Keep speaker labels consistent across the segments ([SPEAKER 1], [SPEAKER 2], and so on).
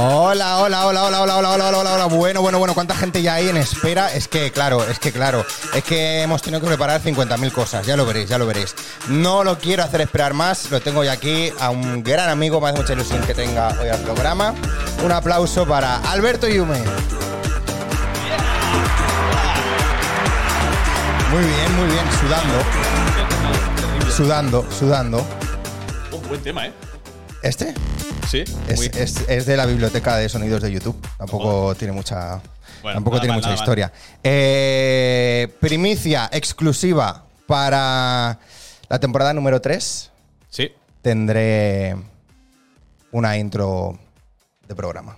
[SPEAKER 1] Hola, hola, hola, hola, hola, hola, hola, hola, hola. Bueno, bueno, bueno, ¿cuánta gente ya hay en espera? Es que, claro, es que, claro, es que hemos tenido que preparar 50.000 cosas, ya lo veréis, ya lo veréis. No lo quiero hacer esperar más, lo tengo ya aquí a un gran amigo, me hace mucha ilusión que tenga hoy al programa. Un aplauso para Alberto Yume. Muy bien, muy bien, sudando, sudando, sudando.
[SPEAKER 2] Un buen tema, ¿eh?
[SPEAKER 1] ¿Este?
[SPEAKER 2] Sí.
[SPEAKER 1] Es,
[SPEAKER 2] muy-
[SPEAKER 1] es- es de la biblioteca de sonidos de YouTube. Tampoco tiene mucha,
[SPEAKER 2] Bueno,
[SPEAKER 1] tampoco
[SPEAKER 2] nada
[SPEAKER 1] tiene
[SPEAKER 2] mal,
[SPEAKER 1] mucha
[SPEAKER 2] nada mal.
[SPEAKER 1] historia. Eh, primicia exclusiva para la temporada número 3.
[SPEAKER 2] Sí.
[SPEAKER 1] Tendré una intro de programa.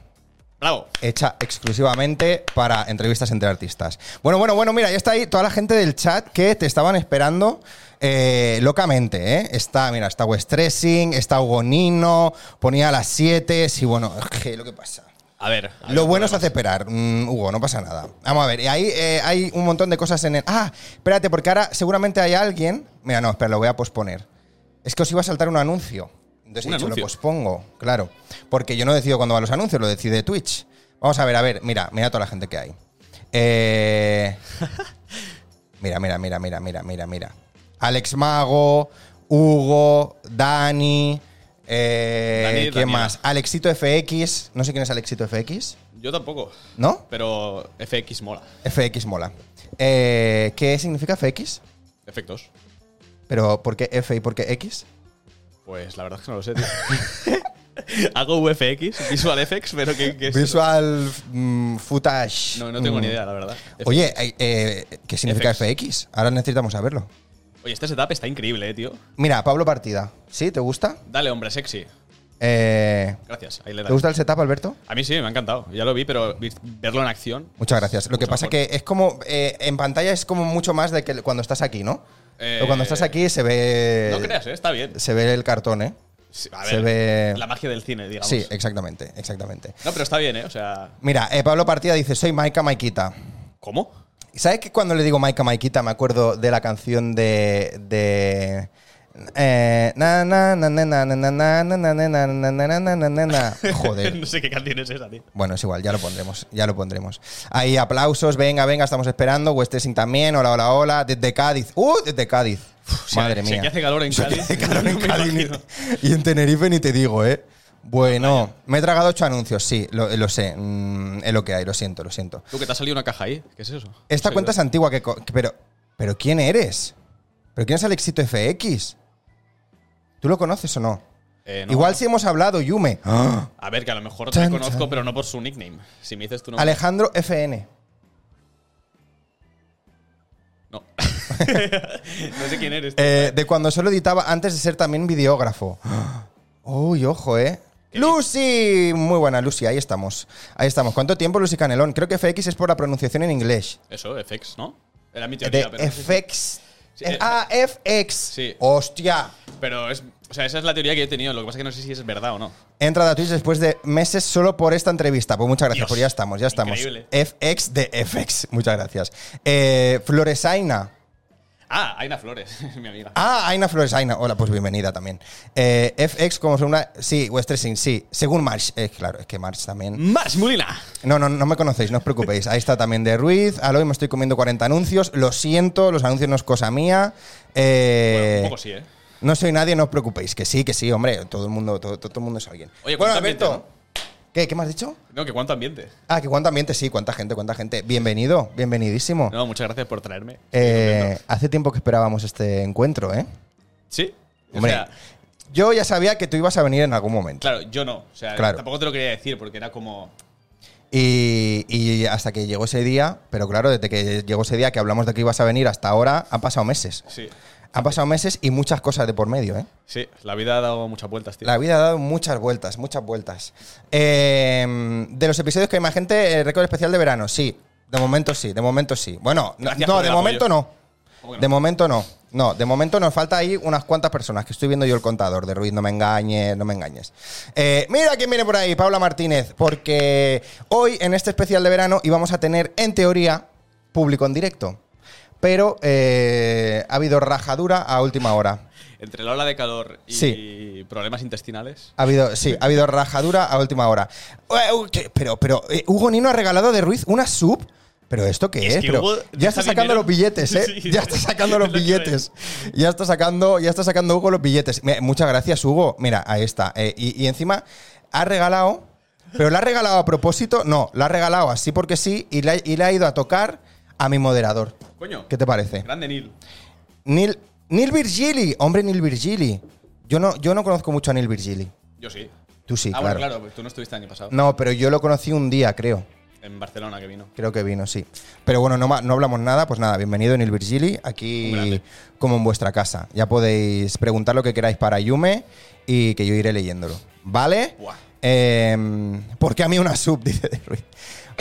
[SPEAKER 2] Bravo.
[SPEAKER 1] Hecha exclusivamente para entrevistas entre artistas. Bueno, bueno, bueno, mira, ya está ahí toda la gente del chat que te estaban esperando eh, locamente, ¿eh? Está, mira, está Westressing, está Hugo Nino, ponía a las 7, sí, bueno, es que lo que pasa.
[SPEAKER 2] A ver. a ver,
[SPEAKER 1] Lo bueno se
[SPEAKER 2] problemas.
[SPEAKER 1] hace esperar, mm, Hugo, no pasa nada. Vamos a ver, y ahí eh, hay un montón de cosas en el. Ah, espérate, porque ahora seguramente hay alguien. Mira, no, espera, lo voy a posponer. Es que os iba a saltar un anuncio. Entonces he
[SPEAKER 2] ¿Un
[SPEAKER 1] dicho,
[SPEAKER 2] anuncio?
[SPEAKER 1] lo pospongo, claro. Porque yo no decido cuándo van los anuncios, lo decide Twitch. Vamos a ver, a ver, mira, mira toda la gente que hay. Eh. Mira, mira, mira, mira, mira, mira, mira. Alex Mago, Hugo, Dani. eh,
[SPEAKER 2] Dani,
[SPEAKER 1] ¿Quién
[SPEAKER 2] Daniela.
[SPEAKER 1] más? Alexito FX. No sé quién es Alexito FX.
[SPEAKER 2] Yo tampoco.
[SPEAKER 1] ¿No?
[SPEAKER 2] Pero FX mola.
[SPEAKER 1] FX mola. Eh, ¿Qué significa FX?
[SPEAKER 2] Efectos.
[SPEAKER 1] ¿Pero por qué F y por qué X?
[SPEAKER 2] Pues la verdad es que no lo sé, tío. Hago VFX, Visual FX, pero ¿qué, qué es?
[SPEAKER 1] Visual mm, Footage.
[SPEAKER 2] No, no tengo
[SPEAKER 1] mm.
[SPEAKER 2] ni idea, la verdad.
[SPEAKER 1] Oye, eh, eh, ¿qué significa
[SPEAKER 2] FX?
[SPEAKER 1] FX? Ahora necesitamos saberlo.
[SPEAKER 2] Oye, este setup está increíble, eh, tío.
[SPEAKER 1] Mira, Pablo Partida. ¿Sí? ¿Te gusta?
[SPEAKER 2] Dale, hombre, sexy.
[SPEAKER 1] Eh,
[SPEAKER 2] Gracias. Ahí le
[SPEAKER 1] ¿Te
[SPEAKER 2] das.
[SPEAKER 1] gusta el setup, Alberto?
[SPEAKER 2] A mí sí, me ha encantado. Ya lo vi, pero vi- verlo en acción.
[SPEAKER 1] Muchas gracias. Lo que
[SPEAKER 2] Mucho
[SPEAKER 1] pasa
[SPEAKER 2] mejor.
[SPEAKER 1] que es como. eh, en pantalla es como mucho más de que cuando estás aquí, ¿no?
[SPEAKER 2] Eh,
[SPEAKER 1] Pero cuando estás aquí se ve.
[SPEAKER 2] No creas, eh, está bien.
[SPEAKER 1] Se ve el cartón, ¿eh?
[SPEAKER 2] Sí, A ver,
[SPEAKER 1] se ve-
[SPEAKER 2] La magia del cine, digamos.
[SPEAKER 1] Sí, eh. exactamente, exactamente.
[SPEAKER 2] No, pero está bien, ¿eh? O sea,
[SPEAKER 1] Mira, eh, Pablo Partida dice: Soy Maika Maikita.
[SPEAKER 2] ¿cómo?
[SPEAKER 1] ¿Sabes que cuando le digo Maika Maikita me acuerdo de la canción de. de eh, na, na, na, na, na, na, na, na, na, na, na, na, na, na, na, na, na, na. Joder.
[SPEAKER 2] no sé qué canción es esa, tío.
[SPEAKER 1] Bueno, es igual, ya lo pondremos, ya lo pondremos. Ahí aplausos, venga, venga, estamos esperando. Westessing también, hola, hola, hola. Desde Cádiz. ¡Uh! Desde Cádiz.
[SPEAKER 2] Si-
[SPEAKER 1] Pues Madre
[SPEAKER 2] si
[SPEAKER 1] mía.
[SPEAKER 2] aquí hace calor en
[SPEAKER 1] Si aquí
[SPEAKER 2] Cádiz,
[SPEAKER 1] hace calor en
[SPEAKER 2] no me
[SPEAKER 1] Cádiz ni-
[SPEAKER 2] imagino.
[SPEAKER 1] y en Tenerife ni te digo, ¿eh? Bueno, me he tragado ocho anuncios, sí, lo, lo sé. mm, es lo que hay, lo siento, lo siento.
[SPEAKER 2] Tú, que te ha salido una caja ahí. ¿Qué es eso?
[SPEAKER 1] Esta
[SPEAKER 2] Sí,
[SPEAKER 1] cuenta es antigua que, co- que- pero pero quién eres? ¿Pero quién es Alexito FX? ¿Tú lo conoces o no?
[SPEAKER 2] eh, no, Ah.
[SPEAKER 1] Igual
[SPEAKER 2] no.
[SPEAKER 1] si hemos hablado Yume.
[SPEAKER 2] A ver, que a lo mejor
[SPEAKER 1] Chan,
[SPEAKER 2] te conozco,
[SPEAKER 1] chan.
[SPEAKER 2] pero no por su nickname. Si me dices tu nombre.
[SPEAKER 1] Alejandro FN.
[SPEAKER 2] No. no sé quién eres. tío.
[SPEAKER 1] Eh, de cuando solo editaba antes de ser también videógrafo.
[SPEAKER 2] Ah.
[SPEAKER 1] Uy, ojo, ¿eh? Lucy, muy buena Lucy, ahí estamos. Ahí estamos. ¿Cuánto tiempo Lucy Canelón? Creo que FX es por la pronunciación en inglés.
[SPEAKER 2] Eso, FX, ¿no? Era mi teoría, pero.
[SPEAKER 1] Eh, De FX.
[SPEAKER 2] Sí,
[SPEAKER 1] Eh,
[SPEAKER 2] eh,
[SPEAKER 1] Ah, FX.
[SPEAKER 2] Sí.
[SPEAKER 1] Hostia.
[SPEAKER 2] Pero es. O sea, esa es la teoría que yo he tenido. Lo que pasa es que no sé si es verdad o no.
[SPEAKER 1] Entra a Twitch después de meses solo por esta entrevista. Pues muchas gracias,
[SPEAKER 2] Dios,
[SPEAKER 1] pues ya estamos, ya estamos.
[SPEAKER 2] increíble.
[SPEAKER 1] FX de FX, muchas gracias. Eh, Floresaina.
[SPEAKER 2] Ah, Aina Flores, mi amiga.
[SPEAKER 1] Ah, Aina Floresaina. Hola, pues bienvenida también. Eh, FX como segunda. Sí, Westressing, sí. Según March. Eh, claro, es que March también.
[SPEAKER 2] Más Mulina.
[SPEAKER 1] No, no, no me conocéis, no os preocupéis. Ahí está también de Ruiz. Al hoy me estoy comiendo 40 anuncios. Lo siento, los anuncios no es cosa mía. Eh,
[SPEAKER 2] un poco sí, ¿eh?
[SPEAKER 1] No soy nadie, no os preocupéis. Que sí, que sí, hombre. Todo el mundo, todo, todo el mundo es alguien.
[SPEAKER 2] Oye,
[SPEAKER 1] bueno,
[SPEAKER 2] ¿cuánto ambiente,
[SPEAKER 1] Alberto. ¿Qué? ¿Qué me has dicho?
[SPEAKER 2] No, que cuánto ambiente.
[SPEAKER 1] Ah, que cuánto ambiente, sí, cuánta gente, cuánta gente. Bienvenido, bienvenidísimo.
[SPEAKER 2] No, muchas gracias por traerme.
[SPEAKER 1] Eh, hace tiempo que esperábamos este encuentro, ¿eh?
[SPEAKER 2] Sí. O
[SPEAKER 1] Hombre,
[SPEAKER 2] sea,
[SPEAKER 1] yo ya sabía que tú ibas a venir en algún momento.
[SPEAKER 2] claro, yo no. O sea,
[SPEAKER 1] Claro.
[SPEAKER 2] tampoco te lo quería decir porque era como.
[SPEAKER 1] Y, y hasta que llegó ese día, pero claro, desde que llegó ese día que hablamos de que ibas a venir hasta ahora, han pasado meses.
[SPEAKER 2] Sí.
[SPEAKER 1] Han pasado meses y muchas cosas de por medio, ¿eh?
[SPEAKER 2] Sí, la vida ha dado muchas vueltas, tío.
[SPEAKER 1] La vida ha dado muchas vueltas, muchas vueltas. Eh, de los episodios que hay más gente, el récord especial de verano, sí. De momento sí, de momento sí. Bueno, no,
[SPEAKER 2] Gracias
[SPEAKER 1] no,
[SPEAKER 2] por el
[SPEAKER 1] de momento
[SPEAKER 2] apoyo.
[SPEAKER 1] no.
[SPEAKER 2] ¿Cómo que no?
[SPEAKER 1] De momento no. No, de momento nos falta ahí unas cuantas personas, que estoy viendo yo el contador de Ruiz, no me engañes, no me engañes. Eh, mira quién viene por ahí, Paula Martínez, porque hoy en este especial de verano íbamos a tener, en teoría, público en directo. Pero eh, ha habido rajadura a última hora.
[SPEAKER 2] entre la ola de calor y
[SPEAKER 1] Sí.
[SPEAKER 2] problemas intestinales.
[SPEAKER 1] Ha habido, sí, ha habido rajadura a última hora. Eh, uh, que- Pero, pero, eh, Hugo Nino ha regalado de Ruiz una sub. ¿Pero esto qué es?
[SPEAKER 2] que
[SPEAKER 1] Pero
[SPEAKER 2] Hugo
[SPEAKER 1] ya está
[SPEAKER 2] deja
[SPEAKER 1] sacando
[SPEAKER 2] dinero.
[SPEAKER 1] los billetes, ¿eh?
[SPEAKER 2] Sí.
[SPEAKER 1] ya está sacando los
[SPEAKER 2] Es lo que iba a
[SPEAKER 1] billetes. Ya está sacando, ya está sacando Hugo los billetes. Me- muchas gracias, Hugo. Mira, ahí está. Eh, y, y encima ha regalado, pero la ha regalado a propósito. No, la ha regalado así porque sí y la, y la ha ido a tocar a mi moderador.
[SPEAKER 2] Coño,
[SPEAKER 1] ¿Qué te parece?
[SPEAKER 2] grande Neil.
[SPEAKER 1] Neil, Neil Virgili. Hombre, Neil Virgili. Yo no, yo no conozco mucho a Neil Virgili.
[SPEAKER 2] Yo sí.
[SPEAKER 1] Tú sí,
[SPEAKER 2] ah,
[SPEAKER 1] claro.
[SPEAKER 2] bueno, claro, pues tú no estuviste el año pasado.
[SPEAKER 1] No, pero yo lo conocí un día, creo.
[SPEAKER 2] En Barcelona que vino.
[SPEAKER 1] Creo que vino, sí. Pero bueno, no, ma- no hablamos nada, pues nada, bienvenido en el Virgili,
[SPEAKER 2] Un
[SPEAKER 1] aquí
[SPEAKER 2] grande.
[SPEAKER 1] como en vuestra casa. Ya podéis preguntar lo que queráis para Yume y que yo iré leyéndolo. ¿Vale?
[SPEAKER 2] Buah.
[SPEAKER 1] Em, ¿Por qué a mí una sub? Dice De Ruiz.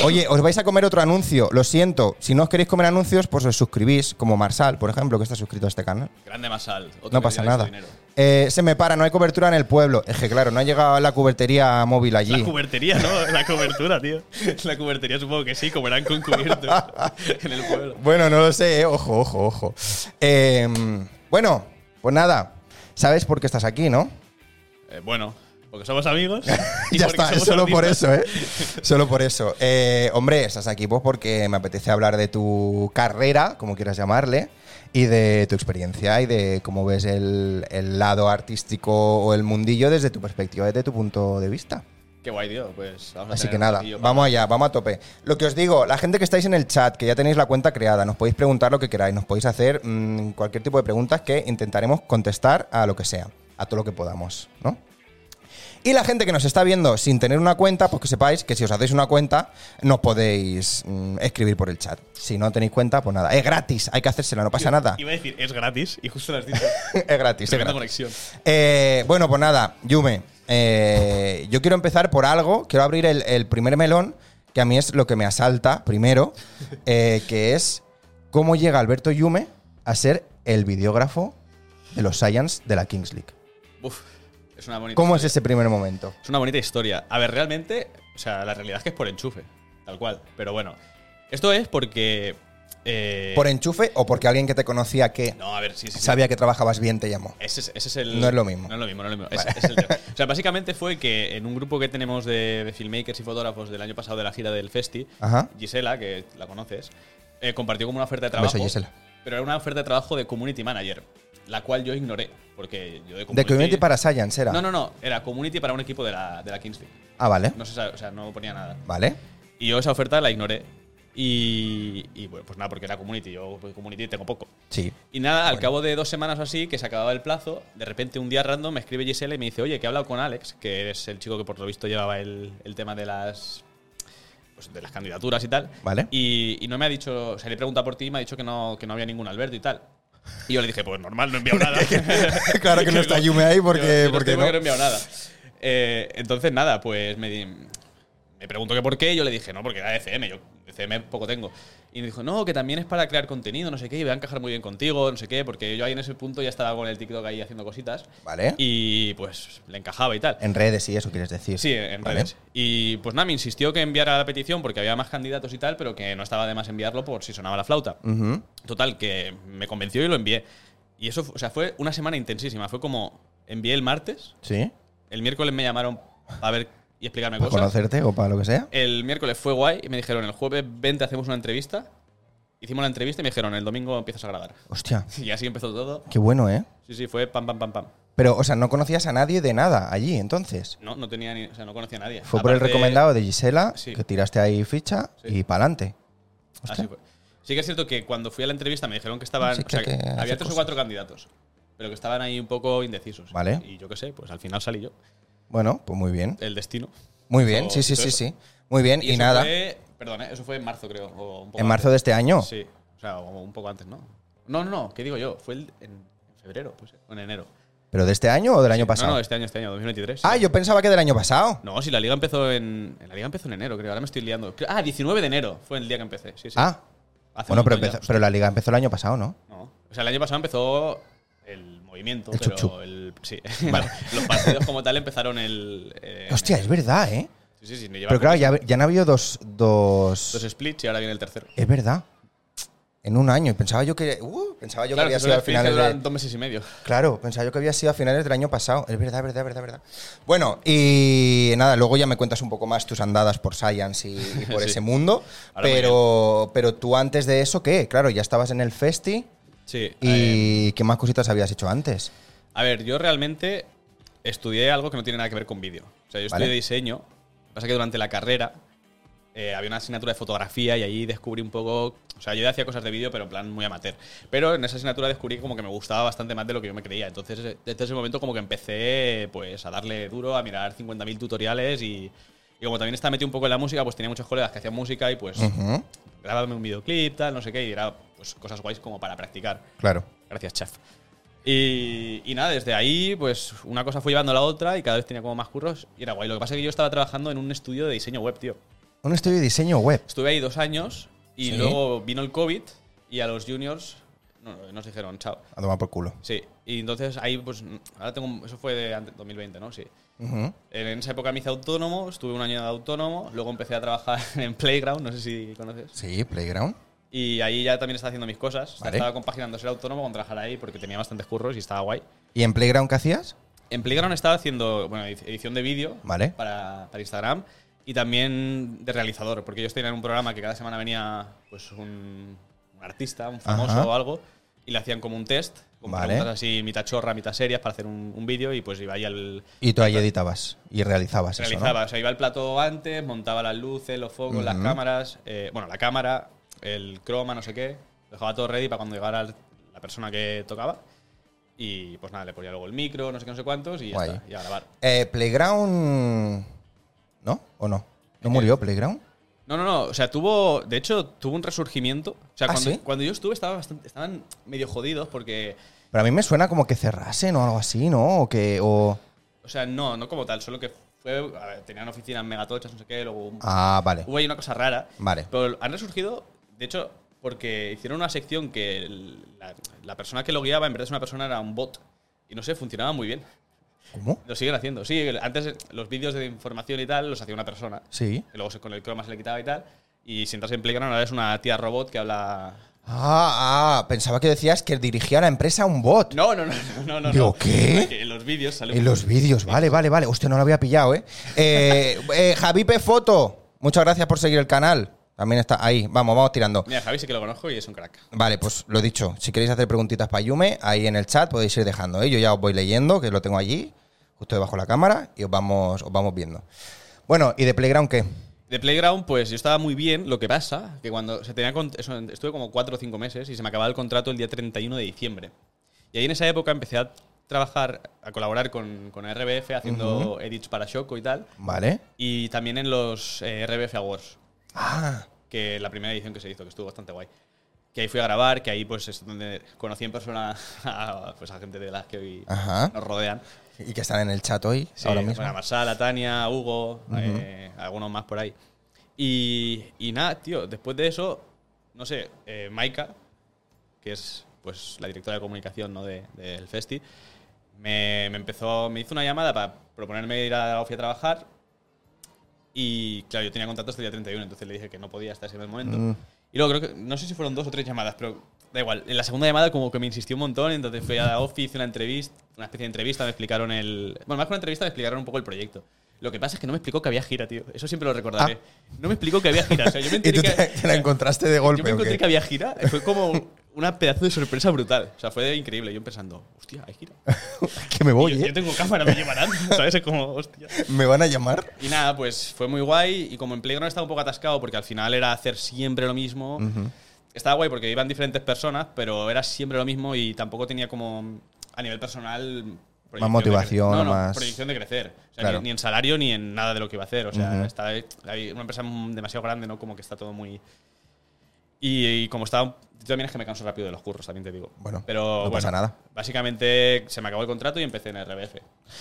[SPEAKER 1] Oye, os vais a comer otro anuncio, lo siento. Si no os queréis comer anuncios, pues os suscribís, como Marsal, por ejemplo, que está suscrito a este canal.
[SPEAKER 2] Grande Masal. otro
[SPEAKER 1] No
[SPEAKER 2] que
[SPEAKER 1] pasa
[SPEAKER 2] dio de su
[SPEAKER 1] nada.
[SPEAKER 2] dinero.
[SPEAKER 1] Eh, se me para, no hay cobertura en el pueblo. Es que claro, no ha llegado la cubertería móvil allí.
[SPEAKER 2] La cubertería, ¿no? La cobertura, tío. La cubertería supongo que sí, comerán con cubiertos en el pueblo.
[SPEAKER 1] Bueno, no lo sé, eh. ojo, ojo, ojo. Eh, bueno, pues nada, sabes por qué estás aquí, ¿no?
[SPEAKER 2] Eh, bueno, porque somos amigos. y
[SPEAKER 1] ya
[SPEAKER 2] porque
[SPEAKER 1] está, es
[SPEAKER 2] somos
[SPEAKER 1] solo por
[SPEAKER 2] artistas.
[SPEAKER 1] eso, ¿eh? Solo por eso. Eh, hombre, estás aquí pues porque me apetece hablar de tu carrera, como quieras llamarle, y de tu experiencia y de cómo ves el, el lado artístico o el mundillo desde tu perspectiva, desde tu punto de vista.
[SPEAKER 2] Qué guay, tío. Pues vamos a
[SPEAKER 1] Así
[SPEAKER 2] tener
[SPEAKER 1] que
[SPEAKER 2] un
[SPEAKER 1] nada,
[SPEAKER 2] ratillo para-
[SPEAKER 1] vamos allá, vamos a tope. Lo que os digo, la gente que estáis en el chat, que ya tenéis la cuenta creada, nos podéis preguntar lo que queráis, nos podéis hacer mm, cualquier tipo de preguntas que intentaremos contestar a lo que sea, a todo lo que podamos, ¿no? Y la gente que nos está viendo sin tener una cuenta, pues que sepáis que si os hacéis una cuenta, nos podéis mm, escribir por el chat. Si no tenéis cuenta, pues nada, es gratis, hay que hacérsela, no pasa nada.
[SPEAKER 2] Iba a decir, es gratis y justo lo has dicho.
[SPEAKER 1] es gratis, es
[SPEAKER 2] Tremenda
[SPEAKER 1] gratis.
[SPEAKER 2] conexión.
[SPEAKER 1] Eh, bueno, pues nada, Yume, eh, yo quiero empezar por algo, quiero abrir el, el primer melón, que a mí es lo que me asalta primero, eh, que es cómo llega Alberto Yume a ser el videógrafo de los Science de la Kings League.
[SPEAKER 2] Uf, es una bonita
[SPEAKER 1] ¿Cómo es
[SPEAKER 2] historia.
[SPEAKER 1] ese primer momento?
[SPEAKER 2] Es una bonita historia. A ver, realmente, o sea, la realidad es que es por enchufe, tal cual. Pero bueno, esto es porque. eh,
[SPEAKER 1] ¿Por enchufe o porque alguien que te conocía que
[SPEAKER 2] No, Eh, a ver, sí, sí. sí.
[SPEAKER 1] sabía que trabajabas bien te llamó?
[SPEAKER 2] Ese es, ese es el,
[SPEAKER 1] No es lo mismo.
[SPEAKER 2] No es lo mismo, no es lo mismo. Ese- ese es el tema. o sea, básicamente fue que en un grupo que tenemos de, de filmmakers y fotógrafos del año pasado de la gira del Festi,
[SPEAKER 1] Ajá.
[SPEAKER 2] Gisela, que la conoces, eh, compartió como una oferta de
[SPEAKER 1] Un beso,
[SPEAKER 2] trabajo.
[SPEAKER 1] Gisela.
[SPEAKER 2] Pero era una oferta de trabajo de community manager, la cual yo ignoré. Porque yo de community.
[SPEAKER 1] De Community para Science era.
[SPEAKER 2] No, no, no. Era community para un equipo de la, de la Kings League.
[SPEAKER 1] Ah, vale.
[SPEAKER 2] No se sabe, o sea, no ponía nada.
[SPEAKER 1] Vale.
[SPEAKER 2] Y yo esa oferta la ignoré. Y, y, bueno, pues nada, porque era community. Yo pues, community tengo poco.
[SPEAKER 1] Sí.
[SPEAKER 2] Y nada, al cabo de dos semanas o así, que se acababa el plazo, de repente un día random me escribe Gisela y me dice, oye, que he hablado con Alex, que es el chico que por lo visto llevaba el, el tema de las pues, de las candidaturas y tal.
[SPEAKER 1] Vale.
[SPEAKER 2] Y, y no me ha dicho, o sea, le he preguntado por ti y me ha dicho que no, que no había ningún Alberto y tal. Y yo le dije, pues normal, no he enviado nada.
[SPEAKER 1] Claro que no está Yume ahí porque-
[SPEAKER 2] Yo- yo no
[SPEAKER 1] porque
[SPEAKER 2] estoy
[SPEAKER 1] no.
[SPEAKER 2] he enviado nada. Eh, entonces, nada, pues me, di- me preguntó que por qué. Yo le dije, no, porque era FM. Yo FM poco tengo. Y me dijo, no, que también es para crear contenido, no sé qué, y va a encajar muy bien contigo, no sé qué, porque yo ahí en ese punto ya estaba con el TikTok ahí haciendo cositas.
[SPEAKER 1] Vale.
[SPEAKER 2] Y pues le encajaba y tal.
[SPEAKER 1] En redes y eso quieres decir.
[SPEAKER 2] Sí, en
[SPEAKER 1] Vale.
[SPEAKER 2] redes. Y pues nada, me insistió que enviara la petición porque había más candidatos y tal, pero que no estaba de más enviarlo por si sonaba la flauta.
[SPEAKER 1] Ujú.
[SPEAKER 2] Total, que me convenció y lo envié. Y eso, fu- o sea, fue una semana intensísima. Fue como, envié el martes,
[SPEAKER 1] Sí.
[SPEAKER 2] el miércoles me llamaron a ver y explicarme
[SPEAKER 1] ¿Para
[SPEAKER 2] cosas.
[SPEAKER 1] conocerte o para lo que sea?
[SPEAKER 2] El miércoles fue guay y me dijeron, el jueves 20 hacemos una entrevista. Hicimos la entrevista y me dijeron, el domingo empiezas a grabar.
[SPEAKER 1] Hostia,
[SPEAKER 2] Y así empezó todo.
[SPEAKER 1] qué bueno, ¿eh?
[SPEAKER 2] Sí, sí, fue pam, pam, pam, pam.
[SPEAKER 1] Pero, o sea, no conocías a nadie de nada allí, entonces.
[SPEAKER 2] No, no tenía ni, o sea, no conocía a nadie.
[SPEAKER 1] Fue por el
[SPEAKER 2] Aparte-
[SPEAKER 1] recomendado de Gisela,
[SPEAKER 2] Sí.
[SPEAKER 1] que tiraste ahí ficha
[SPEAKER 2] Sí.
[SPEAKER 1] y pa'lante.
[SPEAKER 2] Así fue. Sí que es cierto que cuando fui a la entrevista me dijeron que estaban.
[SPEAKER 1] Sí,
[SPEAKER 2] o sea,
[SPEAKER 1] que hay que hacer
[SPEAKER 2] había tres
[SPEAKER 1] cosas.
[SPEAKER 2] o cuatro candidatos, pero que estaban ahí un poco indecisos.
[SPEAKER 1] Vale.
[SPEAKER 2] Y yo qué sé, pues al final salí yo.
[SPEAKER 1] Bueno, pues muy bien.
[SPEAKER 2] El destino.
[SPEAKER 1] Muy bien,
[SPEAKER 2] o
[SPEAKER 1] sí, sí,
[SPEAKER 2] todo
[SPEAKER 1] sí,
[SPEAKER 2] eso.
[SPEAKER 1] sí. Muy bien, y,
[SPEAKER 2] eso
[SPEAKER 1] nada.
[SPEAKER 2] Fue, perdón, ¿eh? eso fue en marzo, creo. o un poco
[SPEAKER 1] En marzo de este año.
[SPEAKER 2] antes. Sí, o sea, como un poco antes, ¿no? No, no, no, ¿qué digo yo? Fue el- en febrero, pues, o en enero.
[SPEAKER 1] ¿Pero de este año o del año pasado?
[SPEAKER 2] No, no, este año, este año, 2023.
[SPEAKER 1] Ah, yo pensaba que del año pasado.
[SPEAKER 2] No, si la liga empezó en. en La liga empezó en enero, creo. Ahora me estoy liando. Cre- Ah, 19 de enero fue el día que empecé. Sí, sí.
[SPEAKER 1] Ah,
[SPEAKER 2] Hace
[SPEAKER 1] bueno,
[SPEAKER 2] un
[SPEAKER 1] pero,
[SPEAKER 2] montón ya,
[SPEAKER 1] empezó- pero la liga empezó el año pasado, ¿no?
[SPEAKER 2] No. O sea, el año pasado empezó el movimiento,
[SPEAKER 1] El
[SPEAKER 2] pero
[SPEAKER 1] chup-chup.
[SPEAKER 2] el. Sí. los partidos como tal empezaron el. eh,
[SPEAKER 1] Hostia, es verdad, ¿eh?
[SPEAKER 2] Sí, sí, sí. lleva
[SPEAKER 1] Pero claro,
[SPEAKER 2] como
[SPEAKER 1] ya, ya han habido dos. dos...
[SPEAKER 2] Dos splits y ahora viene el tercero.
[SPEAKER 1] Es verdad. en un año. Y pensaba yo que. uh, pensaba yo
[SPEAKER 2] claro,
[SPEAKER 1] que
[SPEAKER 2] que
[SPEAKER 1] había sido a
[SPEAKER 2] son experiencias
[SPEAKER 1] finales
[SPEAKER 2] que
[SPEAKER 1] de.
[SPEAKER 2] duran dos meses y medio.
[SPEAKER 1] Claro, pensaba yo que había sido a finales del año pasado. Es verdad, verdad, verdad, verdad. Bueno, y nada, luego ya me cuentas un poco más tus andadas por Science y, y por
[SPEAKER 2] Sí.
[SPEAKER 1] ese mundo.
[SPEAKER 2] Ahora muy
[SPEAKER 1] Pero, pero tú antes de eso, ¿qué? Claro, ya estabas en el Festi.
[SPEAKER 2] Sí. eh,
[SPEAKER 1] ¿Y qué más cositas habías hecho antes?
[SPEAKER 2] a ver, yo realmente estudié algo que no tiene nada que ver con vídeo. O sea, yo estudié
[SPEAKER 1] Vale.
[SPEAKER 2] diseño. Lo que pasa es que durante la carrera eh, había una asignatura de fotografía y ahí descubrí un poco. O sea, yo ya hacía cosas de vídeo, pero en plan muy amateur. Pero en esa asignatura descubrí como que me gustaba bastante más de lo que yo me creía. Entonces, eh, desde ese momento, como que empecé pues a darle duro, a mirar 50.000 tutoriales y. Y como también estaba metido un poco en la música, pues tenía muchos colegas que hacían música y pues
[SPEAKER 1] Ujú,
[SPEAKER 2] grábame un videoclip, tal, no sé qué, y era pues, cosas guays como para practicar.
[SPEAKER 1] Claro.
[SPEAKER 2] Gracias, chef. Y, y nada, desde ahí, pues una cosa fue llevando a la otra y cada vez tenía como más curros y era guay. Lo que pasa es que yo estaba trabajando en un estudio de diseño web, tío.
[SPEAKER 1] Un estudio de diseño web.
[SPEAKER 2] Estuve ahí dos años y
[SPEAKER 1] Sí.
[SPEAKER 2] luego vino el COVID y a los juniors no, nos dijeron chao.
[SPEAKER 1] A tomar por culo.
[SPEAKER 2] Sí, y entonces ahí, pues ahora tengo. Eso fue de antes, 2020, ¿no? Sí.
[SPEAKER 1] Ujú.
[SPEAKER 2] En esa época me hice autónomo, estuve un año de autónomo, luego empecé a trabajar en Playground, no sé si conoces.
[SPEAKER 1] Sí, Playground.
[SPEAKER 2] Y ahí ya también estaba haciendo mis cosas. O sea,
[SPEAKER 1] Vale.
[SPEAKER 2] Estaba compaginando ser autónomo con trabajar ahí porque tenía bastantes curros y estaba guay.
[SPEAKER 1] ¿Y en Playground qué hacías?
[SPEAKER 2] En Playground estaba haciendo bueno, edi- edición de vídeo
[SPEAKER 1] Vale.
[SPEAKER 2] para, para Instagram y también de realizador, porque ellos tenían un programa que cada semana venía pues un, un artista, un famoso
[SPEAKER 1] Ajá.
[SPEAKER 2] o algo, y le hacían como un test, con
[SPEAKER 1] Vale.
[SPEAKER 2] preguntas así mitad chorra, mitad serias para hacer un, un vídeo y pues iba ahí al...
[SPEAKER 1] Y tú ahí editabas y realizabas
[SPEAKER 2] Realizaba, o sea, iba al plato antes, montaba las luces, los focos, las
[SPEAKER 1] Ujú.
[SPEAKER 2] cámaras, eh, bueno, la cámara, el croma, no sé qué, lo dejaba todo ready para cuando llegara el- la persona que tocaba. Y pues nada, le ponía luego el micro, no sé qué, no sé cuántos, y ya
[SPEAKER 1] Guay.
[SPEAKER 2] está, y a grabar.
[SPEAKER 1] eso, ¿no? Eh, Playground. ¿No? ¿O no?
[SPEAKER 2] Eh,
[SPEAKER 1] ¿No murió Playground?
[SPEAKER 2] No, no, no. O sea, tuvo. De hecho, tuvo un resurgimiento. O sea,
[SPEAKER 1] ¿Ah,
[SPEAKER 2] cuando,
[SPEAKER 1] sí?
[SPEAKER 2] cuando yo estuve estaba bastante- estaban medio jodidos porque.
[SPEAKER 1] Pero a mí me suena como que cerrasen o algo así, ¿no? O que. O...
[SPEAKER 2] O sea, no, no como tal, solo que fue. a ver, tenían oficinas megatochas, no sé qué, luego. un-
[SPEAKER 1] Ah, vale.
[SPEAKER 2] Hubo ahí una cosa rara.
[SPEAKER 1] Vale.
[SPEAKER 2] Pero han resurgido, de hecho, porque hicieron una sección que el- la, la persona que lo guiaba, en vez de ser una persona, era un bot. Y no sé, funcionaba muy bien.
[SPEAKER 1] ¿Cómo?
[SPEAKER 2] Lo siguen haciendo. Sí, el- antes eh, los vídeos de información y tal los hacía una persona.
[SPEAKER 1] Sí.
[SPEAKER 2] Y luego se- con el croma se le quitaba y tal. Y si entras en Playground, ahora es una tía robot que habla
[SPEAKER 1] Ah, ah, pensaba que decías que dirigía la empresa un bot.
[SPEAKER 2] No, no, no, no, no, no.
[SPEAKER 1] Digo,
[SPEAKER 2] no.
[SPEAKER 1] ¿qué?
[SPEAKER 2] Que En los vídeos sale
[SPEAKER 1] En los vídeos, vale, vale, vale. Usted no lo había pillado, ¿eh? eh, eh, Javipe Foto, muchas gracias por seguir el canal. También está ahí. Vamos, vamos tirando.
[SPEAKER 2] Mira, Javi sí que lo conozco y es un crack.
[SPEAKER 1] Vale, pues lo dicho. Si queréis hacer preguntitas para Yume, ahí en el chat podéis ir dejando. ¿eh? Yo ya os voy leyendo, que lo tengo allí, justo debajo de la cámara, y os vamos, os vamos viendo. Bueno, ¿y de Playground qué?
[SPEAKER 2] De Playground, pues yo estaba muy bien. Lo que pasa, que cuando se tenía. cont- eso, estuve como 4 o 5 meses y se me acababa el contrato el día 31 de diciembre. Y ahí en esa época empecé a trabajar, a colaborar con, con RBF haciendo edits para Shoko y tal.
[SPEAKER 1] Vale.
[SPEAKER 2] Y también en los eh, RBF Awards.
[SPEAKER 1] Ah,
[SPEAKER 2] que la primera edición que se hizo, que estuvo bastante guay. Que ahí fui a grabar, que ahí pues es donde conocí en persona a, pues, a gente de las que hoy
[SPEAKER 1] Ajá.
[SPEAKER 2] nos rodean.
[SPEAKER 1] y que están en el chat hoy,
[SPEAKER 2] Sí,
[SPEAKER 1] ahora mismo.
[SPEAKER 2] bueno, a Marsal, a Tania, a Hugo, eh, algunos más por ahí. Y, y nada, tío, después de eso, no sé, eh, Maika, que es pues la directora de comunicación ¿no? de- del Festi, me, me empezó, me hizo una llamada para proponerme ir a la ofi a trabajar. Y claro, yo tenía contacto hasta el día 31, entonces le dije que no podía hasta ese momento.
[SPEAKER 1] Mm.
[SPEAKER 2] Y luego creo que, no sé si fueron dos o tres llamadas, pero da igual. En la segunda llamada como que me insistió un montón, entonces fui a la ofi, hice una entrevista, una especie de entrevista, me explicaron el... Bueno, más que una entrevista, me explicaron un poco el proyecto. Lo que pasa es que no me explicó que había gira, tío. Eso siempre lo recordaré. No me explicó que había gira. O sea, yo
[SPEAKER 1] Ah. ¿Y
[SPEAKER 2] me enteré
[SPEAKER 1] tú te,
[SPEAKER 2] que-
[SPEAKER 1] te la encontraste de golpe?
[SPEAKER 2] yo me
[SPEAKER 1] o
[SPEAKER 2] encontré
[SPEAKER 1] qué?
[SPEAKER 2] que había gira. Fue como una pedazo de sorpresa brutal. O sea, fue increíble. Yo pensando, hostia, hay gira.
[SPEAKER 1] Que me
[SPEAKER 2] Y
[SPEAKER 1] voy,
[SPEAKER 2] yo,
[SPEAKER 1] ¿eh?
[SPEAKER 2] yo tengo cámara, me llevarán. ¿Sabes? Es como, hostia.
[SPEAKER 1] ¿Me van a llamar?
[SPEAKER 2] Y nada, pues fue muy guay. Y como en Playground estaba un poco atascado porque al final era hacer siempre lo mismo. Estaba guay porque iban diferentes personas, pero era siempre lo mismo y tampoco tenía como a nivel personal. proyección de
[SPEAKER 1] motivación,
[SPEAKER 2] cre- no, no,
[SPEAKER 1] más-
[SPEAKER 2] proyección de crecer. O sea,
[SPEAKER 1] Claro.
[SPEAKER 2] ni, ni en salario ni en nada de lo que iba a hacer. O sea,
[SPEAKER 1] Ujú.
[SPEAKER 2] está hay una empresa demasiado grande, ¿no? Como que está todo muy. Y, y como estaba. Yo también es que me canso rápido de los curros, también te digo.
[SPEAKER 1] Bueno,
[SPEAKER 2] pero,
[SPEAKER 1] no
[SPEAKER 2] bueno,
[SPEAKER 1] pasa nada.
[SPEAKER 2] Básicamente se me acabó el contrato y empecé en RBF.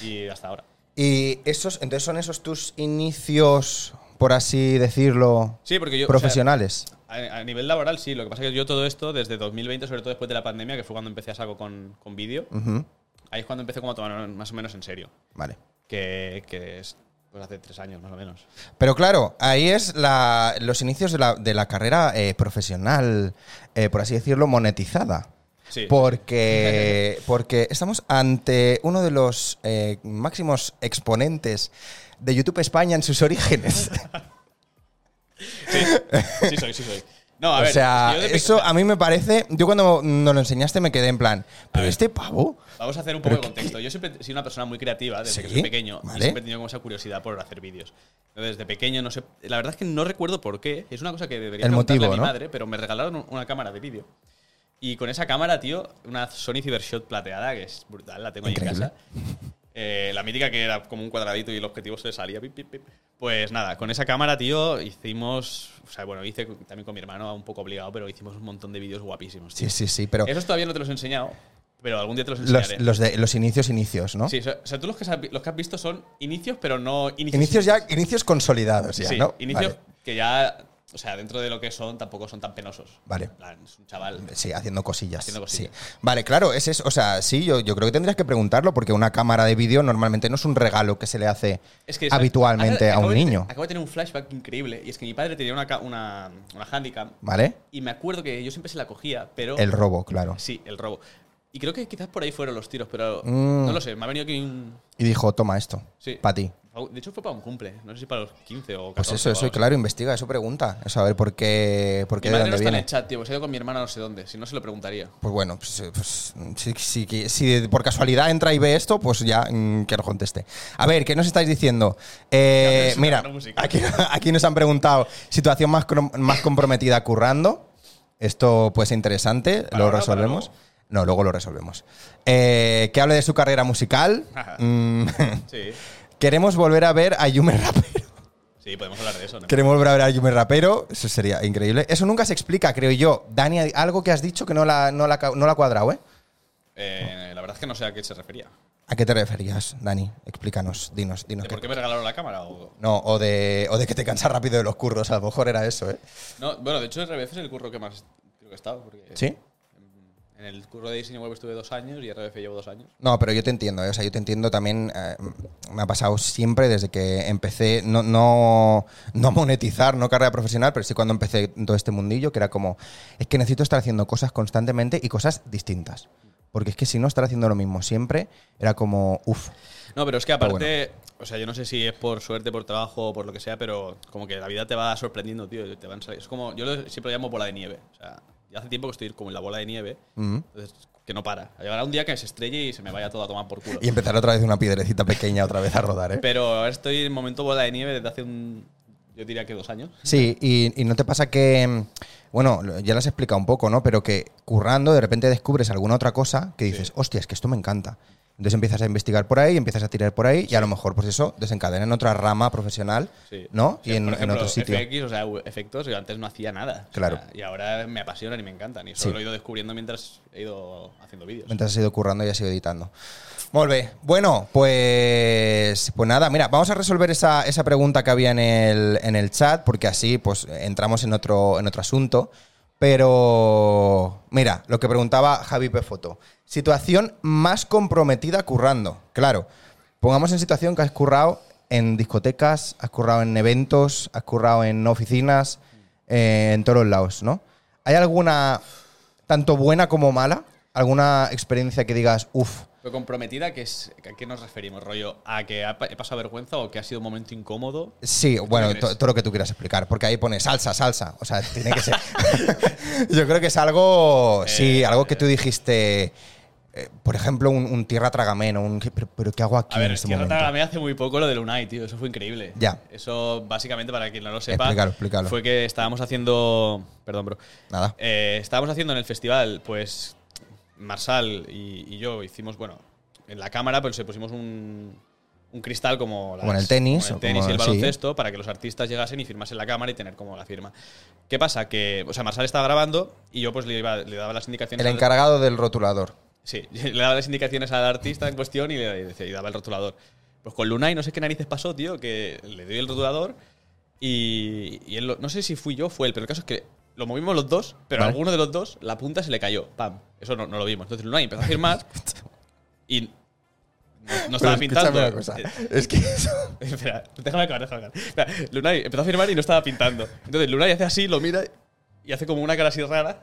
[SPEAKER 2] Y hasta ahora.
[SPEAKER 1] ¿Y esos, entonces son esos tus inicios, por así decirlo,
[SPEAKER 2] Sí, porque yo. o sea,
[SPEAKER 1] profesionales?
[SPEAKER 2] A, a nivel laboral, sí. Lo que pasa es que yo todo esto, desde 2020, sobre todo después de la pandemia, que fue cuando empecé a saco con, con vídeo,
[SPEAKER 1] Ujú,
[SPEAKER 2] ahí es cuando empecé como a tomar más o menos en serio.
[SPEAKER 1] Vale.
[SPEAKER 2] Que, que es- Pues hace tres años, más o menos.
[SPEAKER 1] Pero claro, ahí es la- los inicios de la, de la carrera eh, profesional, eh, por así decirlo, monetizada.
[SPEAKER 2] Sí.
[SPEAKER 1] Porque, porque estamos ante uno de los eh, máximos exponentes de YouTube España en sus orígenes.
[SPEAKER 2] Sí, sí soy, sí soy. No, a
[SPEAKER 1] o
[SPEAKER 2] ver.
[SPEAKER 1] sea,
[SPEAKER 2] yo de pe-
[SPEAKER 1] eso a mí me parece. Yo cuando nos lo enseñaste me quedé en plan, pero
[SPEAKER 2] ver.
[SPEAKER 1] este pavo.
[SPEAKER 2] Vamos a hacer un poco
[SPEAKER 1] ¿Pero
[SPEAKER 2] de
[SPEAKER 1] qué-
[SPEAKER 2] contexto. Yo siempre he sido una persona muy creativa desde que
[SPEAKER 1] Sí,
[SPEAKER 2] soy pequeño.
[SPEAKER 1] vale.
[SPEAKER 2] Y siempre he tenido como esa curiosidad por hacer vídeos. Entonces, desde pequeño, no sé. La verdad es que no recuerdo por qué. Es una cosa que debería
[SPEAKER 1] El
[SPEAKER 2] preguntarle
[SPEAKER 1] motivo,
[SPEAKER 2] a mi
[SPEAKER 1] ¿no?
[SPEAKER 2] madre, pero me regalaron un- una cámara de vídeo. Y con esa cámara, tío, una Sony Cybershot plateada, que es brutal, la tengo ahí en
[SPEAKER 1] Increíble.
[SPEAKER 2] casa. Eh, la mítica que era como un cuadradito y el objetivo se le salía. pip, pip, pip. Pues nada, con esa cámara, tío, hicimos. O sea, bueno, hice también con mi hermano, un poco obligado, pero hicimos un montón de vídeos guapísimos. tío.
[SPEAKER 1] Sí, sí, sí, pero
[SPEAKER 2] Esos todavía no te los he enseñado, pero algún día te los enseñaré.
[SPEAKER 1] los, los de, los inicios, inicios, ¿no?
[SPEAKER 2] Sí, o sea, o sea, tú los que, has, los que has visto son inicios, pero no inicios.
[SPEAKER 1] Inicios ya, inicios consolidados ya,
[SPEAKER 2] Sí,
[SPEAKER 1] ¿no?
[SPEAKER 2] inicios
[SPEAKER 1] Vale.
[SPEAKER 2] que ya, o sea, dentro de lo que son, tampoco son tan penosos.
[SPEAKER 1] Vale.
[SPEAKER 2] En plan, es un chaval.
[SPEAKER 1] Sí, haciendo cosillas.
[SPEAKER 2] Haciendo cosillas.
[SPEAKER 1] sí. Vale, claro, ese es, o sea, sí, yo, yo creo que tendrías que preguntarlo porque una cámara de vídeo normalmente no es un regalo que se le hace
[SPEAKER 2] Es que, ¿sabes?
[SPEAKER 1] habitualmente
[SPEAKER 2] Ahora
[SPEAKER 1] a
[SPEAKER 2] acabo
[SPEAKER 1] un
[SPEAKER 2] de-
[SPEAKER 1] niño,
[SPEAKER 2] Acabo de tener un flashback increíble, y es que mi padre tenía una, ca- una, una handicap,
[SPEAKER 1] ¿vale?
[SPEAKER 2] y me acuerdo que yo siempre se la cogía, pero.
[SPEAKER 1] El robo, claro.
[SPEAKER 2] Sí, el robo. Y creo que quizás por ahí fueron los tiros, pero
[SPEAKER 1] Mm.
[SPEAKER 2] no lo sé, me ha venido aquí un.
[SPEAKER 1] Y dijo, toma esto,
[SPEAKER 2] Sí.
[SPEAKER 1] para ti.
[SPEAKER 2] De hecho, fue para un cumple, no sé si para los 15 o 14.
[SPEAKER 1] Pues
[SPEAKER 2] o
[SPEAKER 1] eso, eso,
[SPEAKER 2] algo así.
[SPEAKER 1] claro, investiga, eso pregunta. Eso, a ver por qué, por qué
[SPEAKER 2] Mi
[SPEAKER 1] de
[SPEAKER 2] madre
[SPEAKER 1] dónde
[SPEAKER 2] no está en
[SPEAKER 1] viene.
[SPEAKER 2] el chat, tío, pues he ido con mi hermana no sé dónde, si no se lo preguntaría.
[SPEAKER 1] Pues bueno, pues, eh, pues, si, si- que- si por casualidad entra y ve esto, pues ya mm, que lo conteste. A ver, ¿qué nos estáis diciendo? Eh,
[SPEAKER 2] Ya, pero es una
[SPEAKER 1] mira,
[SPEAKER 2] banda musical.
[SPEAKER 1] aquí, aquí nos han preguntado situación más, crom- más comprometida currando. Esto puede ser interesante,
[SPEAKER 2] ¿Para
[SPEAKER 1] lo
[SPEAKER 2] ahora o para
[SPEAKER 1] resolvemos.
[SPEAKER 2] luego?
[SPEAKER 1] No, luego lo resolvemos. Eh, que hable de su carrera musical. Mm,
[SPEAKER 2] Sí.
[SPEAKER 1] queremos volver a ver a Yume Rapero.
[SPEAKER 2] Sí, podemos hablar de eso, ¿no?
[SPEAKER 1] Queremos volver a ver a Yume Rapero. Eso sería increíble. Eso nunca se explica, creo yo. Dani, hay algo que has dicho que no la, no la, ca- no la ha cuadrado, ¿eh?
[SPEAKER 2] Eh, la verdad es que no sé a qué se refería.
[SPEAKER 1] ¿A qué te referías, Dani? Explícanos, dinos, dinos.
[SPEAKER 2] ¿De
[SPEAKER 1] qué-
[SPEAKER 2] por qué me regalaron la cámara? O...
[SPEAKER 1] No, o de, o de que te cansas rápido de los curros, a lo mejor era eso, ¿eh?
[SPEAKER 2] No, bueno, de hecho, RBF es el curro que más creo que he estado. Porque
[SPEAKER 1] ¿Sí?
[SPEAKER 2] En el curro de diseño web estuve dos años y RBF llevo dos años.
[SPEAKER 1] No, pero yo te entiendo, ¿eh? o sea, yo te entiendo también, eh, me ha pasado siempre desde que empecé, no, no, no monetizar, no carrera profesional, pero sí cuando empecé en todo este mundillo, que era como, es que necesito estar haciendo cosas constantemente y cosas distintas. Porque es que si no estar haciendo lo mismo siempre, era como, uff,
[SPEAKER 2] No, pero es que
[SPEAKER 1] Pero
[SPEAKER 2] aparte, o sea, yo no sé si es por suerte, por trabajo o por lo que sea, pero como que la vida te va sorprendiendo, tío. Te van sali- es como, yo lo- siempre lo llamo bola de nieve. O sea, ya hace tiempo que estoy como en la bola de nieve, entonces que no para. Llegará un día que se estrelle y se me vaya todo a tomar por culo.
[SPEAKER 1] y empezar otra vez una piedrecita pequeña otra vez a rodar, ¿eh?
[SPEAKER 2] Pero ahora estoy en momento bola de nieve desde hace un. Yo diría que dos años.
[SPEAKER 1] Sí, y, y no te pasa que, mm, bueno, lo- ya lo has explicado un poco, ¿no? Pero que currando de repente descubres alguna otra cosa que dices,
[SPEAKER 2] Sí.
[SPEAKER 1] hostia, es que esto me encanta. Entonces empiezas a investigar por ahí, empiezas a tirar por ahí y a lo mejor, pues eso, desencadena en otra rama profesional,
[SPEAKER 2] Sí.
[SPEAKER 1] ¿no?
[SPEAKER 2] Sí,
[SPEAKER 1] y en,
[SPEAKER 2] por
[SPEAKER 1] en
[SPEAKER 2] ejemplo,
[SPEAKER 1] otro sitio.
[SPEAKER 2] FX, o sea, u- efectos, yo antes no hacía nada. O
[SPEAKER 1] Claro.
[SPEAKER 2] sea, y ahora me apasionan y me encantan. Y eso
[SPEAKER 1] Sí.
[SPEAKER 2] lo he ido descubriendo mientras he ido haciendo vídeos.
[SPEAKER 1] Mientras has ido currando y has ido editando. Muy bien. Bueno, pues, pues nada, mira, vamos a resolver esa, esa pregunta que había en el, en el chat, porque así pues entramos en otro, en otro asunto. Pero, mira, lo que preguntaba Javi P. Foto. Situación más comprometida currando. Claro, pongamos en situación que has currado en discotecas, has currado en eventos, has currado en oficinas, eh, en todos los lados, ¿no? ¿Hay alguna tanto buena como mala? ¿Alguna experiencia que digas, uff,
[SPEAKER 2] Pero comprometida, que es, ¿a qué nos referimos? ¿Rollo? ¿A que ha pa- he pasado vergüenza o que ha sido un momento incómodo?
[SPEAKER 1] sí, bueno,
[SPEAKER 2] crees?
[SPEAKER 1] to- todo lo que tú quieras explicar? Porque ahí pone salsa, salsa. O sea, tiene que ser. Yo creo que es algo, sí,
[SPEAKER 2] Eh,
[SPEAKER 1] algo que tú dijiste, eh, por ejemplo, un, un tierra tragameno, un, ¿pero, pero qué hago aquí
[SPEAKER 2] A ver,
[SPEAKER 1] en
[SPEAKER 2] es
[SPEAKER 1] este
[SPEAKER 2] que
[SPEAKER 1] momento?
[SPEAKER 2] me hace muy poco lo del Unai, tío. Eso fue increíble.
[SPEAKER 1] Ya.
[SPEAKER 2] Eso, básicamente, para quien no lo sepa,
[SPEAKER 1] Explícalo, explícalo.
[SPEAKER 2] fue que estábamos haciendo. Perdón, bro.
[SPEAKER 1] Nada.
[SPEAKER 2] Eh, estábamos haciendo en el festival, pues Marsal y, y yo hicimos, bueno, en la cámara, pues se pusimos un, un cristal como,
[SPEAKER 1] Como en el tenis,
[SPEAKER 2] como
[SPEAKER 1] o
[SPEAKER 2] el tenis
[SPEAKER 1] como-
[SPEAKER 2] y el
[SPEAKER 1] sí.
[SPEAKER 2] baloncesto, para que los artistas llegasen y firmasen la cámara y tener como la firma. ¿Qué pasa? Que, o sea, Marsal estaba grabando y yo pues le, iba- le daba las indicaciones.
[SPEAKER 1] El
[SPEAKER 2] al-
[SPEAKER 1] encargado del rotulador.
[SPEAKER 2] Sí, le daba las indicaciones al artista en cuestión y le decía- y daba el rotulador. Pues con Luna y no sé qué narices pasó, tío, que le doy el rotulador y, y él lo- no sé si fui yo o fue él, pero el caso es que lo movimos los dos, pero
[SPEAKER 1] Vale.
[SPEAKER 2] a alguno de los dos la punta se le cayó. Pam, eso no, no lo vimos. Entonces Luna empezó a firmar y No, no
[SPEAKER 1] Pero
[SPEAKER 2] estaba
[SPEAKER 1] escúchame
[SPEAKER 2] pintando.
[SPEAKER 1] una cosa.
[SPEAKER 2] Eh,
[SPEAKER 1] Es que eso-
[SPEAKER 2] Espera, déjame acabar, déjame acabar. Espera, Lunay empezó a firmar y no estaba pintando. Entonces Lunay hace así, lo mira y hace como una cara así rara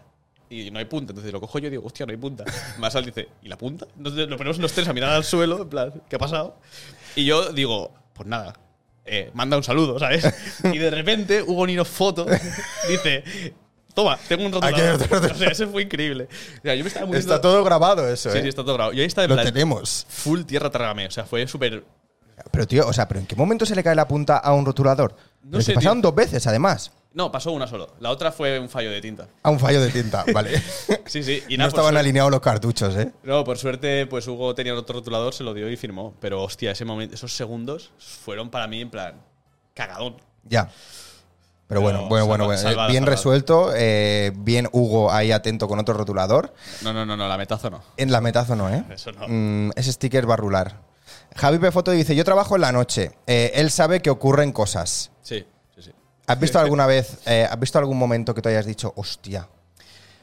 [SPEAKER 2] y no hay punta. Entonces lo cojo yo y digo, hostia, no hay punta. Masal dice, ¿y la punta? Entonces nos ponemos los tres a mirar al suelo, en plan, ¿qué ha pasado? Y yo digo, pues nada. eh, manda un saludo, ¿sabes? Y de repente Hugo Nino Foto dice: Toma, tengo un
[SPEAKER 1] Aquí hay
[SPEAKER 2] rotulador.
[SPEAKER 1] otro rotulador.
[SPEAKER 2] O sea, eso fue increíble. O sea, yo me estaba muriendo-
[SPEAKER 1] está todo grabado eso,
[SPEAKER 2] Sí,
[SPEAKER 1] ¿eh?
[SPEAKER 2] sí, está todo grabado. Yo ahí estaba en
[SPEAKER 1] Lo
[SPEAKER 2] plan,
[SPEAKER 1] tenemos.
[SPEAKER 2] full tierra trágame. O sea, fue súper
[SPEAKER 1] Pero tío, o sea, pero ¿en qué momento se le cae la punta a un rotulador?
[SPEAKER 2] No
[SPEAKER 1] Pero
[SPEAKER 2] sé,
[SPEAKER 1] que pasaron
[SPEAKER 2] tío.
[SPEAKER 1] dos veces, además.
[SPEAKER 2] No, pasó una solo. La otra fue un fallo de tinta.
[SPEAKER 1] A un fallo de tinta, vale.
[SPEAKER 2] Sí, sí. Y
[SPEAKER 1] no
[SPEAKER 2] nada, por
[SPEAKER 1] estaban
[SPEAKER 2] suerte-
[SPEAKER 1] alineados los cartuchos, ¿eh?
[SPEAKER 2] No, por suerte, pues Hugo tenía otro rotulador, se lo dio y firmó. Pero hostia, ese momento, esos segundos fueron para mí en plan cagadón.
[SPEAKER 1] Ya. Pero bueno,
[SPEAKER 2] Pero
[SPEAKER 1] bueno, bueno,
[SPEAKER 2] salva-
[SPEAKER 1] bueno. Eh,
[SPEAKER 2] salvada,
[SPEAKER 1] bien
[SPEAKER 2] salvada.
[SPEAKER 1] resuelto, eh, bien Hugo ahí atento con otro rotulador.
[SPEAKER 2] No, no, no, no, la metazo no.
[SPEAKER 1] En la metazo no, ¿eh?
[SPEAKER 2] Eso no.
[SPEAKER 1] Mm, ese sticker va a rular. Javi P. Foto dice, yo trabajo en la noche. Eh, él sabe que ocurren cosas.
[SPEAKER 2] Sí, sí, sí.
[SPEAKER 1] ¿Has visto alguna vez, eh, has visto algún momento que tú hayas dicho, hostia?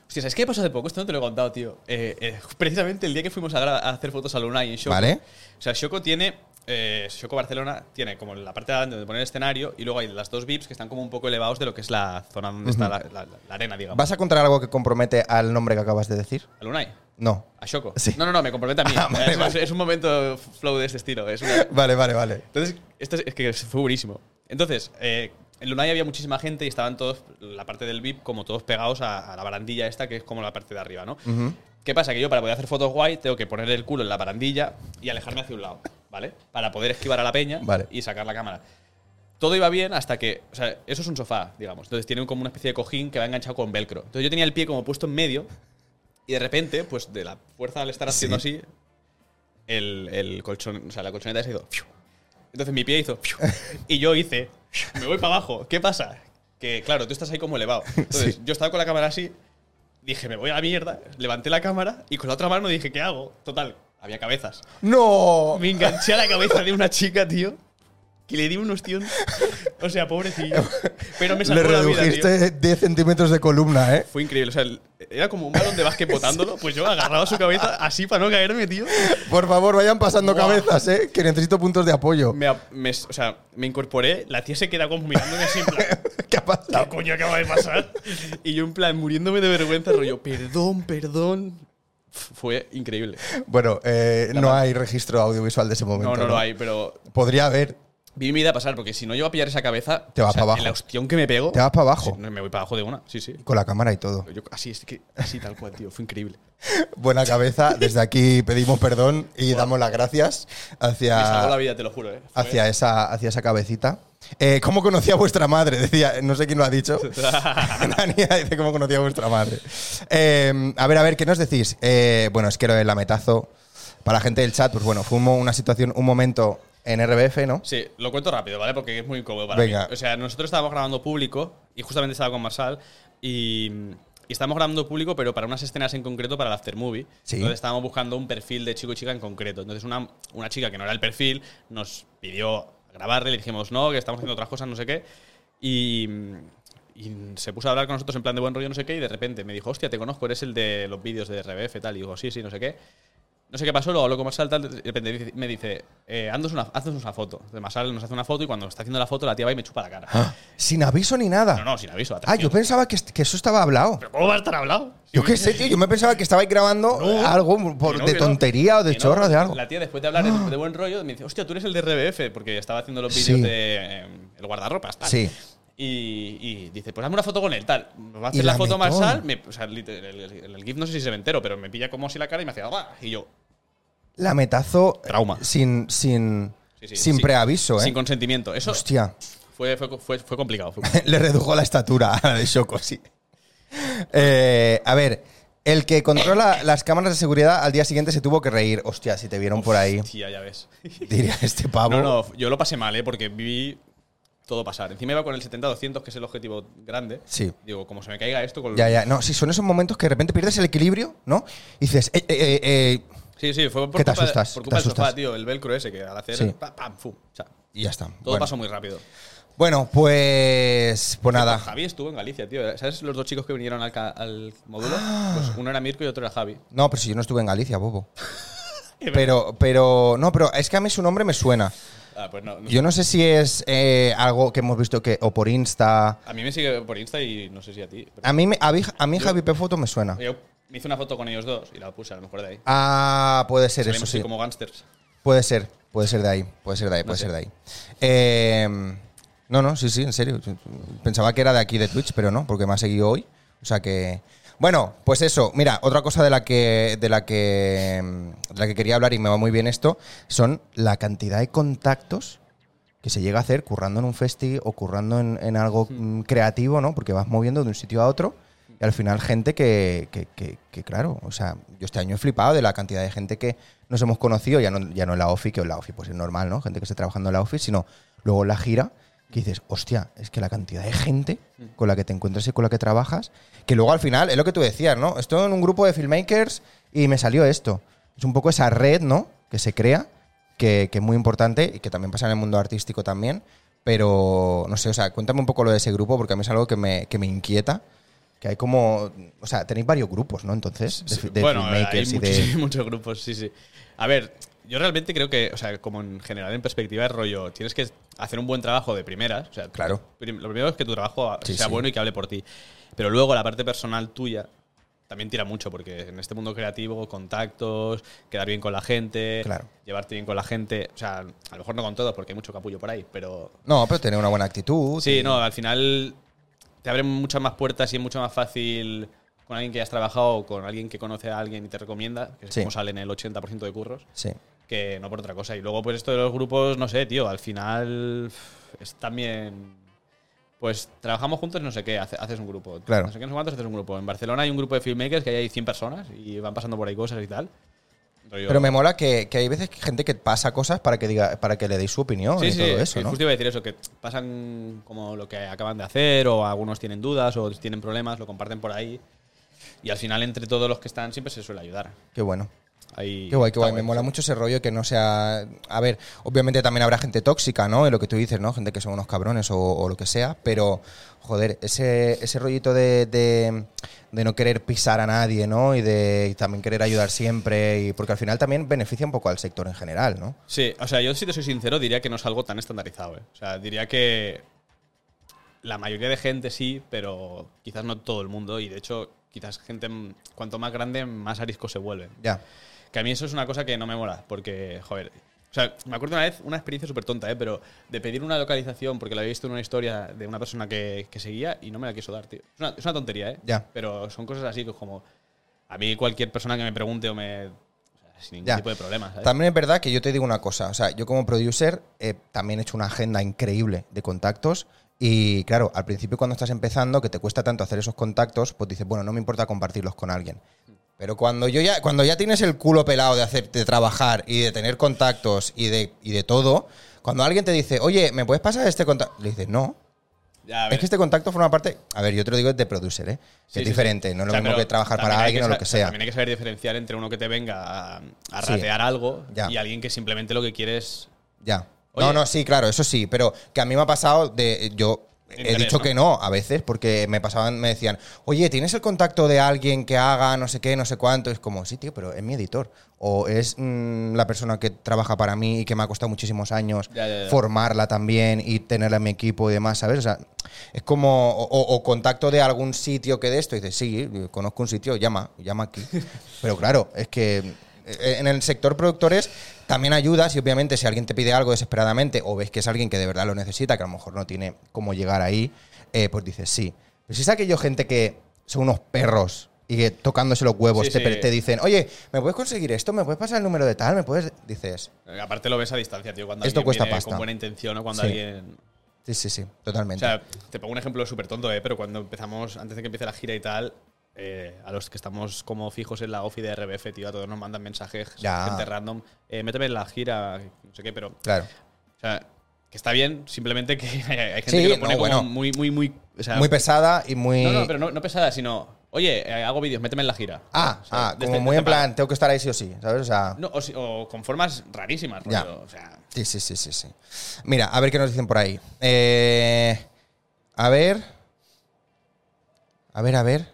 [SPEAKER 2] Hostia, ¿sabes qué pasó hace poco? Esto no te lo he contado, tío. Eh, eh, precisamente el día que fuimos a, gra- a hacer fotos a Luna y en Shoko.
[SPEAKER 1] Vale.
[SPEAKER 2] O sea, Shoko tiene. eh, Shoko Barcelona tiene como la parte de adelante donde pone el escenario y luego hay las dos VIPs que están como un poco elevados de lo que es la zona donde está la, la- la arena, digamos.
[SPEAKER 1] ¿Vas a contar algo que compromete al nombre que acabas de decir?
[SPEAKER 2] ¿A Lunay?
[SPEAKER 1] No.
[SPEAKER 2] A Shoko.
[SPEAKER 1] Sí.
[SPEAKER 2] No, no, no, me compromete a mí.
[SPEAKER 1] Ah, vale,
[SPEAKER 2] es,
[SPEAKER 1] vale.
[SPEAKER 2] es un momento flow de este estilo. es una-
[SPEAKER 1] Vale, vale, vale.
[SPEAKER 2] Entonces, esto es, es que fue buenísimo. Entonces, eh, en Lunay había muchísima gente y estaban todos, la parte del VIP, como todos pegados a, a la barandilla esta, que es como la parte de arriba, ¿no? ¿Qué pasa? Que yo para poder hacer fotos guay tengo que poner el culo en la barandilla y alejarme hacia un lado, ¿vale? Para poder esquivar a la peña
[SPEAKER 1] Vale.
[SPEAKER 2] y sacar la cámara. Todo iba bien hasta que, o sea, eso es un sofá, digamos. Entonces tiene como una especie de cojín que va enganchado con velcro. Entonces yo tenía el pie como puesto en medio y de repente, pues de la fuerza al estar haciendo así, el, el colchón, o sea, la colchoneta se hizo. ¡fiu! Entonces mi pie hizo. ¡fiu! Y yo hice. Me voy para abajo. ¿Qué pasa? Que claro, tú estás ahí como elevado. Entonces
[SPEAKER 1] Sí.
[SPEAKER 2] yo estaba con la cámara así, dije, me voy a la mierda, levanté la cámara y con la otra mano dije, ¿qué hago? Total, había cabezas.
[SPEAKER 1] ¡No!
[SPEAKER 2] Me enganché a la cabeza de una chica, tío. Que le di un hostión. O sea, pobrecillo. Pero me
[SPEAKER 1] Le
[SPEAKER 2] salvó la vida, tío.
[SPEAKER 1] redujiste 10 centímetros de columna, ¿eh?
[SPEAKER 2] Fue increíble. O sea, el- era como un balón de básquet botándolo. Pues yo agarraba su cabeza así para no caerme, tío.
[SPEAKER 1] Por favor, vayan pasando
[SPEAKER 2] Buah.
[SPEAKER 1] cabezas, ¿eh? Que necesito puntos de apoyo.
[SPEAKER 2] Me, ap- me- o sea, me incorporé. La tía se queda como mirándome así en plan.
[SPEAKER 1] ¿Qué ha
[SPEAKER 2] ¿Qué
[SPEAKER 1] pasado?
[SPEAKER 2] coño acaba de pasar? Y yo en plan muriéndome de vergüenza, rollo, perdón, perdón. F- Fue increíble.
[SPEAKER 1] Bueno, eh, no hay registro audiovisual de ese
[SPEAKER 2] No,
[SPEAKER 1] momento.
[SPEAKER 2] no lo hay, pero
[SPEAKER 1] Podría haber.
[SPEAKER 2] vi mi vida pasar, porque si no llego a pillar esa cabeza,
[SPEAKER 1] Te vas
[SPEAKER 2] o sea,
[SPEAKER 1] para abajo.
[SPEAKER 2] La hostión que me pego.
[SPEAKER 1] Te vas para abajo.
[SPEAKER 2] Sí, no, me voy para abajo de una, sí, sí.
[SPEAKER 1] Con la cámara y todo.
[SPEAKER 2] Yo- así, es que, así tal cual, tío. Fue increíble.
[SPEAKER 1] Buena cabeza. Desde aquí pedimos perdón y damos las gracias Ah.
[SPEAKER 2] Me salvó la
[SPEAKER 1] hacia,
[SPEAKER 2] vida, te lo juro, ¿eh? Fue-
[SPEAKER 1] hacia, esa, hacia esa cabecita. Eh, ¿Cómo conocía a vuestra madre? Decía, no sé quién lo ha dicho. Dania dice, ¿cómo conocía a vuestra madre? Eh, a ver, a ver, ¿qué nos decís? Eh, bueno, es que lo del lametazo, para la gente del chat, pues bueno, fue un mo- una situación, un momento en RBF, ¿no?
[SPEAKER 2] Sí, lo cuento rápido, ¿vale? Porque es muy incómodo para
[SPEAKER 1] Venga.
[SPEAKER 2] mí. O sea, nosotros estábamos grabando público y justamente estaba con Marsal y, y estábamos grabando público, pero para unas escenas en concreto para el after movie.
[SPEAKER 1] Sí.
[SPEAKER 2] Entonces estábamos buscando un perfil de chico y chica en concreto. Entonces una, una chica que no era el perfil nos pidió grabarle, le dijimos no, que estamos haciendo otras cosas, no sé qué. Y, y se puso a hablar con nosotros en plan de buen rollo, no sé qué, y de repente me dijo, hostia, te conozco, eres el de los vídeos de RBF, tal. Y digo, sí, sí, no sé qué. No sé qué pasó, luego hablo con Masal, tal, de repente dice- me dice, eh, haznos una, haznos una foto. Entonces Masal nos hace una foto y cuando está haciendo la foto la tía va y me chupa la cara.
[SPEAKER 1] Sin aviso ni nada.
[SPEAKER 2] No, no, sin aviso.
[SPEAKER 1] ah, yo
[SPEAKER 2] atracción.
[SPEAKER 1] pensaba que, est- que eso estaba hablado.
[SPEAKER 2] ¿Pero cómo va a estar hablado?
[SPEAKER 1] Yo qué sé, tío, yo me pensaba que estabais grabando
[SPEAKER 2] No.
[SPEAKER 1] algo por-
[SPEAKER 2] Que no,
[SPEAKER 1] de
[SPEAKER 2] que no.
[SPEAKER 1] tontería o de
[SPEAKER 2] Que no.
[SPEAKER 1] chorra, de algo. Ah.
[SPEAKER 2] La tía, después de hablar de buen rollo, me dice, hostia, tú eres el de RBF, porque estaba haciendo los
[SPEAKER 1] Sí.
[SPEAKER 2] vídeos de eh, el guardarropas, tal.
[SPEAKER 1] Sí.
[SPEAKER 2] Y, y dice, pues hazme una foto con él, tal. Nos va a
[SPEAKER 1] Y
[SPEAKER 2] hacer la
[SPEAKER 1] la
[SPEAKER 2] foto
[SPEAKER 1] metó.
[SPEAKER 2] Marsal, me- o sea, literal, el, el- el GIF no sé si se me entero, pero me pilla como si la cara y me hace, "Guau", y yo,
[SPEAKER 1] La metazo eh,
[SPEAKER 2] Trauma.
[SPEAKER 1] sin, sin,
[SPEAKER 2] Sí, sí,
[SPEAKER 1] sin
[SPEAKER 2] sí.
[SPEAKER 1] preaviso, ¿eh?
[SPEAKER 2] sin consentimiento. Eso
[SPEAKER 1] Hostia,
[SPEAKER 2] fue, fue, fue, fue complicado. fue
[SPEAKER 1] le redujo la estatura a la de Shoko, sí. Eh, a ver, el que controla las cámaras de seguridad al día siguiente se tuvo que reír. Hostia, si te vieron por ahí,
[SPEAKER 2] Hostia, ya ves.
[SPEAKER 1] diría este pavo.
[SPEAKER 2] No, no, yo lo pasé mal, ¿eh? Porque vi todo pasar. Encima iba con el 70-200, que es el objetivo grande.
[SPEAKER 1] Sí.
[SPEAKER 2] Digo, como se me caiga esto con...
[SPEAKER 1] Ya, ya, no, sí, son esos momentos que de repente pierdes el equilibrio, ¿no? Y dices, eh, eh, eh, eh,
[SPEAKER 2] Sí, sí, fue por
[SPEAKER 1] Que te
[SPEAKER 2] culpa,
[SPEAKER 1] asustas,
[SPEAKER 2] por
[SPEAKER 1] que
[SPEAKER 2] culpa
[SPEAKER 1] te
[SPEAKER 2] del sofá,
[SPEAKER 1] asustas.
[SPEAKER 2] tío. El velcro ese, que al hacer...
[SPEAKER 1] Sí.
[SPEAKER 2] Pam, pam, fu. O sea, todo
[SPEAKER 1] y ya está. Todo
[SPEAKER 2] pasó muy rápido.
[SPEAKER 1] Bueno, pues. Pues nada.
[SPEAKER 2] Javi estuvo en Galicia, tío. ¿Sabes los dos chicos que vinieron
[SPEAKER 1] Ah.
[SPEAKER 2] al, ca- al módulo? Pues uno era Mirko y otro era Javi.
[SPEAKER 1] No, pero si yo no estuve en Galicia, bobo. Pero, pero, no, pero es que a mí su nombre me suena.
[SPEAKER 2] Ah, pues no, no
[SPEAKER 1] Yo no sé si es eh, algo que hemos visto que, o por Insta.
[SPEAKER 2] A mí me sigue por Insta y no sé si a ti. pero-
[SPEAKER 1] A mí, me- a mí, a mí Javi P. Foto me suena.
[SPEAKER 2] yo me hice una foto con ellos dos y la puse a lo mejor de ahí.
[SPEAKER 1] Ah, puede ser,
[SPEAKER 2] Salimos
[SPEAKER 1] eso
[SPEAKER 2] así
[SPEAKER 1] sí.
[SPEAKER 2] como gangsters.
[SPEAKER 1] Puede ser, puede ser de ahí, puede ser de ahí, puede
[SPEAKER 2] sé.
[SPEAKER 1] ser de ahí. Eh, no, no, sí, sí, en serio. Pensaba que era de aquí de Twitch, pero no, porque me ha seguido hoy. O sea que. Bueno, pues eso, mira, otra cosa de la que. de la que. em, de la que quería hablar y me va muy bien esto, son la cantidad de contactos que se llega a hacer currando en un festi o currando en, en algo mm, creativo, ¿no? Porque vas moviendo de un sitio a otro y al final gente que, que- que- que, claro, o sea, yo este año he flipado de la cantidad de gente que nos hemos conocido, ya no, ya no en la OFI, que en la OFI pues es normal, ¿no? Gente que esté trabajando en la OFI, sino luego en la gira, que dices, hostia, es que la cantidad de gente con la que te encuentras y con la que trabajas, que luego al final, es lo que tú decías, ¿no? Estoy en un grupo de filmmakers y me salió esto. Es un poco esa red, ¿no? Que se crea que, que es muy importante y que también pasa en el mundo artístico también. Pero, no sé, o sea, cuéntame un poco lo de ese grupo porque a mí es algo que me, que me inquieta. Que hay como, o sea, tenéis varios grupos, ¿no? Entonces, de, fi- de
[SPEAKER 2] bueno, hay
[SPEAKER 1] filmmakers y
[SPEAKER 2] muchísimos,
[SPEAKER 1] de...
[SPEAKER 2] muchos grupos, sí, sí. A ver, yo realmente creo que, o sea, como en general en perspectiva es rollo, tienes que hacer un buen trabajo de primeras. O sea,
[SPEAKER 1] Claro.
[SPEAKER 2] prim- Lo primero es que tu trabajo
[SPEAKER 1] Sí,
[SPEAKER 2] sea
[SPEAKER 1] sí.
[SPEAKER 2] bueno y que hable por ti. Pero luego la parte personal tuya también tira mucho, porque en este mundo creativo, contactos, quedar bien con la gente,
[SPEAKER 1] Claro.
[SPEAKER 2] llevarte bien con la gente. O sea, a lo mejor no con todos, porque hay mucho capullo por ahí, pero
[SPEAKER 1] No, pero tener una buena actitud.
[SPEAKER 2] Sí, no, al final te abren muchas más puertas y es mucho más fácil con alguien que has trabajado o con alguien que conoce a alguien y te recomienda, que es
[SPEAKER 1] Sí.
[SPEAKER 2] como salen el 80% de curros,
[SPEAKER 1] Sí.
[SPEAKER 2] que no por otra cosa. Y luego, pues esto de los grupos, no sé, tío, al final pf, es también. Pues trabajamos juntos y no sé qué, hace- haces un grupo.
[SPEAKER 1] Claro.
[SPEAKER 2] No sé qué, no sé cuántos haces un grupo. En Barcelona hay un grupo de filmmakers que ahí hay 100 personas y van pasando por ahí cosas y tal. Rollo-
[SPEAKER 1] Pero me mola que, que hay veces que gente que pasa cosas para que diga para que le deis su opinión y todo eso,
[SPEAKER 2] que
[SPEAKER 1] ¿no?
[SPEAKER 2] Justo iba a decir eso, que pasan como lo que acaban de hacer, o algunos tienen dudas, o tienen problemas, lo comparten por ahí. Y al final, entre todos los que están, siempre se suele ayudar.
[SPEAKER 1] Qué bueno.
[SPEAKER 2] Ahí
[SPEAKER 1] Qué guay, qué
[SPEAKER 2] está
[SPEAKER 1] guay. Me mola mucho ese rollo que no sea. A ver, obviamente también habrá gente tóxica, ¿no? Y lo que tú dices, ¿no? Gente que son unos cabrones o, o lo que sea. Pero, joder, ese, ese rollito de, de, de no querer pisar a nadie, ¿no? Y de y también querer ayudar siempre. Y, porque al final también beneficia un poco al sector en general, ¿no?
[SPEAKER 2] Sí, o sea, yo si te soy sincero, diría que no es algo tan estandarizado. ¿eh? O sea, diría que la mayoría de gente sí, pero quizás no todo el mundo. Y de hecho, quizás gente, mm, cuanto más grande, más arisco se vuelve.
[SPEAKER 1] Ya.
[SPEAKER 2] Que a mí eso es una cosa que no me mola, porque, joder. O sea, me acuerdo una vez, una experiencia súper tonta, ¿eh? Pero de pedir una localización porque la había visto en una historia de una persona que, que seguía y no me la quiso dar, tío. Es una, es una tontería, ¿eh?
[SPEAKER 1] Ya.
[SPEAKER 2] Pero son cosas así que es como. A mí cualquier persona que me pregunte o me. o sea, sin ningún
[SPEAKER 1] Ya.
[SPEAKER 2] tipo de problema, ¿sabes?
[SPEAKER 1] También es verdad que yo te digo una cosa, o sea, yo como producer eh, también he hecho una agenda increíble de contactos y claro, al principio cuando estás empezando, que te cuesta tanto hacer esos contactos, pues dices, bueno, no me importa compartirlos con alguien. Pero cuando yo ya, cuando ya tienes el culo pelado de hacer, de trabajar y de tener contactos y de, y de todo, cuando alguien te dice, oye, ¿me puedes pasar este contacto? Le dices, no.
[SPEAKER 2] Ya, a ver.
[SPEAKER 1] Es que este contacto forma parte. A ver, yo te lo digo de producer, ¿eh? Que
[SPEAKER 2] Sí,
[SPEAKER 1] es
[SPEAKER 2] sí,
[SPEAKER 1] diferente,
[SPEAKER 2] sí.
[SPEAKER 1] no es lo
[SPEAKER 2] O sea,
[SPEAKER 1] mismo
[SPEAKER 2] pero
[SPEAKER 1] que trabajar
[SPEAKER 2] también
[SPEAKER 1] para
[SPEAKER 2] hay
[SPEAKER 1] alguien o lo
[SPEAKER 2] sa-
[SPEAKER 1] que sea.
[SPEAKER 2] También hay que saber diferenciar entre uno que te venga a, a
[SPEAKER 1] Sí.
[SPEAKER 2] ratear algo
[SPEAKER 1] Ya.
[SPEAKER 2] y alguien que simplemente lo que quiere es.
[SPEAKER 1] Ya.
[SPEAKER 2] Oye.
[SPEAKER 1] No, no, sí, claro, eso sí, pero que a mí me ha pasado de eh, yo he
[SPEAKER 2] Internet,
[SPEAKER 1] dicho
[SPEAKER 2] ¿no?
[SPEAKER 1] que no a veces porque me pasaban me decían, "Oye, ¿tienes el contacto de alguien que haga no sé qué, no sé cuánto?" Es como, "Sí, tío, pero es mi editor o es mm, la persona que trabaja para mí y que me ha costado muchísimos años
[SPEAKER 2] Ya, ya, ya.
[SPEAKER 1] formarla también y tenerla en mi equipo y demás, ¿sabes? O sea, es como o, o- o contacto de algún sitio que de esto y dices, "Sí, conozco un sitio, llama, llama aquí." pero claro, es que eh, en el sector productores también ayudas y obviamente si alguien te pide algo desesperadamente o ves que es alguien que de verdad lo necesita, que a lo mejor no tiene cómo llegar ahí, eh, pues dices sí. Pero si es aquello gente que son unos perros y que tocándose los huevos
[SPEAKER 2] Sí,
[SPEAKER 1] te,
[SPEAKER 2] sí.
[SPEAKER 1] per- te dicen, oye, ¿me puedes conseguir esto? ¿Me puedes pasar el número de tal? ¿Me puedes...? Dices,
[SPEAKER 2] Aparte lo ves a distancia, tío. Cuando
[SPEAKER 1] Esto
[SPEAKER 2] alguien
[SPEAKER 1] cuesta
[SPEAKER 2] viene
[SPEAKER 1] pasta.
[SPEAKER 2] con buena intención o cuando
[SPEAKER 1] Sí.
[SPEAKER 2] alguien.
[SPEAKER 1] sí, sí, sí,
[SPEAKER 2] O
[SPEAKER 1] totalmente.
[SPEAKER 2] sea, te pongo un ejemplo súper tonto, ¿eh? pero cuando empezamos, antes de que empiece la gira y tal, eh, a los que estamos como fijos en la ofi de RBF, tío, a todos nos mandan mensajes,
[SPEAKER 1] Ya.
[SPEAKER 2] gente random, eh, méteme en la gira, no sé qué, pero.
[SPEAKER 1] claro.
[SPEAKER 2] O sea, que está bien, simplemente que hay, hay gente
[SPEAKER 1] Sí,
[SPEAKER 2] que lo pone
[SPEAKER 1] no,
[SPEAKER 2] como
[SPEAKER 1] bueno.
[SPEAKER 2] muy, muy, muy. o sea,
[SPEAKER 1] Muy pesada y muy...
[SPEAKER 2] No, no, pero no, no pesada, sino. Oye, eh, hago vídeos, méteme en la gira.
[SPEAKER 1] Ah,
[SPEAKER 2] O sea,
[SPEAKER 1] ah,
[SPEAKER 2] desde-
[SPEAKER 1] como muy
[SPEAKER 2] desde
[SPEAKER 1] en plan, tengo que estar ahí sí o sí, ¿sabes? O sea...
[SPEAKER 2] pa- No, o, si- o con formas rarísimas,
[SPEAKER 1] Ya.
[SPEAKER 2] rollo, O sea,
[SPEAKER 1] Sí, sí, sí, sí, sí. Mira, a ver qué nos dicen por ahí. Eh, a ver. A ver, a ver.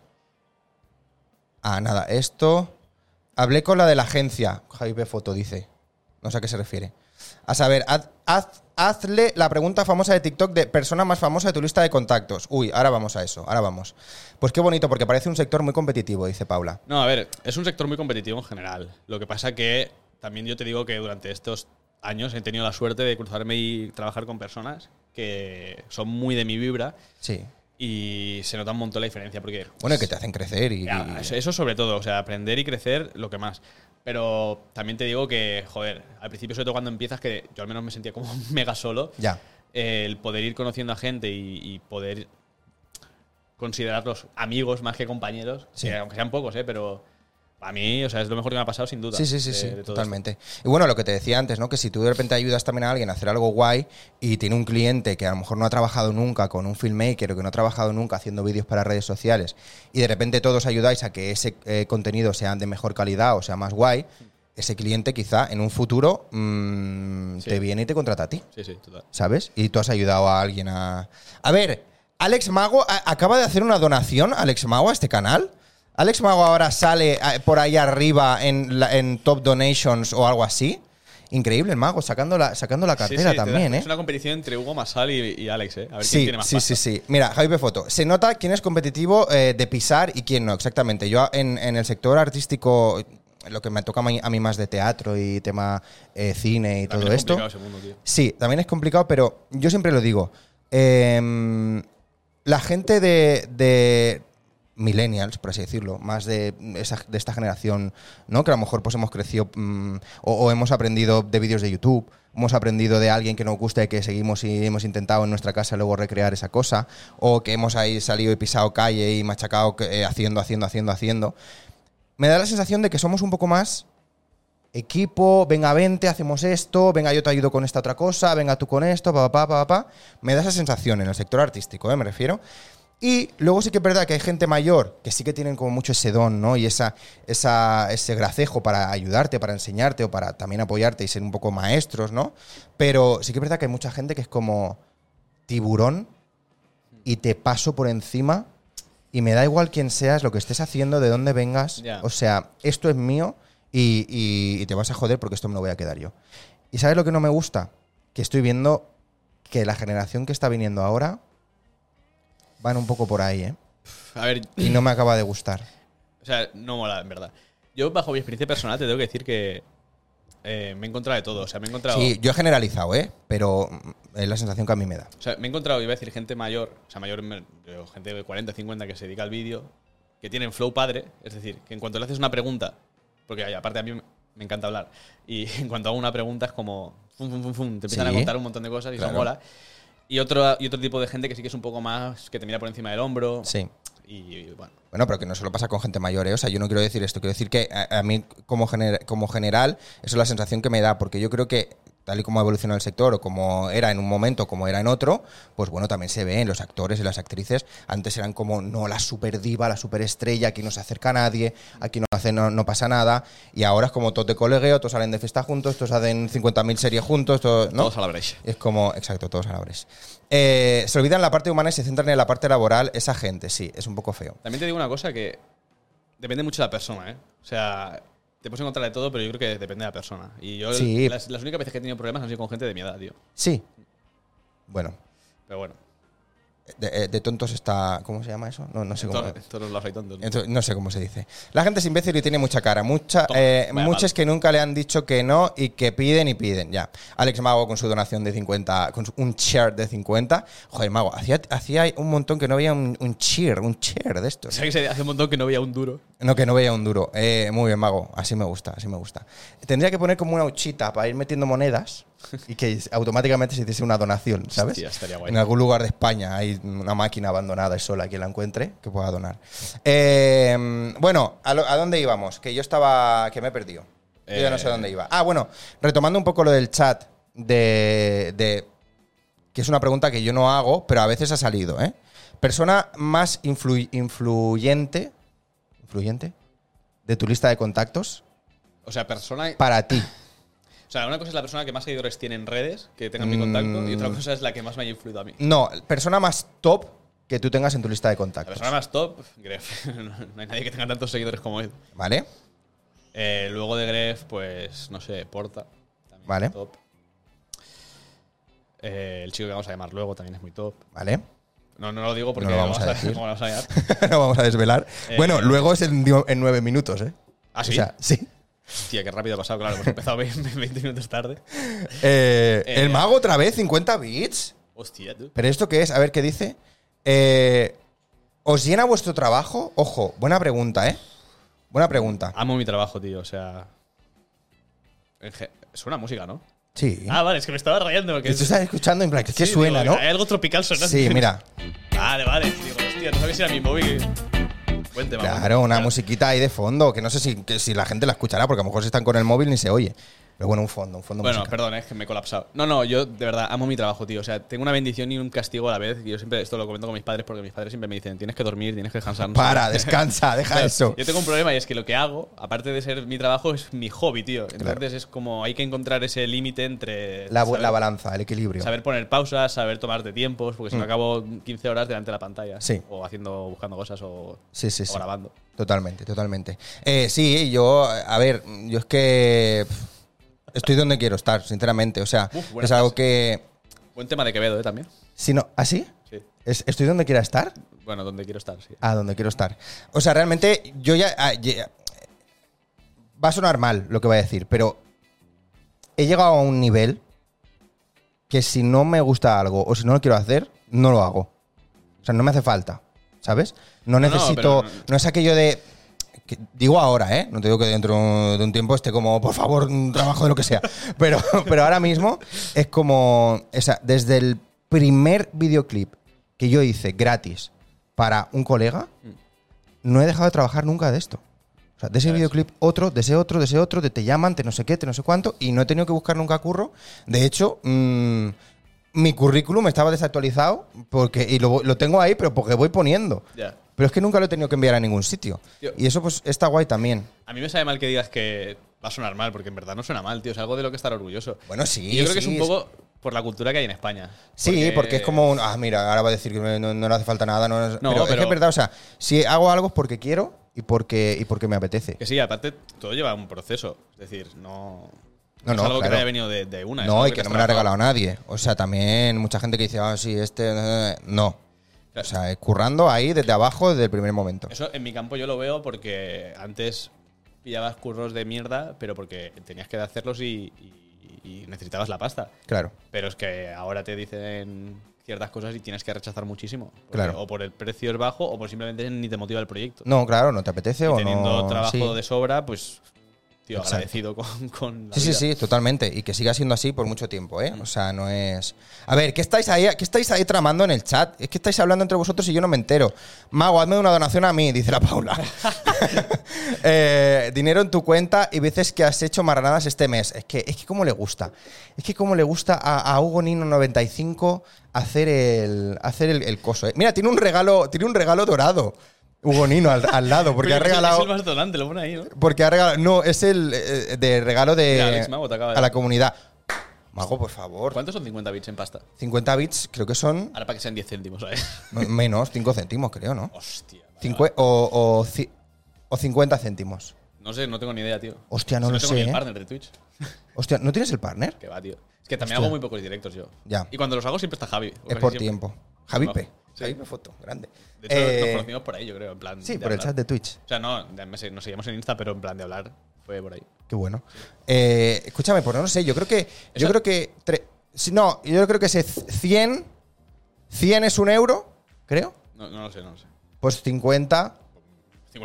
[SPEAKER 1] Ah, nada, esto. Hablé con la de la agencia. Javi B. Foto dice. No sé a qué se refiere. A saber, haz- haz- hazle la pregunta famosa de TikTok de persona más famosa de tu lista de contactos. Uy, ahora vamos a eso, ahora vamos. Pues qué bonito, porque parece un sector muy competitivo, dice Paula.
[SPEAKER 2] No, a ver, es un sector muy competitivo en general. Lo que pasa que también yo te digo que durante estos años he tenido la suerte de cruzarme y trabajar con personas que son muy de mi vibra
[SPEAKER 1] Sí.
[SPEAKER 2] y se nota un montón la diferencia porque
[SPEAKER 1] Bueno, y que te hacen crecer y.
[SPEAKER 2] Ya, eso, eso sobre todo, o sea, aprender y crecer lo que más. Pero también te digo que, joder, al principio, sobre todo cuando empiezas, que yo al menos me sentía como mega solo,
[SPEAKER 1] Ya.
[SPEAKER 2] eh, el poder ir conociendo a gente y, y poder considerarlos amigos más que compañeros,
[SPEAKER 1] Sí.
[SPEAKER 2] que aunque sean pocos, ¿eh? pero a mí, o sea, es lo mejor que me ha pasado sin duda.
[SPEAKER 1] Sí, sí, sí,
[SPEAKER 2] de-
[SPEAKER 1] sí,
[SPEAKER 2] de todo
[SPEAKER 1] totalmente. Y bueno, lo que te decía antes, ¿no? Que si tú de repente ayudas también a alguien a hacer algo guay y tiene un cliente que a lo mejor no ha trabajado nunca con un filmmaker o que no ha trabajado nunca haciendo vídeos para redes sociales y de repente todos ayudáis a que ese eh, contenido sea de mejor calidad o sea más guay, ese cliente quizá en un futuro mm,
[SPEAKER 2] Sí.
[SPEAKER 1] te viene y te contrata a ti.
[SPEAKER 2] esto. Sí, sí, total.
[SPEAKER 1] ¿sabes? Y tú has ayudado a alguien a. A ver, Alex Mago a- acaba de hacer una donación, Alex Mago, a este canal. Alex Mago ahora sale eh, por ahí arriba en, la- en Top Donations o algo así. Increíble el mago, sacando la, sacando la
[SPEAKER 2] Sí, sí,
[SPEAKER 1] cartera
[SPEAKER 2] te da-
[SPEAKER 1] también, ¿eh?
[SPEAKER 2] Es una competición entre Hugo Masal y, y Alex, ¿eh? A ver quién
[SPEAKER 1] Sí,
[SPEAKER 2] tiene más
[SPEAKER 1] sí,
[SPEAKER 2] pasta.
[SPEAKER 1] sí, sí. Mira, Javi Foto, se nota quién es competitivo eh, de pisar y quién no, exactamente. Yo en, en el sector artístico, lo que me toca a mí- a mí más de teatro y tema eh, cine y
[SPEAKER 2] También
[SPEAKER 1] todo
[SPEAKER 2] es
[SPEAKER 1] esto.
[SPEAKER 2] complicado ese mundo, tío.
[SPEAKER 1] Sí, también es complicado, pero yo siempre lo digo. em, la gente de, de millennials, por así decirlo, más de, esa- de esta generación, ¿no? Que a lo mejor pues hemos crecido mm, o, o hemos aprendido de vídeos de YouTube, hemos aprendido de alguien que nos gusta y que seguimos y hemos intentado en nuestra casa luego recrear esa cosa, o que hemos ahí salido y pisado calle y machacado eh, haciendo, haciendo, haciendo, haciendo. Me da la sensación de que somos un poco más equipo, venga, vente, hacemos esto, venga, yo te ayudo con esta otra cosa, venga tú con esto, pa, pa, pa, pa, pa. Me da esa sensación en el sector artístico, ¿eh? me refiero. Y luego sí que es verdad que hay gente mayor que sí que tienen como mucho ese don, ¿no? Y esa, esa, ese gracejo para ayudarte, para enseñarte o para también apoyarte y ser un poco maestros, ¿no? Pero sí que es verdad que hay mucha gente que es como tiburón y te paso por encima y me da igual quién seas, lo que estés haciendo, de dónde vengas.
[SPEAKER 2] Ya.
[SPEAKER 1] O sea, esto es mío y, y- y te vas a joder porque esto me lo voy a quedar yo. ¿Y sabes lo que no me gusta? Que estoy viendo que la generación que está viniendo ahora van un poco por ahí, ¿eh?
[SPEAKER 2] A ver,
[SPEAKER 1] Y no me acaba de gustar.
[SPEAKER 2] O sea, no mola, en verdad. Yo, bajo mi experiencia personal, te tengo que decir que eh, me he encontrado de todo. O sea, me he encontrado.
[SPEAKER 1] Sí, yo he generalizado, ¿eh? Pero mm, es la sensación que a mí me da.
[SPEAKER 2] O sea, me he encontrado, iba a decir, gente mayor, o sea, mayor, me- eh, gente de 40, 50 que se dedica al vídeo, que tienen flow padre, es decir, que en cuanto le haces una pregunta, porque ay, aparte a mí me- me encanta hablar, y en cuanto hago una pregunta es como, fum, fum, fum, fum, te empiezan
[SPEAKER 1] Sí.
[SPEAKER 2] a contar un montón de cosas y
[SPEAKER 1] Claro.
[SPEAKER 2] eso mola. Y otro, y otro tipo de gente que sí que es un poco más, que te mira por encima del hombro.
[SPEAKER 1] Sí.
[SPEAKER 2] Y, y bueno,
[SPEAKER 1] Bueno, pero que no solo pasa con gente mayor, ¿eh? O sea, yo no quiero decir esto, quiero decir que a, a mí como, gener- como general, eso es la sensación que me da, porque yo creo que tal y como ha evolucionado el sector, o como era en un momento, como era en otro, pues bueno, también se ve en los actores y las actrices, antes eran como, no, la super diva, la superestrella, aquí no se acerca a nadie, aquí no, hace, no, no pasa nada, y ahora es como todos de colegio, todos salen de fiesta juntos, todos hacen 50.000 series juntos, todos, ¿no?
[SPEAKER 2] todos a la brecha.
[SPEAKER 1] Es como, exacto, todos alables. Eh, se olvidan la parte humana y se centran en la parte laboral, esa gente, sí, es un poco feo.
[SPEAKER 2] También te digo una cosa que depende mucho de la persona, ¿eh? O sea, te puedes encontrar de todo, pero yo creo que depende de la persona. Y yo
[SPEAKER 1] Sí.
[SPEAKER 2] las, las únicas veces que he tenido problemas han sido con gente de mi edad, tío.
[SPEAKER 1] Sí. Bueno,
[SPEAKER 2] Pero bueno,
[SPEAKER 1] de, eh, de tontos está. ¿Cómo se llama eso? No, no sé
[SPEAKER 2] en
[SPEAKER 1] cómo.
[SPEAKER 2] todos, en todos los lados hay tontos. ¿no?
[SPEAKER 1] Ento- no sé cómo se dice. La gente es imbécil y tiene mucha cara. Mucha,
[SPEAKER 2] Toma,
[SPEAKER 1] eh,
[SPEAKER 2] vaya
[SPEAKER 1] muchas
[SPEAKER 2] palo.
[SPEAKER 1] que nunca le han dicho que no y que piden y piden. Ya. Alex Mago con su donación de 50, con su- un cheer de 50. Joder, Mago, hacía, hacía un montón que no veía un, un cheer, un cheer de
[SPEAKER 2] O
[SPEAKER 1] estos.
[SPEAKER 2] sea, que se- hace un montón que no veía un duro.
[SPEAKER 1] No, que no veía un duro. Eh, muy bien, mago. Así me gusta, así me gusta. Tendría que poner como una huchita para ir metiendo monedas y que automáticamente se hiciese una donación, ¿sabes?
[SPEAKER 2] Hostia, estaría guay.
[SPEAKER 1] En algún lugar de España hay una máquina abandonada y sola que la encuentre que pueda donar. Eh, bueno, ¿a, lo- a dónde íbamos? Que yo estaba. que me he perdido. Yo ya no sé
[SPEAKER 2] Eh.
[SPEAKER 1] dónde iba. Ah, bueno, retomando un poco lo del chat de- de que es una pregunta que yo no hago, pero a veces ha salido, ¿eh? Persona más influ- influyente, influyente de tu lista de contactos
[SPEAKER 2] O sea, persona.
[SPEAKER 1] para ti.
[SPEAKER 2] O sea, una cosa es la persona que más seguidores tiene en redes, que tenga mi
[SPEAKER 1] Mm.
[SPEAKER 2] contacto, y otra cosa es la que más me haya influido a mí.
[SPEAKER 1] No, persona más top que tú tengas en tu lista de
[SPEAKER 2] La
[SPEAKER 1] contactos,
[SPEAKER 2] persona más top, Gref. no hay nadie que tenga tantos seguidores como él.
[SPEAKER 1] ¿vale?
[SPEAKER 2] Eh, luego de Gref, pues, no sé, Porta. También
[SPEAKER 1] Vale.
[SPEAKER 2] es Top. Eh, el chico que vamos a llamar luego también es muy top.
[SPEAKER 1] ¿Vale?
[SPEAKER 2] No, no lo digo porque
[SPEAKER 1] No lo vamos a decir.
[SPEAKER 2] ¿cómo lo vamos a llamar?
[SPEAKER 1] no vamos a desvelar.
[SPEAKER 2] Eh,
[SPEAKER 1] bueno, luego es en, dio- en nueve minutos, ¿eh?
[SPEAKER 2] ¿Ah, sí?
[SPEAKER 1] O sea, sí.
[SPEAKER 2] Tía, qué rápido ha pasado, claro, hemos empezado 20 minutos tarde.
[SPEAKER 1] Eh,
[SPEAKER 2] Eh,
[SPEAKER 1] el mago otra vez, 50 bits.
[SPEAKER 2] Hostia, tú.
[SPEAKER 1] ¿Pero esto qué es? A ver qué dice. Eh, ¿Os llena vuestro trabajo? Ojo, buena pregunta, ¿eh? Buena pregunta.
[SPEAKER 2] Amo mi trabajo, tío, o sea. en ge- Suena música, ¿no?
[SPEAKER 1] Sí.
[SPEAKER 2] Ah, vale, es que me estaba rayando. Que
[SPEAKER 1] ¿Eh? Esto estás escuchando en plan, ¿qué
[SPEAKER 2] Sí,
[SPEAKER 1] suena,
[SPEAKER 2] digo,
[SPEAKER 1] no?
[SPEAKER 2] Hay algo tropical sonando.
[SPEAKER 1] Sí, mira.
[SPEAKER 2] Vale, vale. Digo, hostia, no sabía si era mi móvil. Buen tema.
[SPEAKER 1] Claro, una
[SPEAKER 2] Claro.
[SPEAKER 1] musiquita ahí de fondo, que no sé si, que si la gente la escuchará, porque a lo mejor si están con el móvil ni se oye. Pero bueno, un fondo, un fondo
[SPEAKER 2] Bueno,
[SPEAKER 1] musical.
[SPEAKER 2] perdón, es que me he colapsado. No, no, yo de verdad amo mi trabajo, tío. O sea, tengo una bendición y un castigo a la vez. Y yo siempre esto lo comento con mis padres porque mis padres siempre me dicen, tienes que dormir, tienes que descansar. no sé
[SPEAKER 1] Para,
[SPEAKER 2] qué".
[SPEAKER 1] descansa, deja
[SPEAKER 2] Claro,
[SPEAKER 1] eso.
[SPEAKER 2] Yo tengo un problema y es que lo que hago, aparte de ser mi trabajo, es mi hobby, tío. Entonces
[SPEAKER 1] Claro.
[SPEAKER 2] es como hay que encontrar ese límite entre
[SPEAKER 1] La, bu-
[SPEAKER 2] saber,
[SPEAKER 1] la balanza, el equilibrio.
[SPEAKER 2] saber poner pausas, saber tomarte tiempos, porque si no acabo 15 horas delante de la pantalla.
[SPEAKER 1] Mm. Sí.
[SPEAKER 2] O haciendo, buscando cosas o,
[SPEAKER 1] Sí, sí,
[SPEAKER 2] o
[SPEAKER 1] sí.
[SPEAKER 2] grabando.
[SPEAKER 1] Totalmente, totalmente. Eh, sí, yo, a ver, yo es que pff, estoy donde quiero estar, sinceramente. O sea,
[SPEAKER 2] Uf, buena
[SPEAKER 1] es algo
[SPEAKER 2] frase.
[SPEAKER 1] que...
[SPEAKER 2] Buen tema de Quevedo, ¿eh? También.
[SPEAKER 1] Si no, ¿Así?
[SPEAKER 2] Sí.
[SPEAKER 1] ¿Es- ¿Estoy donde quiera estar?
[SPEAKER 2] Bueno, donde quiero estar, sí.
[SPEAKER 1] a donde quiero estar. O sea, realmente yo ya, ah, ya- Va a sonar mal lo que voy a decir, pero he llegado a un nivel que si no me gusta algo o si no lo quiero hacer, no lo hago. O sea, no me hace falta, ¿sabes? No
[SPEAKER 2] No, no,
[SPEAKER 1] necesito... No,
[SPEAKER 2] pero-
[SPEAKER 1] es aquello de... que- digo ahora, ¿eh? No te digo que dentro de un tiempo esté como, por favor, un trabajo de lo que sea. Pero, pero ahora mismo es como... Esa, desde el primer videoclip que yo hice gratis para un colega, no he dejado de trabajar nunca de esto. O sea, de ese videoclip, otro, de ese otro, de ese otro, de te llaman, te no sé qué, te no sé cuánto, y no he tenido que buscar nunca curro. De hecho, mm, mi currículum estaba desactualizado porque, y lo, lo tengo ahí, pero porque voy poniendo.
[SPEAKER 2] Ya.
[SPEAKER 1] Pero es que nunca lo he tenido que enviar a ningún sitio.
[SPEAKER 2] Tío.
[SPEAKER 1] Y eso pues está guay también.
[SPEAKER 2] A mí me sabe mal que digas que va a sonar mal, porque en verdad no suena mal, tío. Es algo de lo que estar orgulloso.
[SPEAKER 1] Bueno, sí,
[SPEAKER 2] Y yo creo que es
[SPEAKER 1] sí,
[SPEAKER 2] un
[SPEAKER 1] sí.
[SPEAKER 2] poco por la cultura que hay en España.
[SPEAKER 1] Sí, porque, es como un, ah, mira, ahora va a decir que no, no le hace falta nada. No, no-
[SPEAKER 2] No,
[SPEAKER 1] pero, es que
[SPEAKER 2] pero-
[SPEAKER 1] es verdad, o sea, si hago algo es porque quiero y porque, y porque me apetece.
[SPEAKER 2] Que sí, aparte todo lleva un proceso. Es decir, no.
[SPEAKER 1] No, no,
[SPEAKER 2] es algo que
[SPEAKER 1] claro.
[SPEAKER 2] te haya venido de, de una. es algo
[SPEAKER 1] No, y que
[SPEAKER 2] te
[SPEAKER 1] no
[SPEAKER 2] has
[SPEAKER 1] me lo ha
[SPEAKER 2] trabajado.
[SPEAKER 1] regalado nadie. O sea, también mucha gente que dice, ah, sí, este. eh, No. O sea, eh, currando ahí desde abajo desde el primer momento.
[SPEAKER 2] Eso en mi campo yo lo veo porque antes pillabas curros de mierda, pero porque tenías que hacerlos y, y- y necesitabas la pasta.
[SPEAKER 1] Claro.
[SPEAKER 2] Pero es que ahora te dicen ciertas cosas y tienes que rechazar muchísimo. Porque
[SPEAKER 1] Claro.
[SPEAKER 2] O por el precio es bajo o por simplemente ni te motiva el proyecto.
[SPEAKER 1] No, claro, no te apetece
[SPEAKER 2] Y
[SPEAKER 1] o
[SPEAKER 2] teniendo
[SPEAKER 1] no.
[SPEAKER 2] trabajo
[SPEAKER 1] sí.
[SPEAKER 2] de sobra, pues, tío,
[SPEAKER 1] Exacto.
[SPEAKER 2] agradecido con, con la
[SPEAKER 1] Sí, sí,
[SPEAKER 2] vida. Mm.
[SPEAKER 1] sí, totalmente. Y que siga siendo así por mucho tiempo, ¿eh? O sea, no es. A ver, ¿qué estáis ahí, qué estáis ahí tramando en el chat? Es que estáis hablando entre vosotros y yo no me entero. Mago, hazme una donación a mí, dice la Paula. Eh, dinero en tu cuenta y veces que has hecho marranadas este mes. Es que, es que cómo le gusta. Es que cómo le gusta a, a Hugo Nino 95 hacer el, hacer el, el coso. ¿eh? Mira, tiene un regalo, tiene un regalo dorado. Hugo Nino al, al lado, porque
[SPEAKER 2] Coño,
[SPEAKER 1] ha
[SPEAKER 2] es el-
[SPEAKER 1] regalado.
[SPEAKER 2] Es el más donante, lo pone ahí, ¿no?
[SPEAKER 1] Porque ha regalado. No, es el eh, de regalo de.
[SPEAKER 2] Mira, Alex Mago te acaba de-
[SPEAKER 1] A la comunidad. Mago, por favor.
[SPEAKER 2] ¿Cuántos son 50 bits en pasta?
[SPEAKER 1] 50 bits, creo que son
[SPEAKER 2] Ahora para que sean 10 céntimos, ¿sabes?
[SPEAKER 1] me- menos, 5 céntimos, creo, ¿no?
[SPEAKER 2] Hostia. vale,
[SPEAKER 1] Cincu- o, o ci- o 50 céntimos.
[SPEAKER 2] vale. No sé, no tengo ni idea, tío.
[SPEAKER 1] Hostia, no
[SPEAKER 2] Si
[SPEAKER 1] lo
[SPEAKER 2] tengo
[SPEAKER 1] sé,
[SPEAKER 2] ni
[SPEAKER 1] ¿eh?
[SPEAKER 2] el partner de Twitch.
[SPEAKER 1] Hostia, ¿no tienes el partner?
[SPEAKER 2] Que va, tío. Es que también
[SPEAKER 1] Hostia.
[SPEAKER 2] hago muy pocos directos yo.
[SPEAKER 1] Ya.
[SPEAKER 2] Y cuando los hago siempre está Javi. o
[SPEAKER 1] Es
[SPEAKER 2] casi
[SPEAKER 1] por
[SPEAKER 2] siempre.
[SPEAKER 1] tiempo. Javi P.
[SPEAKER 2] Sí.
[SPEAKER 1] Javi P foto, grande.
[SPEAKER 2] De hecho,
[SPEAKER 1] Eh,
[SPEAKER 2] nos conocimos por ahí, yo creo, en plan.
[SPEAKER 1] sí,
[SPEAKER 2] de
[SPEAKER 1] por el
[SPEAKER 2] hablar.
[SPEAKER 1] chat de Twitch.
[SPEAKER 2] O sea, no, de- me se- nos seguíamos en Insta, pero en plan de hablar fue por ahí.
[SPEAKER 1] Qué bueno. Eh, escúchame, pues no lo sé, yo creo que. Yo
[SPEAKER 2] Eso-
[SPEAKER 1] creo que. tre- si no, yo creo que ese 100. 100 es un euro, creo.
[SPEAKER 2] No, no lo sé, no lo sé.
[SPEAKER 1] Pues 50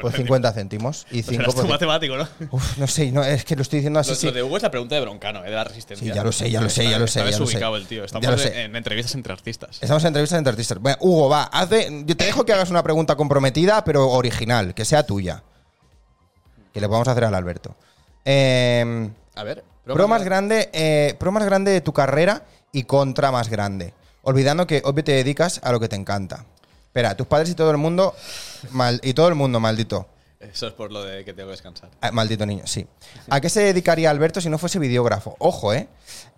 [SPEAKER 1] Pues 50 céntimos. Y
[SPEAKER 2] céntimos.
[SPEAKER 1] 5
[SPEAKER 2] Serás tú matemático, ¿no?
[SPEAKER 1] Uf, no sé, no, es que lo estoy diciendo así.
[SPEAKER 2] Lo,
[SPEAKER 1] Ah, sí.
[SPEAKER 2] lo de Hugo es la pregunta de Broncano, ¿eh? de la resistencia.
[SPEAKER 1] Sí, ya lo sé, ya lo sé, ya lo sé,
[SPEAKER 2] Está
[SPEAKER 1] ya lo sé.
[SPEAKER 2] desubicado el tío. Estamos
[SPEAKER 1] Ya lo
[SPEAKER 2] en-
[SPEAKER 1] sé.
[SPEAKER 2] en entrevistas entre artistas.
[SPEAKER 1] Estamos en entrevistas entre artistas. Bueno, Hugo, va, haz de- yo te dejo que hagas una pregunta comprometida, pero original, que sea tuya. Que le podemos hacer al Alberto. Eh,
[SPEAKER 2] A ver.
[SPEAKER 1] pro, más grande, eh, pro más grande de tu carrera y contra más grande. Olvidando que hoy te dedicas a lo que te encanta. Espera, tus padres y todo el mundo. mal- y todo el mundo, maldito.
[SPEAKER 2] Eso es por lo de que tengo que descansar.
[SPEAKER 1] Ah, Maldito niño, sí. ¿A qué se dedicaría Alberto si no fuese videógrafo? Ojo, ¿eh?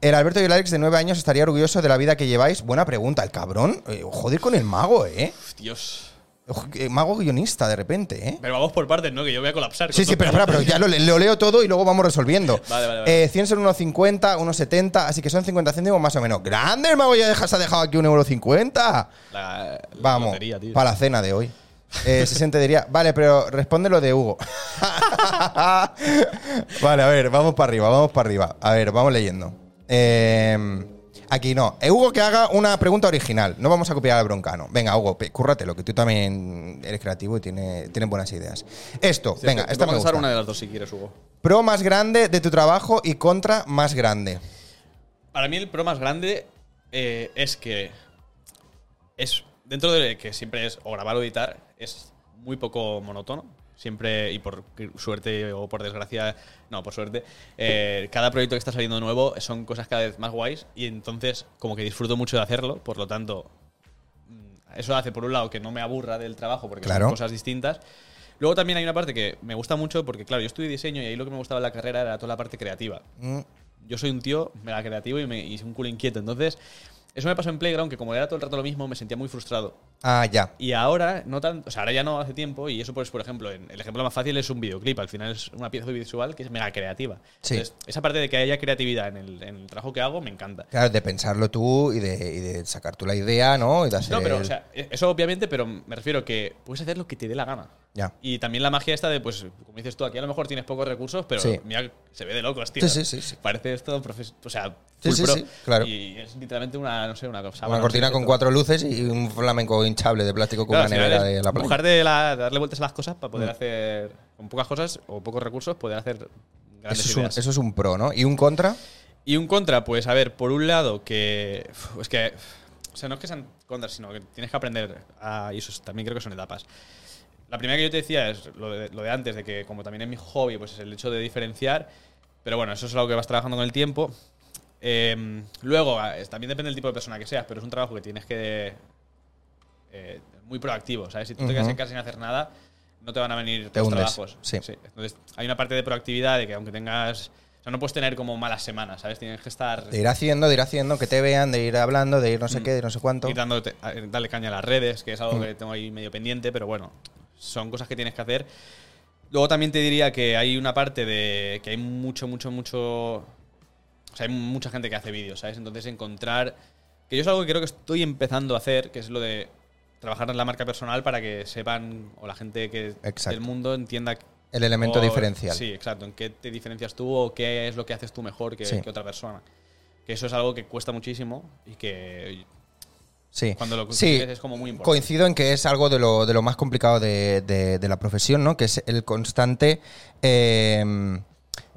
[SPEAKER 1] El Alberto y el Alex de nueve años estaría orgulloso de la vida que lleváis. Buena pregunta, el cabrón. eh, joder con el mago, ¿eh?
[SPEAKER 2] Dios.
[SPEAKER 1] Ojo, eh, Mago guionista, de repente, ¿eh?
[SPEAKER 2] Pero vamos por partes, ¿no? Que yo voy a colapsar. con
[SPEAKER 1] Sí, sí,
[SPEAKER 2] todo
[SPEAKER 1] pero
[SPEAKER 2] esto.
[SPEAKER 1] espera, pero ya lo, le- lo leo todo y luego vamos resolviendo.
[SPEAKER 2] Vale, vale, vale.
[SPEAKER 1] Eh, 100 son unos 50, unos 70, así que son 50 céntimos más o menos. ¡Grande, el mago! Ya deja- se ha dejado aquí un euro 50.
[SPEAKER 2] La- la
[SPEAKER 1] Vamos,
[SPEAKER 2] lotería, tío.
[SPEAKER 1] para la cena de hoy. Eh, 60 diría, vale, pero responde lo de Hugo. vale, a ver, vamos para arriba, vamos para arriba. A ver, vamos leyendo. Eh, aquí no. Eh, Hugo que haga una pregunta original. No vamos a copiar al broncano. Venga, Hugo, pe- cúrratelo, que tú también eres creativo y tienes, tienes buenas ideas. Esto,
[SPEAKER 2] Sí,
[SPEAKER 1] venga,
[SPEAKER 2] te- te
[SPEAKER 1] esta
[SPEAKER 2] puedo
[SPEAKER 1] me
[SPEAKER 2] pasar
[SPEAKER 1] gusta.
[SPEAKER 2] una de las dos si quieres, Hugo.
[SPEAKER 1] Pro más grande de tu trabajo y contra más grande.
[SPEAKER 2] Para mí el pro más grande eh, es que es dentro de que siempre es o grabar o editar es muy poco monótono. Siempre y por suerte o por desgracia, no, por suerte, eh, cada proyecto que está saliendo nuevo son cosas cada vez más guays y entonces como que disfruto mucho de hacerlo, por lo tanto mm, eso hace por un lado que no me aburra del trabajo porque
[SPEAKER 1] Claro.
[SPEAKER 2] son cosas distintas. Luego también hay una parte que me gusta mucho porque claro, yo estudié diseño y ahí lo que me gustaba en la carrera era toda la parte creativa
[SPEAKER 1] Mm,
[SPEAKER 2] yo soy un tío mega creativo y, me, y un culo inquieto. Entonces, eso me pasó en Playground, que como era todo el rato lo mismo, me sentía muy frustrado.
[SPEAKER 1] Ah, ya.
[SPEAKER 2] Y ahora, no tanto, o sea, ahora ya no hace tiempo, y eso, pues, por ejemplo, en- el ejemplo más fácil es un videoclip. Al final es una pieza visual que es mega creativa.
[SPEAKER 1] Sí.
[SPEAKER 2] Entonces, esa parte de que haya creatividad en el, en el trabajo que hago me encanta.
[SPEAKER 1] Claro, de pensarlo tú y de, y de sacar tú la idea, ¿no? Y de hacer
[SPEAKER 2] No, pero,
[SPEAKER 1] el-
[SPEAKER 2] o sea, e-, eso obviamente, pero me refiero que puedes hacer lo que te dé la gana.
[SPEAKER 1] Ya.
[SPEAKER 2] Y también la magia esta de, pues, como dices tú, aquí a lo mejor tienes pocos recursos, pero
[SPEAKER 1] Sí.
[SPEAKER 2] mira, se ve de locos, tío.
[SPEAKER 1] Sí, sí, sí, sí.
[SPEAKER 2] Parece esto, profes- o sea,
[SPEAKER 1] Sí,
[SPEAKER 2] full
[SPEAKER 1] sí,
[SPEAKER 2] pro.
[SPEAKER 1] sí, claro.
[SPEAKER 2] Y es literalmente una, no sé, una cosa.
[SPEAKER 1] Una cortina con cuatro luces y un flamenco hinchable de plástico con
[SPEAKER 2] Claro, al
[SPEAKER 1] una
[SPEAKER 2] final
[SPEAKER 1] nevera
[SPEAKER 2] es
[SPEAKER 1] de la playa. Mm.
[SPEAKER 2] buscar de la- darle vueltas a las cosas para poder hacer, con pocas cosas o pocos recursos, poder hacer grandes
[SPEAKER 1] Eso es, un,
[SPEAKER 2] ideas.
[SPEAKER 1] eso es un pro, ¿no? ¿Y un contra?
[SPEAKER 2] Y un contra, pues a ver, por un lado que uf, es que uf, o sea, no es que sean contras, sino que tienes que aprender a, y eso es- también creo que son etapas. La primera que yo te decía es lo de, lo de antes, de que como también es mi hobby, pues es el hecho de diferenciar, pero bueno, eso es algo que vas trabajando con el tiempo. Eh, luego, a- es- también depende del tipo de persona que seas, pero es un trabajo que tienes que... eh, muy proactivo, ¿sabes? Si tú te quedas
[SPEAKER 1] Ujú.
[SPEAKER 2] en casa sin hacer nada, no te van a venir
[SPEAKER 1] Te
[SPEAKER 2] los
[SPEAKER 1] hundes,
[SPEAKER 2] trabajos.
[SPEAKER 1] sí.
[SPEAKER 2] Entonces, hay una parte de proactividad de que aunque tengas. O sea, no puedes tener como malas semanas, ¿sabes? Tienes que estar
[SPEAKER 1] De ir haciendo, de ir haciendo, que te vean, de ir hablando, de ir no sé qué, de no sé cuánto.
[SPEAKER 2] Mm. y dándote- a- darle caña a las redes, que es algo que tengo ahí medio pendiente, pero bueno, son cosas que tienes que hacer. Luego también te diría que hay una parte de que hay mucho, mucho, mucho. O sea, hay mucha gente que hace vídeos, ¿sabes? Entonces encontrar. Que yo es algo que creo que estoy empezando a hacer, que es lo de trabajar en la marca personal para que sepan, o la gente que
[SPEAKER 1] Exacto.
[SPEAKER 2] del mundo entienda
[SPEAKER 1] El elemento
[SPEAKER 2] o-
[SPEAKER 1] diferencial.
[SPEAKER 2] Sí, exacto. ¿En qué te diferencias tú o qué es lo que haces tú mejor que,
[SPEAKER 1] Sí.
[SPEAKER 2] que otra persona? Que eso es algo que cuesta muchísimo y que
[SPEAKER 1] Sí.
[SPEAKER 2] cuando lo
[SPEAKER 1] Sí,
[SPEAKER 2] consigues es como muy importante.
[SPEAKER 1] Coincido en que es algo de lo, de lo más complicado de, de- de la profesión, ¿no? Que es el constante. eh,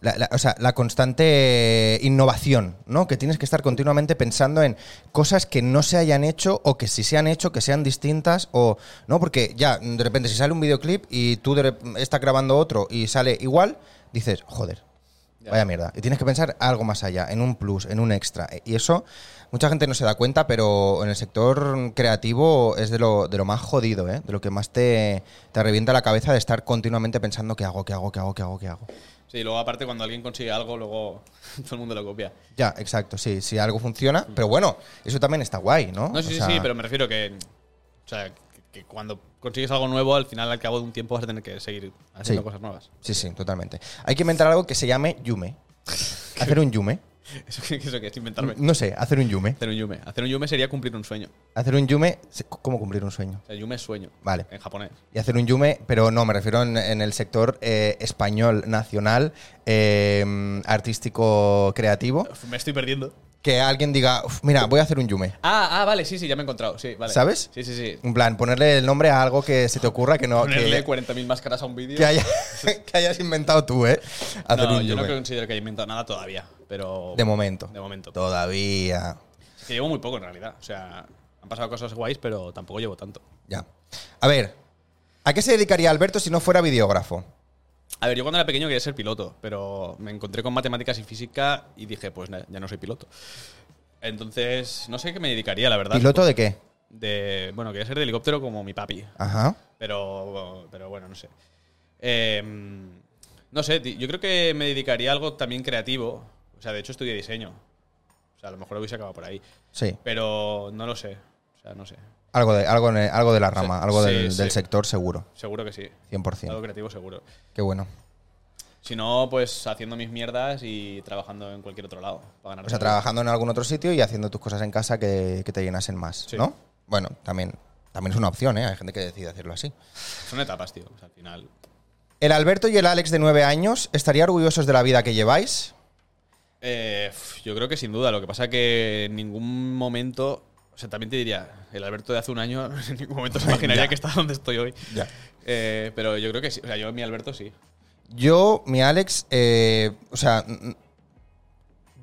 [SPEAKER 1] la, la- o sea, la constante innovación, ¿no? Que tienes que estar continuamente pensando en cosas que no se hayan hecho o que si se han hecho, que sean distintas o. No, porque ya, de repente, si sale un videoclip y tú de rep- estás grabando otro y sale igual, dices, joder,
[SPEAKER 2] Ya.
[SPEAKER 1] Vaya mierda. Y tienes que pensar algo más allá, en un plus, en un extra. Eh, Y eso, mucha gente no se da cuenta, pero en el sector creativo es de lo, de lo más jodido, ¿eh? De lo que más te, te revienta la cabeza de estar continuamente pensando qué hago, qué hago, qué hago, qué hago, qué hago.
[SPEAKER 2] Sí, luego aparte cuando alguien consigue algo, luego todo el mundo lo copia.
[SPEAKER 1] Ya, exacto, sí, si algo funciona. Pero bueno, eso también está guay, ¿no? Ah,
[SPEAKER 2] No, sí,
[SPEAKER 1] O
[SPEAKER 2] sí,
[SPEAKER 1] sea,
[SPEAKER 2] sí, pero me refiero que, o sea, que, que cuando consigues algo nuevo, al final, al cabo de un tiempo, vas a tener que seguir haciendo
[SPEAKER 1] Sí.
[SPEAKER 2] cosas nuevas.
[SPEAKER 1] Sí, sí, totalmente. Hay que inventar algo que se llame yume. Hacer un yume.
[SPEAKER 2] Eso que, eso que es inventarme.
[SPEAKER 1] No sé, hacer un yume.
[SPEAKER 2] Hacer un yume. Hacer un yume sería cumplir un sueño.
[SPEAKER 1] Hacer un yume, ¿cómo cumplir un sueño?
[SPEAKER 2] O sea, yume es sueño.
[SPEAKER 1] Vale.
[SPEAKER 2] En japonés.
[SPEAKER 1] Y hacer un yume, pero no, me refiero en, en el sector eh, español, nacional, eh, artístico, creativo.
[SPEAKER 2] Uf, Me estoy perdiendo.
[SPEAKER 1] Que alguien diga, "Uf, mira, voy a hacer un yume.
[SPEAKER 2] Ah, ah, vale, sí, sí, ya me he encontrado. Sí, vale.
[SPEAKER 1] ¿Sabes?
[SPEAKER 2] Sí, sí, sí.
[SPEAKER 1] En plan, ponerle el nombre a algo que se te ocurra que no.
[SPEAKER 2] Ponerle
[SPEAKER 1] Que,
[SPEAKER 2] 40.000 máscaras a un vídeo.
[SPEAKER 1] que haya- que hayas inventado tú, ¿eh? Hacer
[SPEAKER 2] no,
[SPEAKER 1] un
[SPEAKER 2] yo
[SPEAKER 1] yume.
[SPEAKER 2] no creo- considero que haya inventado nada todavía, pero...
[SPEAKER 1] de momento.
[SPEAKER 2] De momento.
[SPEAKER 1] Todavía.
[SPEAKER 2] Es que llevo muy poco en realidad, o sea, han pasado cosas guays, pero tampoco llevo tanto.
[SPEAKER 1] Ya. A ver, ¿a qué se dedicaría Alberto si no fuera videógrafo?
[SPEAKER 2] A ver, yo cuando era pequeño quería ser piloto, pero me encontré con matemáticas y física y dije, pues na- ya no soy piloto. Entonces, no sé qué me dedicaría, la verdad.
[SPEAKER 1] ¿Piloto de qué?
[SPEAKER 2] De, bueno, quería ser de helicóptero como mi papi,
[SPEAKER 1] Ajá.
[SPEAKER 2] pero, pero bueno, no sé. Eh, no sé, ti- yo creo que me dedicaría a algo también creativo. O sea, de hecho estudié diseño. O sea, a lo mejor lo hubiese acabado por ahí.
[SPEAKER 1] Sí.
[SPEAKER 2] Pero no lo sé. O sea, no sé.
[SPEAKER 1] Algo de, algo, en- algo de la rama,
[SPEAKER 2] Sí,
[SPEAKER 1] algo
[SPEAKER 2] sí,
[SPEAKER 1] del,
[SPEAKER 2] sí.
[SPEAKER 1] del sector seguro,
[SPEAKER 2] Seguro que sí.
[SPEAKER 1] 100%.
[SPEAKER 2] Algo creativo seguro.
[SPEAKER 1] Qué bueno.
[SPEAKER 2] Si no, pues haciendo mis mierdas y trabajando en cualquier otro lado. Para ganar
[SPEAKER 1] O sea,
[SPEAKER 2] dinero.
[SPEAKER 1] trabajando en algún otro sitio y haciendo tus cosas en casa que, que te llenasen más,
[SPEAKER 2] Sí.
[SPEAKER 1] ¿no? Bueno, también, también es una opción, ¿eh? Hay gente que decide hacerlo así.
[SPEAKER 2] Son etapas, tío. O sea, al final.
[SPEAKER 1] El Alberto y el Alex de 9 años, ¿estaría orgullosos de la vida que lleváis?
[SPEAKER 2] Eh, uf, yo creo que sin duda. Lo que pasa que en ningún momento. O sea, también te diría, el Alberto de hace un año en ningún momento se imaginaría que está donde estoy hoy.
[SPEAKER 1] Ya.
[SPEAKER 2] Eh, pero yo creo que sí. O sea, yo mi Alberto sí.
[SPEAKER 1] Yo, mi Alex, eh, o sea, n-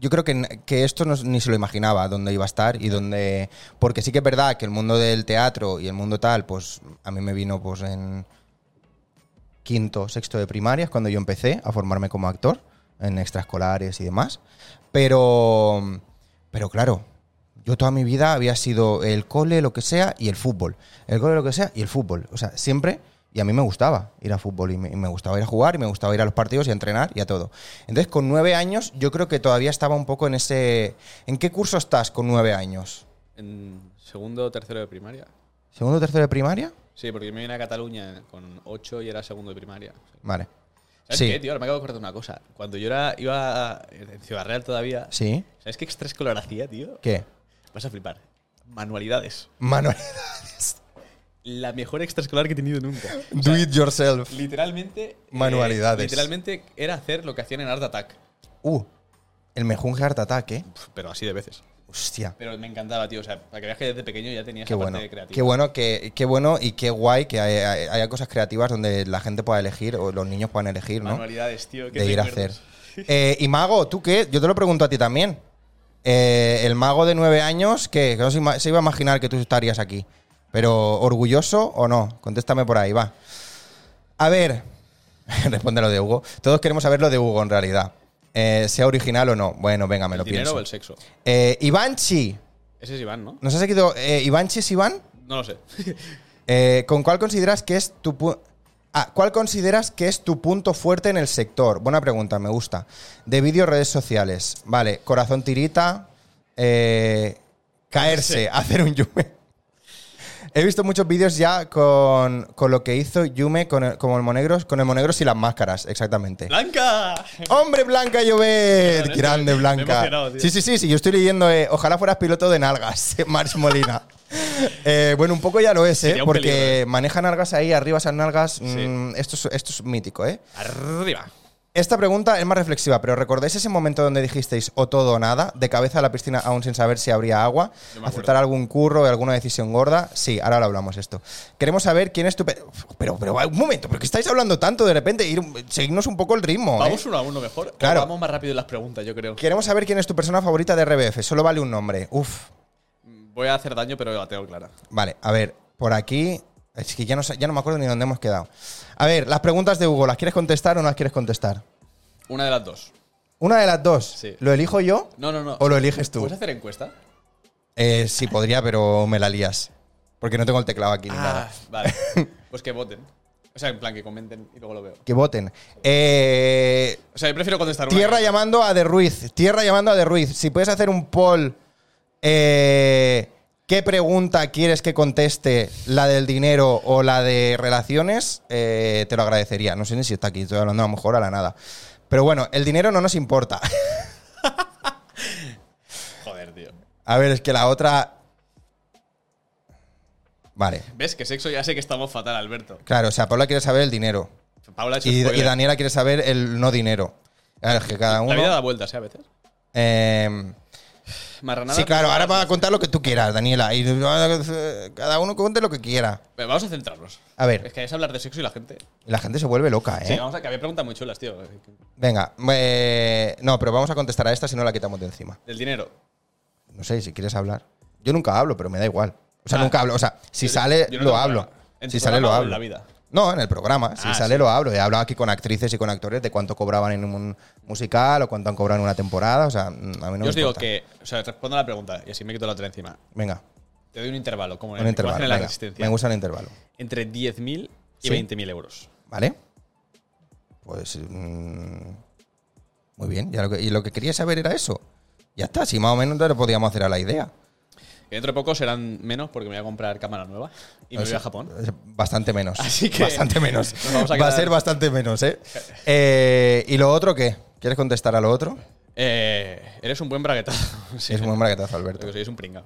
[SPEAKER 1] yo creo que, n- que esto no- ni se lo imaginaba, dónde iba a estar y dónde... Porque sí que es verdad que el mundo del teatro y el mundo tal, pues a mí me vino pues en quinto, sexto de primaria, es cuando yo empecé a formarme como actor, en extraescolares y demás. Pero, pero claro, yo toda mi vida había sido el cole, lo que sea, y el fútbol. El cole, lo que sea, y el fútbol. O sea, siempre. Y a mí me gustaba ir a fútbol y me, y me gustaba ir a jugar y me gustaba ir a los partidos y a entrenar y a todo. Entonces, con nueve años, yo creo que todavía estaba un poco en ese... ¿En qué curso estás con nueve años?
[SPEAKER 2] En segundo o tercero de primaria.
[SPEAKER 1] ¿Segundo o tercero de primaria?
[SPEAKER 2] Sí, porque yo me vine a Cataluña con 8 y era segundo de primaria.
[SPEAKER 1] Vale.
[SPEAKER 2] ¿Sabes
[SPEAKER 1] Sí.
[SPEAKER 2] qué, tío? Ahora me acabo de acordar de una cosa. Cuando yo era, iba a- en Ciudad Real todavía,
[SPEAKER 1] ¿Sí?
[SPEAKER 2] ¿sabes qué extraescolar hacía, tío?
[SPEAKER 1] ¿Qué?
[SPEAKER 2] Vas a flipar. Manualidades.
[SPEAKER 1] Manuel.
[SPEAKER 2] La mejor extraescolar que he tenido nunca.
[SPEAKER 1] Do it yourself.
[SPEAKER 2] Literalmente. eh,
[SPEAKER 1] Manualidades.
[SPEAKER 2] literalmente era hacer lo que hacían en Art Attack.
[SPEAKER 1] Uh, el mejunje Heart Attack, ¿eh?
[SPEAKER 2] Pf, Pero así de veces.
[SPEAKER 1] Hostia.
[SPEAKER 2] Pero me encantaba, tío. O sea, para que veas que desde pequeño ya tenía
[SPEAKER 1] Qué
[SPEAKER 2] esa
[SPEAKER 1] bueno,
[SPEAKER 2] parte creativa.
[SPEAKER 1] qué bueno, qué, qué bueno y qué guay que hay- hay- haya cosas creativas donde la gente pueda elegir o los niños puedan elegir, ¿no?
[SPEAKER 2] Manualidades, tío. qué
[SPEAKER 1] De ir a hacer.
[SPEAKER 2] recuerdos.
[SPEAKER 1] Eh, y Mago, ¿tú qué? Yo te lo pregunto a ti también. Eh, el Mago de nueve años, ¿qué? Que no se, ima- se iba a imaginar que tú estarías aquí. Pero, ¿orgulloso o no? Contéstame por ahí, va. A ver, responde lo de Hugo. Todos queremos saber lo de Hugo, en realidad. Eh, sea original o no. Bueno, venga, me
[SPEAKER 2] ¿El
[SPEAKER 1] lo
[SPEAKER 2] dinero
[SPEAKER 1] pienso.
[SPEAKER 2] o el sexo?
[SPEAKER 1] Eh, Ivanchi.
[SPEAKER 2] Ese es Iván, ¿no?
[SPEAKER 1] ¿Nos has seguido? Eh, ¿Ivanchi es Iván?
[SPEAKER 2] No lo sé.
[SPEAKER 1] Eh, ¿Con cuál consideras que es tu pu- Ah, ¿Cuál consideras que es tu punto fuerte en el sector? Buena pregunta, me gusta. De vídeo, redes sociales. Vale, corazón tirita, eh, caerse, hacer un yume. He visto muchos vídeos ya con, con lo que hizo Yume con el, como el Monegros, con el Monegros y las máscaras, exactamente.
[SPEAKER 2] ¡Blanca!
[SPEAKER 1] ¡Hombre, Blanca
[SPEAKER 2] Perdón,
[SPEAKER 1] Llobet!
[SPEAKER 2] es que me- me
[SPEAKER 1] Grande,
[SPEAKER 2] he
[SPEAKER 1] Blanca.
[SPEAKER 2] emocionado, tío.
[SPEAKER 1] Sí, sí, sí, sí, yo estoy leyendo eh, Ojalá fueras piloto de nalgas, Mars Molina. Eh, bueno, un poco ya lo es, ¿eh?
[SPEAKER 2] Sería un
[SPEAKER 1] Porque
[SPEAKER 2] peligro,
[SPEAKER 1] maneja nalgas ahí, arriba esas nalgas.
[SPEAKER 2] Sí.
[SPEAKER 1] mm, esto, es, esto es mítico, ¿eh?
[SPEAKER 2] Arriba.
[SPEAKER 1] Esta pregunta es más reflexiva, pero ¿recordáis ese momento donde dijisteis o todo o nada? De cabeza a la piscina aún sin saber si habría agua.
[SPEAKER 2] Yo me acuerdo.
[SPEAKER 1] ¿Aceptar algún curro o alguna decisión gorda? Sí, ahora lo hablamos esto. Queremos saber quién es tu... pe- pero, pero, un momento, ¿por qué estáis hablando tanto de repente? Ir, seguidnos un poco el ritmo. ¿eh?
[SPEAKER 2] Vamos uno a uno mejor. o
[SPEAKER 1] Claro.
[SPEAKER 2] Vamos más rápido en las preguntas, yo creo.
[SPEAKER 1] Queremos saber quién es tu persona favorita de RBF. Solo vale un nombre. Uf.
[SPEAKER 2] Voy a hacer daño, pero la tengo clara.
[SPEAKER 1] Vale, a ver, por aquí. Es que ya no, sé- ya no me acuerdo ni dónde hemos quedado. A ver, las preguntas de Hugo, ¿las quieres contestar o no las quieres contestar?
[SPEAKER 2] Una de las dos.
[SPEAKER 1] Una de las dos.
[SPEAKER 2] Sí.
[SPEAKER 1] ¿Lo elijo yo?
[SPEAKER 2] No, no, no.
[SPEAKER 1] ¿O lo eliges tú?
[SPEAKER 2] ¿Puedes hacer encuesta?
[SPEAKER 1] Eh, sí, podría, pero me la lías. Porque no tengo el teclado
[SPEAKER 2] Ah.
[SPEAKER 1] aquí ni nada.
[SPEAKER 2] vale. Pues que voten. O sea, en plan, que comenten y luego lo veo.
[SPEAKER 1] Que voten. Eh,
[SPEAKER 2] O sea, yo prefiero contestar una.
[SPEAKER 1] Tierra llamando a De Ruiz. Tierra llamando a De Ruiz. Si puedes hacer un poll. eh, ¿Qué pregunta quieres que conteste? ¿La del dinero o la de relaciones? Eh, te lo agradecería. No sé ni si está aquí. Estoy hablando a lo mejor a la nada. Pero bueno, el dinero no nos importa.
[SPEAKER 2] Joder, tío.
[SPEAKER 1] A ver, es que la otra. Vale.
[SPEAKER 2] ¿Ves? Que sexo ya sé que estamos fatal, Alberto.
[SPEAKER 1] Claro, o sea, Paula quiere saber el dinero.
[SPEAKER 2] Paula ha hecho
[SPEAKER 1] Y, y
[SPEAKER 2] spoiler.
[SPEAKER 1] Daniela quiere saber el no dinero. A ver, que cada
[SPEAKER 2] La vida
[SPEAKER 1] uno.
[SPEAKER 2] da vueltas, ¿eh? A veces.
[SPEAKER 1] em,
[SPEAKER 2] Marranada.
[SPEAKER 1] Sí, claro, ahora vas a contar lo que tú quieras, Daniela. Y eh, cada uno cuente lo que quiera.
[SPEAKER 2] Pero Vamos a centrarnos.
[SPEAKER 1] A ver. ¿Eh?
[SPEAKER 2] Es que es hablar de sexo y la gente.
[SPEAKER 1] Y la gente se vuelve loca, ¿eh?
[SPEAKER 2] Sí, vamos a que había preguntas muy chulas, tío.
[SPEAKER 1] Venga, eh, no, pero vamos a contestar a esta si no la quitamos de encima.
[SPEAKER 2] Del dinero.
[SPEAKER 1] No sé, si quieres hablar. Yo nunca hablo, pero me da igual. O sea,
[SPEAKER 2] Ah.
[SPEAKER 1] nunca hablo. O sea, si
[SPEAKER 2] Yo-
[SPEAKER 1] sale,
[SPEAKER 2] yo no
[SPEAKER 1] lo
[SPEAKER 2] tengo
[SPEAKER 1] hablo.
[SPEAKER 2] problema. ¿En tu
[SPEAKER 1] Si sale, lo
[SPEAKER 2] programa o en
[SPEAKER 1] hablo.
[SPEAKER 2] la vida?
[SPEAKER 1] No, en el programa. Si
[SPEAKER 2] Ah,
[SPEAKER 1] sale,
[SPEAKER 2] sí.
[SPEAKER 1] lo hablo. He hablado aquí con actrices y con actores de cuánto cobraban en un musical o cuánto han cobrado en una temporada. O sea, mm, a mí no me
[SPEAKER 2] yo os digo
[SPEAKER 1] importa.
[SPEAKER 2] que. O sea, respondo a la pregunta y así me quito la otra encima.
[SPEAKER 1] Venga,
[SPEAKER 2] Te doy un intervalo, como
[SPEAKER 1] un
[SPEAKER 2] en, como
[SPEAKER 1] intervalo.
[SPEAKER 2] hacen en la
[SPEAKER 1] venga.
[SPEAKER 2] resistencia.
[SPEAKER 1] Me gusta el intervalo.
[SPEAKER 2] Entre 10.000 y
[SPEAKER 1] Sí.
[SPEAKER 2] 20.000 euros.
[SPEAKER 1] ¿Vale? Pues. mm, muy bien. Ya lo que- y lo que quería saber era eso. Ya está, si más o menos te lo podíamos hacer a la idea.
[SPEAKER 2] Que dentro de poco serán menos porque me voy a comprar cámara nueva y me voy a Japón.
[SPEAKER 1] Bastante menos.
[SPEAKER 2] Así que-
[SPEAKER 1] Bastante menos.
[SPEAKER 2] Nos vamos a
[SPEAKER 1] Va a
[SPEAKER 2] quedar-
[SPEAKER 1] ser bastante menos, ¿eh? Eh, ¿Y lo otro qué? ¿Quieres contestar a lo otro?
[SPEAKER 2] Eh, eres un buen braguetazo. Sí.
[SPEAKER 1] Es muy braguetazo,
[SPEAKER 2] Lo
[SPEAKER 1] Alberto.
[SPEAKER 2] que soy es un pringao.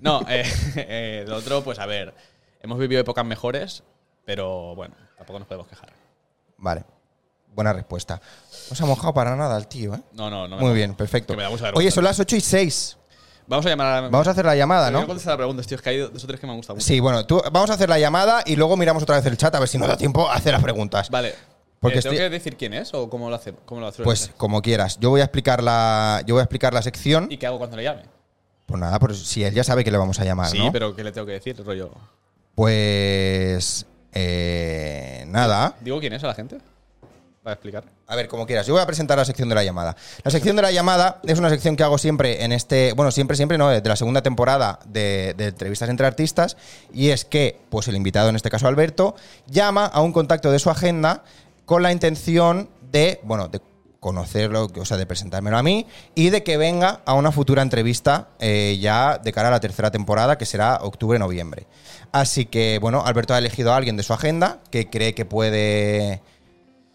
[SPEAKER 2] No, eh, eh, lo otro, pues a ver, hemos vivido épocas mejores, pero bueno, tampoco nos podemos quejar.
[SPEAKER 1] Vale. Buena respuesta. No se ha mojado para nada el tío, ¿eh?
[SPEAKER 2] No, no, no. me
[SPEAKER 1] Muy
[SPEAKER 2] mojo.
[SPEAKER 1] bien, perfecto.
[SPEAKER 2] Que me da mucha vergüenza.
[SPEAKER 1] Oye, son las 8 y 6.
[SPEAKER 2] Vamos a llamar a la.
[SPEAKER 1] Vamos a hacer la llamada,
[SPEAKER 2] Voy a
[SPEAKER 1] ¿no?
[SPEAKER 2] contestar la pregunta, tío, es que hay dos o tres que me han gustado mucho.
[SPEAKER 1] Sí, bueno, tú, vamos a hacer la llamada y luego miramos otra vez el chat a ver si nos da tiempo a hacer las preguntas.
[SPEAKER 2] Vale.
[SPEAKER 1] Porque
[SPEAKER 2] Eh, ¿Tengo
[SPEAKER 1] estoy-
[SPEAKER 2] que decir quién es o cómo lo hacemos? ¿Cómo lo hacemos?
[SPEAKER 1] Pues como quieras. Yo voy a explicar la, yo voy a explicar la sección.
[SPEAKER 2] ¿Y qué hago cuando le llame?
[SPEAKER 1] Pues nada, pues si él ya sabe que le vamos a llamar,
[SPEAKER 2] sí,
[SPEAKER 1] ¿no?
[SPEAKER 2] pero ¿qué le tengo que decir, rollo?
[SPEAKER 1] Pues eh, nada.
[SPEAKER 2] ¿Digo quién es a la gente? Para explicar.
[SPEAKER 1] A ver, como quieras. Yo voy a presentar la sección de la llamada. La sección de la llamada es una sección que hago siempre en este. Bueno, siempre, siempre, no, desde la segunda temporada de, de entrevistas entre artistas. Y es que, pues el invitado, en este caso Alberto, llama a un contacto de su agenda con la intención de, bueno, de conocerlo, o sea, de presentármelo a mí y de que venga a una futura entrevista eh, ya de cara a la tercera temporada, que será octubre-noviembre. Así que, bueno, Alberto ha elegido a alguien de su agenda que cree que puede.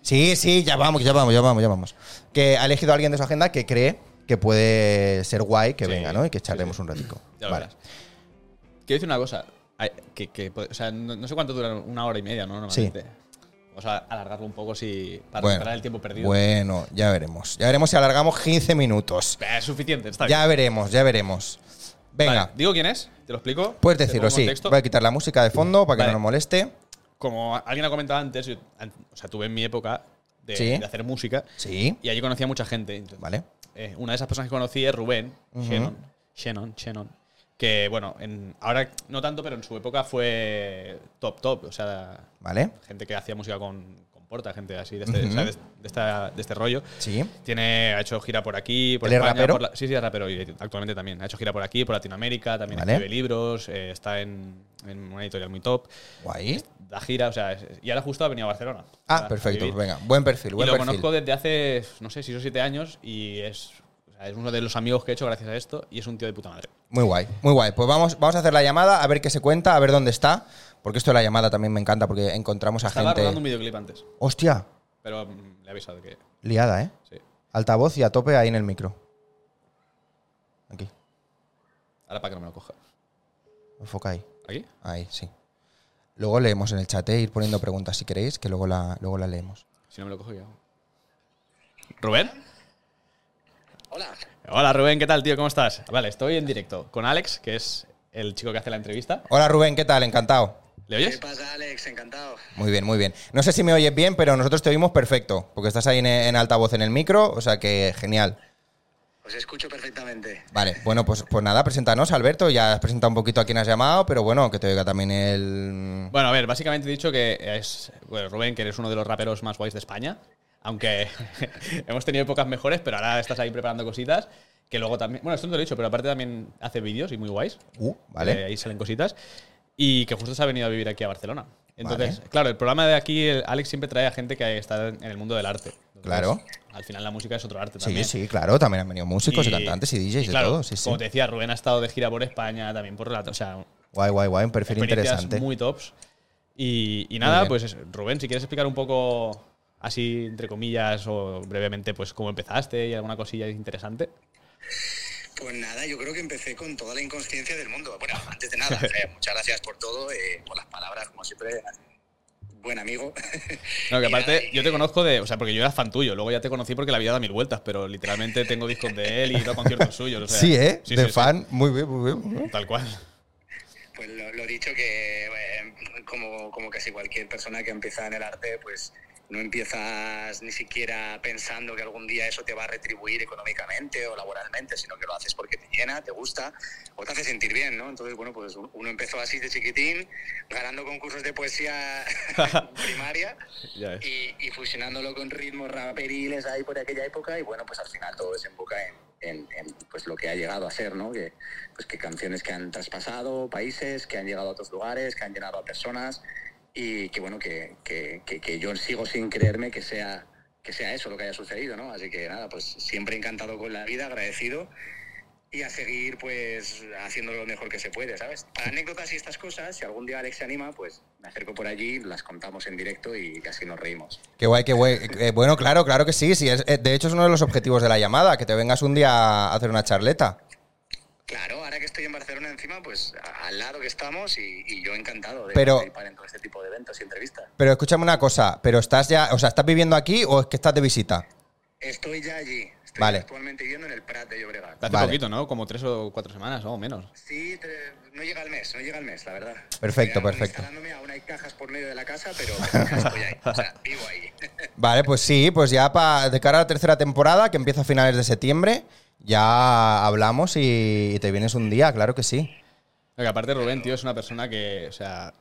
[SPEAKER 1] Sí, sí, ya vamos, ya vamos, ya vamos, ya vamos. Que ha elegido a alguien de su agenda que cree que puede ser guay que
[SPEAKER 2] Sí,
[SPEAKER 1] venga, ¿no? Y que
[SPEAKER 2] sí,
[SPEAKER 1] charlemos
[SPEAKER 2] sí.
[SPEAKER 1] un ratico.
[SPEAKER 2] Ya lo
[SPEAKER 1] vale.
[SPEAKER 2] verás. Quiero decir una cosa. Ay, Que, que po- o sea, no, no sé cuánto dura una hora y media, ¿no? Normalmente. Vamos a alargarlo un poco si, para recuperar el tiempo perdido.
[SPEAKER 1] bueno, ya veremos. Ya veremos si alargamos 15 minutos.
[SPEAKER 2] Eh, Es suficiente, está bien.
[SPEAKER 1] Ya veremos, ya veremos. Venga,
[SPEAKER 2] Vale, Digo quién es, te lo explico.
[SPEAKER 1] puedes
[SPEAKER 2] Te
[SPEAKER 1] decirlo,
[SPEAKER 2] pongo
[SPEAKER 1] sí.
[SPEAKER 2] contexto.
[SPEAKER 1] Voy a quitar la música de fondo para que
[SPEAKER 2] Vale.
[SPEAKER 1] no nos moleste.
[SPEAKER 2] Como alguien ha comentado antes, yo, an- o sea, tuve en mi época de,
[SPEAKER 1] Sí.
[SPEAKER 2] de hacer música
[SPEAKER 1] Sí,
[SPEAKER 2] y allí conocía mucha gente. Entonces,
[SPEAKER 1] vale.
[SPEAKER 2] eh, una de esas personas que conocí es Rubén, Shannon, Shannon, Shannon, que bueno, en, ahora no tanto, pero en su época fue top, top, o sea,
[SPEAKER 1] Vale.
[SPEAKER 2] gente que hacía música con, con Porta, gente así de este,
[SPEAKER 1] Ujú.
[SPEAKER 2] o sea, de, de esta- de este rollo.
[SPEAKER 1] Sí.
[SPEAKER 2] Tiene, ha hecho gira por aquí, por
[SPEAKER 1] ¿Él es
[SPEAKER 2] España,
[SPEAKER 1] rapero?
[SPEAKER 2] por la- sí, sí, es rapero y actualmente también. Ha hecho gira por aquí, por Latinoamérica, también
[SPEAKER 1] Vale.
[SPEAKER 2] escribe libros, eh, está en, en una editorial muy top,
[SPEAKER 1] Guay.
[SPEAKER 2] da gira, o sea, es- y ahora justo ha venido a Barcelona. a-
[SPEAKER 1] Ah,
[SPEAKER 2] a
[SPEAKER 1] perfecto.
[SPEAKER 2] vivir.
[SPEAKER 1] Venga, buen perfil,
[SPEAKER 2] Y
[SPEAKER 1] buen
[SPEAKER 2] lo
[SPEAKER 1] perfil.
[SPEAKER 2] conozco desde hace, no sé, 6 o 7 años y es, o sea, es uno de los amigos que he hecho gracias a esto y es un tío de puta madre.
[SPEAKER 1] Muy guay, muy guay. Pues vamos, vamos a hacer la llamada, a ver qué se cuenta, a ver dónde está. Porque esto de la llamada también me encanta, porque encontramos a
[SPEAKER 2] Estaba rodando un
[SPEAKER 1] gente.
[SPEAKER 2] videoclip antes,
[SPEAKER 1] Hostia,
[SPEAKER 2] pero mm, le he avisado que
[SPEAKER 1] liada, ¿eh?
[SPEAKER 2] sí.
[SPEAKER 1] Altavoz y a tope ahí en el micro. Aquí,
[SPEAKER 2] Ahora para que no me lo coja.
[SPEAKER 1] enfoca ahí.
[SPEAKER 2] ¿Aquí?
[SPEAKER 1] Ahí, sí. Luego leemos en el chat, ¿eh? ir poniendo preguntas si queréis, que luego la, luego la leemos.
[SPEAKER 2] Si no me lo cojo, ¿qué hago? ¿Rubén?
[SPEAKER 3] Hola,
[SPEAKER 2] Hola Rubén, ¿qué tal, tío? ¿Cómo estás? Vale, estoy en directo con Alex, que es el chico que hace la entrevista.
[SPEAKER 1] Hola Rubén, ¿qué tal? Encantado.
[SPEAKER 2] ¿Le
[SPEAKER 3] ¿qué
[SPEAKER 2] oyes?
[SPEAKER 3] pasa Alex? Encantado.
[SPEAKER 1] Muy bien, muy bien. No sé si me oyes bien, pero nosotros te oímos perfecto, porque estás ahí en, en altavoz en el micro, o sea que genial.
[SPEAKER 3] Os escucho perfectamente.
[SPEAKER 1] Vale, bueno, pues, pues nada, preséntanos, Alberto. Ya has presentado un poquito a quién has llamado, pero bueno, que te oiga también el.
[SPEAKER 2] Bueno, a ver, básicamente he dicho que es. Bueno, Rubén, que eres uno de los raperos más guays de España. Aunque hemos tenido épocas mejores, pero ahora estás ahí preparando cositas. Que luego también. Bueno, esto no te lo he dicho, pero aparte también hace vídeos y muy guays.
[SPEAKER 1] Uh,
[SPEAKER 2] Eh,
[SPEAKER 1] vale.
[SPEAKER 2] ahí salen cositas. Y que justo se ha venido a vivir aquí a Barcelona. Entonces, claro, el programa de aquí, el Alex siempre trae a gente que está en el mundo del arte. Entonces,
[SPEAKER 1] Claro.
[SPEAKER 2] Al final la música es otro arte
[SPEAKER 1] Sí,
[SPEAKER 2] también.
[SPEAKER 1] sí, claro. También han venido músicos y, cantantes y DJs y,
[SPEAKER 2] claro,
[SPEAKER 1] todo. Sí, sí.
[SPEAKER 2] Como te decía, Rubén ha estado de gira por España, también por la. O sea,
[SPEAKER 1] Guay, guay, guay. Un perfil
[SPEAKER 2] experiencias
[SPEAKER 1] interesante.
[SPEAKER 2] muy tops. Y, y
[SPEAKER 1] Muy
[SPEAKER 2] nada,
[SPEAKER 1] bien.
[SPEAKER 2] pues eso, Rubén, si quieres explicar un poco, así entre comillas o brevemente, pues cómo empezaste y alguna cosilla interesante.
[SPEAKER 3] Pues nada, yo creo que empecé con toda la inconsciencia del mundo. Bueno, antes de nada, eh, muchas gracias por todo, eh, por las palabras, como siempre. Buen amigo.
[SPEAKER 2] No, que
[SPEAKER 3] Y nada,
[SPEAKER 2] aparte, yo te
[SPEAKER 3] eh,
[SPEAKER 2] conozco de. O sea, porque yo era fan tuyo, luego ya te conocí porque la vida da mil vueltas, pero literalmente tengo discos de él y he ido a conciertos suyos. o sea,
[SPEAKER 1] sí, ¿eh? de
[SPEAKER 2] sí,
[SPEAKER 1] fan. Muy bien, muy bien. muy bien.
[SPEAKER 2] Tal cual.
[SPEAKER 3] Pues lo, lo dicho que, eh, como, como casi cualquier persona que empieza en el arte, pues no empiezas ni siquiera pensando que algún día eso te va a retribuir económicamente o laboralmente, sino que lo haces porque te llena, te gusta o te hace sentir bien, ¿no? Entonces, bueno, pues uno empezó así de chiquitín, ganando concursos de poesía primaria
[SPEAKER 2] Ya ves.
[SPEAKER 3] y, y fusionándolo con ritmos raperiles ahí por aquella época y bueno pues al final todo desemboca en, en- en, pues lo que ha llegado a ser no que pues que canciones que han traspasado países que han llegado a otros lugares que han llenado a personas y que bueno que, que- que- que yo sigo sin creerme que sea que sea eso lo que haya sucedido no así que nada pues siempre encantado con la vida agradecido y a seguir pues haciendo lo mejor que se puede, ¿sabes? Para anécdotas y estas cosas, si algún día Alex se anima, pues me acerco por allí, las contamos en directo y casi nos reímos.
[SPEAKER 1] Qué guay, qué guay. Eh, bueno, claro, claro que sí. sí es, eh, de hecho, es uno de los objetivos de la llamada, que te vengas un día a hacer una charleta.
[SPEAKER 3] Claro, ahora que estoy en Barcelona encima, pues a- al lado que estamos y, y yo encantado de
[SPEAKER 1] Pero-
[SPEAKER 3] participar en todo este tipo de eventos y entrevistas.
[SPEAKER 1] Pero escúchame una cosa, pero estás ya, o sea, ¿estás viviendo aquí o es que estás de visita?
[SPEAKER 3] Estoy ya allí, estoy
[SPEAKER 1] Vale.
[SPEAKER 3] actualmente viviendo en el Prat de Llobregat.
[SPEAKER 2] Hace
[SPEAKER 1] Vale.
[SPEAKER 2] poquito, ¿no? Como tres o cuatro semanas, ¿no? O menos.
[SPEAKER 3] Sí, te- no llega el mes, no llega el mes, la verdad.
[SPEAKER 1] Perfecto,
[SPEAKER 3] Estoy
[SPEAKER 1] perfecto.
[SPEAKER 3] instalándome, aún hay cajas por medio de la casa, pero pero ya estoy ahí, o sea, vivo ahí.
[SPEAKER 1] Vale, pues sí, pues ya pa- de cara a la tercera temporada, que empieza a finales de septiembre, ya hablamos y, y te vienes un día, claro que sí.
[SPEAKER 2] Porque aparte Rubén, tío, es una persona que, o sea,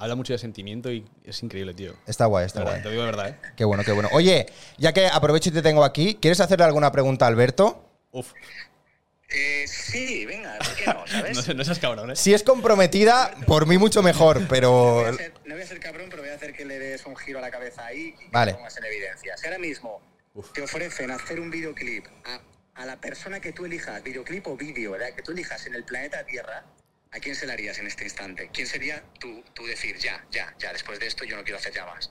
[SPEAKER 2] habla mucho de sentimiento y es increíble, tío.
[SPEAKER 1] Está guay,
[SPEAKER 2] De
[SPEAKER 1] está
[SPEAKER 2] verdad,
[SPEAKER 1] guay.
[SPEAKER 2] te digo de verdad, ¿eh?
[SPEAKER 1] Qué bueno, qué bueno. Oye, ya que aprovecho y te tengo aquí, ¿quieres hacerle alguna pregunta a Alberto?
[SPEAKER 2] Uf,
[SPEAKER 3] Eh, sí, venga, ¿por qué no, sabes?
[SPEAKER 2] no, sé- no seas cabrón, ¿eh?
[SPEAKER 1] Si es comprometida, por mí mucho mejor,
[SPEAKER 3] No
[SPEAKER 1] pero...
[SPEAKER 3] voy, a ser, no voy a ser cabrón, pero voy a hacer que le des un giro a la cabeza ahí y que
[SPEAKER 1] Vale.
[SPEAKER 3] lo pongas en evidencia. Si ahora mismo te ofrecen hacer un videoclip a, a la persona que tú elijas, videoclip o vídeo, ¿verdad? Que tú elijas en el planeta Tierra, ¿a quién se la harías en este instante? ¿Quién sería tú, tú decir ya, ya, ya, después de esto yo no quiero hacer ya más?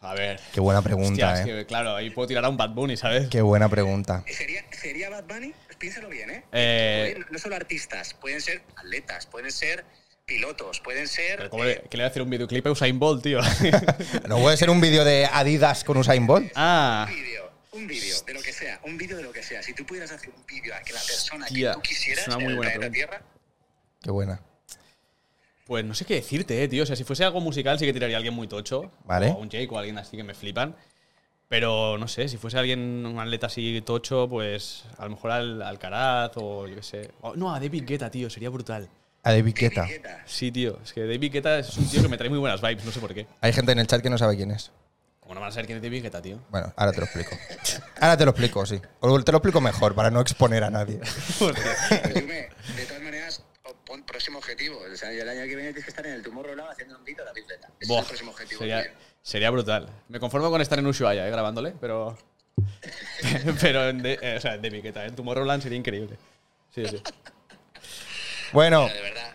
[SPEAKER 2] A ver.
[SPEAKER 1] Qué buena
[SPEAKER 2] Hostia,
[SPEAKER 1] pregunta,
[SPEAKER 2] es
[SPEAKER 1] ¿eh?
[SPEAKER 2] que, claro, ahí puedo tirar a un Bad Bunny, ¿sabes?
[SPEAKER 1] Qué buena pregunta.
[SPEAKER 3] ¿Sería, ¿Sería Bad Bunny? Pues piénsalo bien, ¿eh?
[SPEAKER 2] Eh,
[SPEAKER 3] Pueden- no solo artistas, pueden ser atletas, pueden ser pilotos, pueden ser...
[SPEAKER 2] pero ¿cómo le, ¿Qué le voy a hacer un videoclip a Usain Bolt, tío?
[SPEAKER 1] ¿No puede ser un vídeo de Adidas con Usain Bolt?
[SPEAKER 2] ah,
[SPEAKER 3] Un vídeo, un vídeo, de lo que sea, un vídeo de lo que sea. Si tú pudieras hacer un vídeo a que la persona
[SPEAKER 2] Hostia,
[SPEAKER 3] que tú
[SPEAKER 2] es
[SPEAKER 3] quisieras
[SPEAKER 2] una muy
[SPEAKER 3] en el
[SPEAKER 2] buena
[SPEAKER 3] planeta Tierra,
[SPEAKER 1] Qué buena.
[SPEAKER 2] pues no sé qué decirte, eh, tío. O sea, si fuese algo musical sí que tiraría a alguien muy tocho.
[SPEAKER 1] Vale.
[SPEAKER 2] O a un Jake o a alguien así que me flipan. Pero no sé, si fuese alguien, un atleta así tocho, pues a lo mejor al Alcaraz o yo qué sé. O- Oh, no, a David Guetta, tío, sería brutal.
[SPEAKER 1] A de Viqueta.
[SPEAKER 3] etiqueta.
[SPEAKER 2] Sí, tío. Es que David Guetta es un tío que me trae muy buenas vibes, no sé por qué.
[SPEAKER 1] Hay gente en el chat que no sabe quién es.
[SPEAKER 2] Como no van a saber quién es David Guetta, tío.
[SPEAKER 1] Bueno, ahora te lo explico. Ahora te lo explico, sí. O te lo explico mejor para no exponer a nadie.
[SPEAKER 3] Pues, Yume, de todas maneras, o- pon próximo objetivo. O sea, el año que viene tienes que estar en el Tomorrowland haciendo un vídeo a la bicicleta. Ese
[SPEAKER 2] Buah,
[SPEAKER 3] es el próximo objetivo.
[SPEAKER 2] sería,
[SPEAKER 3] tío.
[SPEAKER 2] sería brutal. Me conformo con estar en Ushuaia, eh, grabándole, pero. pero en de, eh, o sea, en David Guetta, en Tomorrowland sería increíble. Sí, sí.
[SPEAKER 1] Bueno,
[SPEAKER 3] De verdad.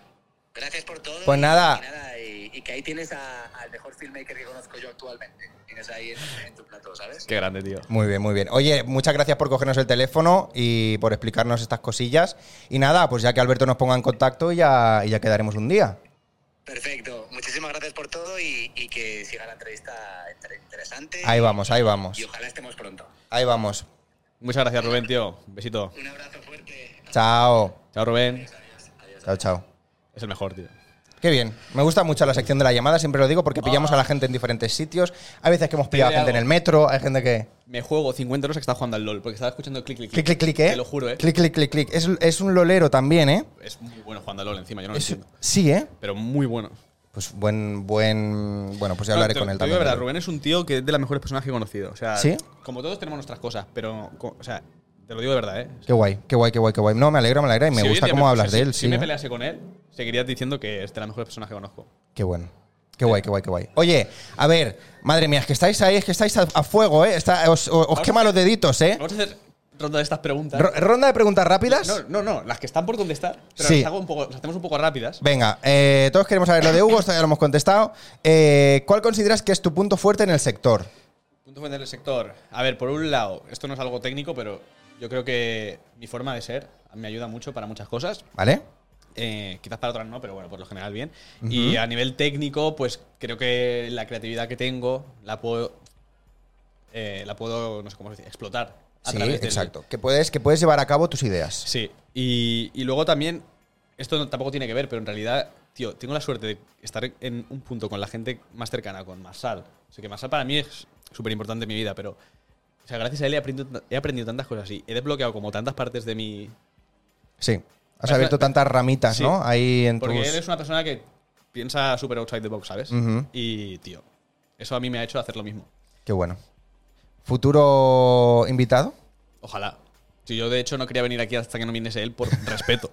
[SPEAKER 3] Gracias por todo.
[SPEAKER 1] Pues
[SPEAKER 3] y-
[SPEAKER 1] nada.
[SPEAKER 3] Y, nada, y- y que ahí tienes a- al mejor filmmaker que conozco yo actualmente. Tienes ahí en, en tu plato, ¿sabes?
[SPEAKER 2] Qué grande, tío.
[SPEAKER 1] muy bien, muy bien. Oye, muchas gracias por cogernos el teléfono y por explicarnos estas cosillas. Y nada, pues ya que Alberto nos ponga en contacto, ya, y ya quedaremos un día.
[SPEAKER 3] Perfecto. Muchísimas gracias por todo y, y que siga la entrevista inter- interesante.
[SPEAKER 1] Ahí vamos, ahí
[SPEAKER 3] Y
[SPEAKER 1] vamos.
[SPEAKER 3] ojalá estemos pronto.
[SPEAKER 1] Ahí vamos.
[SPEAKER 2] Muchas gracias, Rubén, tío. Un besito.
[SPEAKER 3] Un abrazo fuerte.
[SPEAKER 1] Chao.
[SPEAKER 2] Chao, Rubén.
[SPEAKER 1] Chao, chao.
[SPEAKER 2] Es el mejor, tío.
[SPEAKER 1] Qué bien. Me gusta mucho la sección de la llamada, siempre lo digo, porque pillamos a la gente en diferentes sitios. Hay veces que hemos pillado a gente en el metro, hay gente que...
[SPEAKER 2] Me juego 50 euros a que está jugando al LOL, porque estaba escuchando clic, clic,
[SPEAKER 1] Clic, clic, clic, ¿eh?
[SPEAKER 2] Te lo juro, eh.
[SPEAKER 1] Clic, clic, clic, clic. Es, es un lolero también, ¿eh?
[SPEAKER 2] Es muy bueno jugando al LOL encima, yo no lo
[SPEAKER 1] Es-
[SPEAKER 2] entiendo.
[SPEAKER 1] sí, ¿eh?
[SPEAKER 2] Pero muy bueno.
[SPEAKER 1] Pues buen, buen. Bueno, pues ya hablaré
[SPEAKER 2] No, Ah, te-
[SPEAKER 1] con él
[SPEAKER 2] te digo
[SPEAKER 1] también.
[SPEAKER 2] la verdad, Rubén es un tío que es de las mejores personas que he conocido. O sea,
[SPEAKER 1] ¿Sí?
[SPEAKER 2] como todos tenemos nuestras cosas, pero, co- o sea, te lo digo de verdad, ¿eh?
[SPEAKER 1] Qué guay, qué guay, qué guay, qué guay. No, me alegra, me alegra y me
[SPEAKER 2] Si hoy en
[SPEAKER 1] gusta
[SPEAKER 2] día
[SPEAKER 1] cómo
[SPEAKER 2] me- o sea,
[SPEAKER 1] hablas
[SPEAKER 2] si-
[SPEAKER 1] de él.
[SPEAKER 2] Si
[SPEAKER 1] sí,
[SPEAKER 2] me
[SPEAKER 1] ¿eh?
[SPEAKER 2] pelease con él, seguirías diciendo que es de las mejores personas que conozco.
[SPEAKER 1] Qué bueno. Qué guay, qué guay, qué guay. Oye, a ver, madre mía, es que estáis ahí, es que estáis a, a fuego, ¿eh? Está- os os- os
[SPEAKER 2] Ahora-
[SPEAKER 1] quema los deditos, ¿eh?
[SPEAKER 2] Vamos a hacer ronda de estas preguntas.
[SPEAKER 1] Ro- ¿Ronda de preguntas rápidas?
[SPEAKER 2] no, no, no, las que están por contestar, pero
[SPEAKER 1] Sí.
[SPEAKER 2] las, hago un poco, las hacemos un poco rápidas.
[SPEAKER 1] Venga, eh, todos queremos saber lo de Hugo, esto ya lo hemos contestado. Eh, ¿Cuál consideras que es tu punto fuerte en el sector?
[SPEAKER 2] Punto fuerte del sector. A ver, por un lado, esto no es algo técnico, pero yo creo que mi forma de ser me ayuda mucho para muchas cosas.
[SPEAKER 1] ¿Vale?
[SPEAKER 2] Eh, quizás para otras no, pero bueno, por lo general bien. Y a nivel técnico, pues creo que la creatividad que tengo la puedo, eh, la puedo no sé cómo decir, explotar. A
[SPEAKER 1] Sí,
[SPEAKER 2] través del-
[SPEAKER 1] exacto. Que, puedes, que puedes llevar a cabo tus ideas.
[SPEAKER 2] Sí, y, y luego también, esto no- tampoco tiene que ver, pero en realidad, tío, tengo la suerte de estar en un punto con la gente más cercana, con Marsal. O sea, que Marsal para mí es súper importante en mi vida, pero o sea, gracias a él he aprendido, he aprendido tantas cosas y he desbloqueado como tantas partes de mi...
[SPEAKER 1] Sí. Has
[SPEAKER 2] Es
[SPEAKER 1] abierto
[SPEAKER 2] la-
[SPEAKER 1] tantas ramitas,
[SPEAKER 2] Sí.
[SPEAKER 1] ¿no? Ahí en
[SPEAKER 2] Porque
[SPEAKER 1] tus-
[SPEAKER 2] él es una persona que piensa súper outside the box, ¿sabes?
[SPEAKER 1] Ujú.
[SPEAKER 2] Y, tío, eso a mí me ha hecho hacer lo mismo.
[SPEAKER 1] Qué bueno. ¿Futuro invitado?
[SPEAKER 2] Ojalá. Si yo, de hecho, no quería venir aquí hasta que no viniese él por respeto.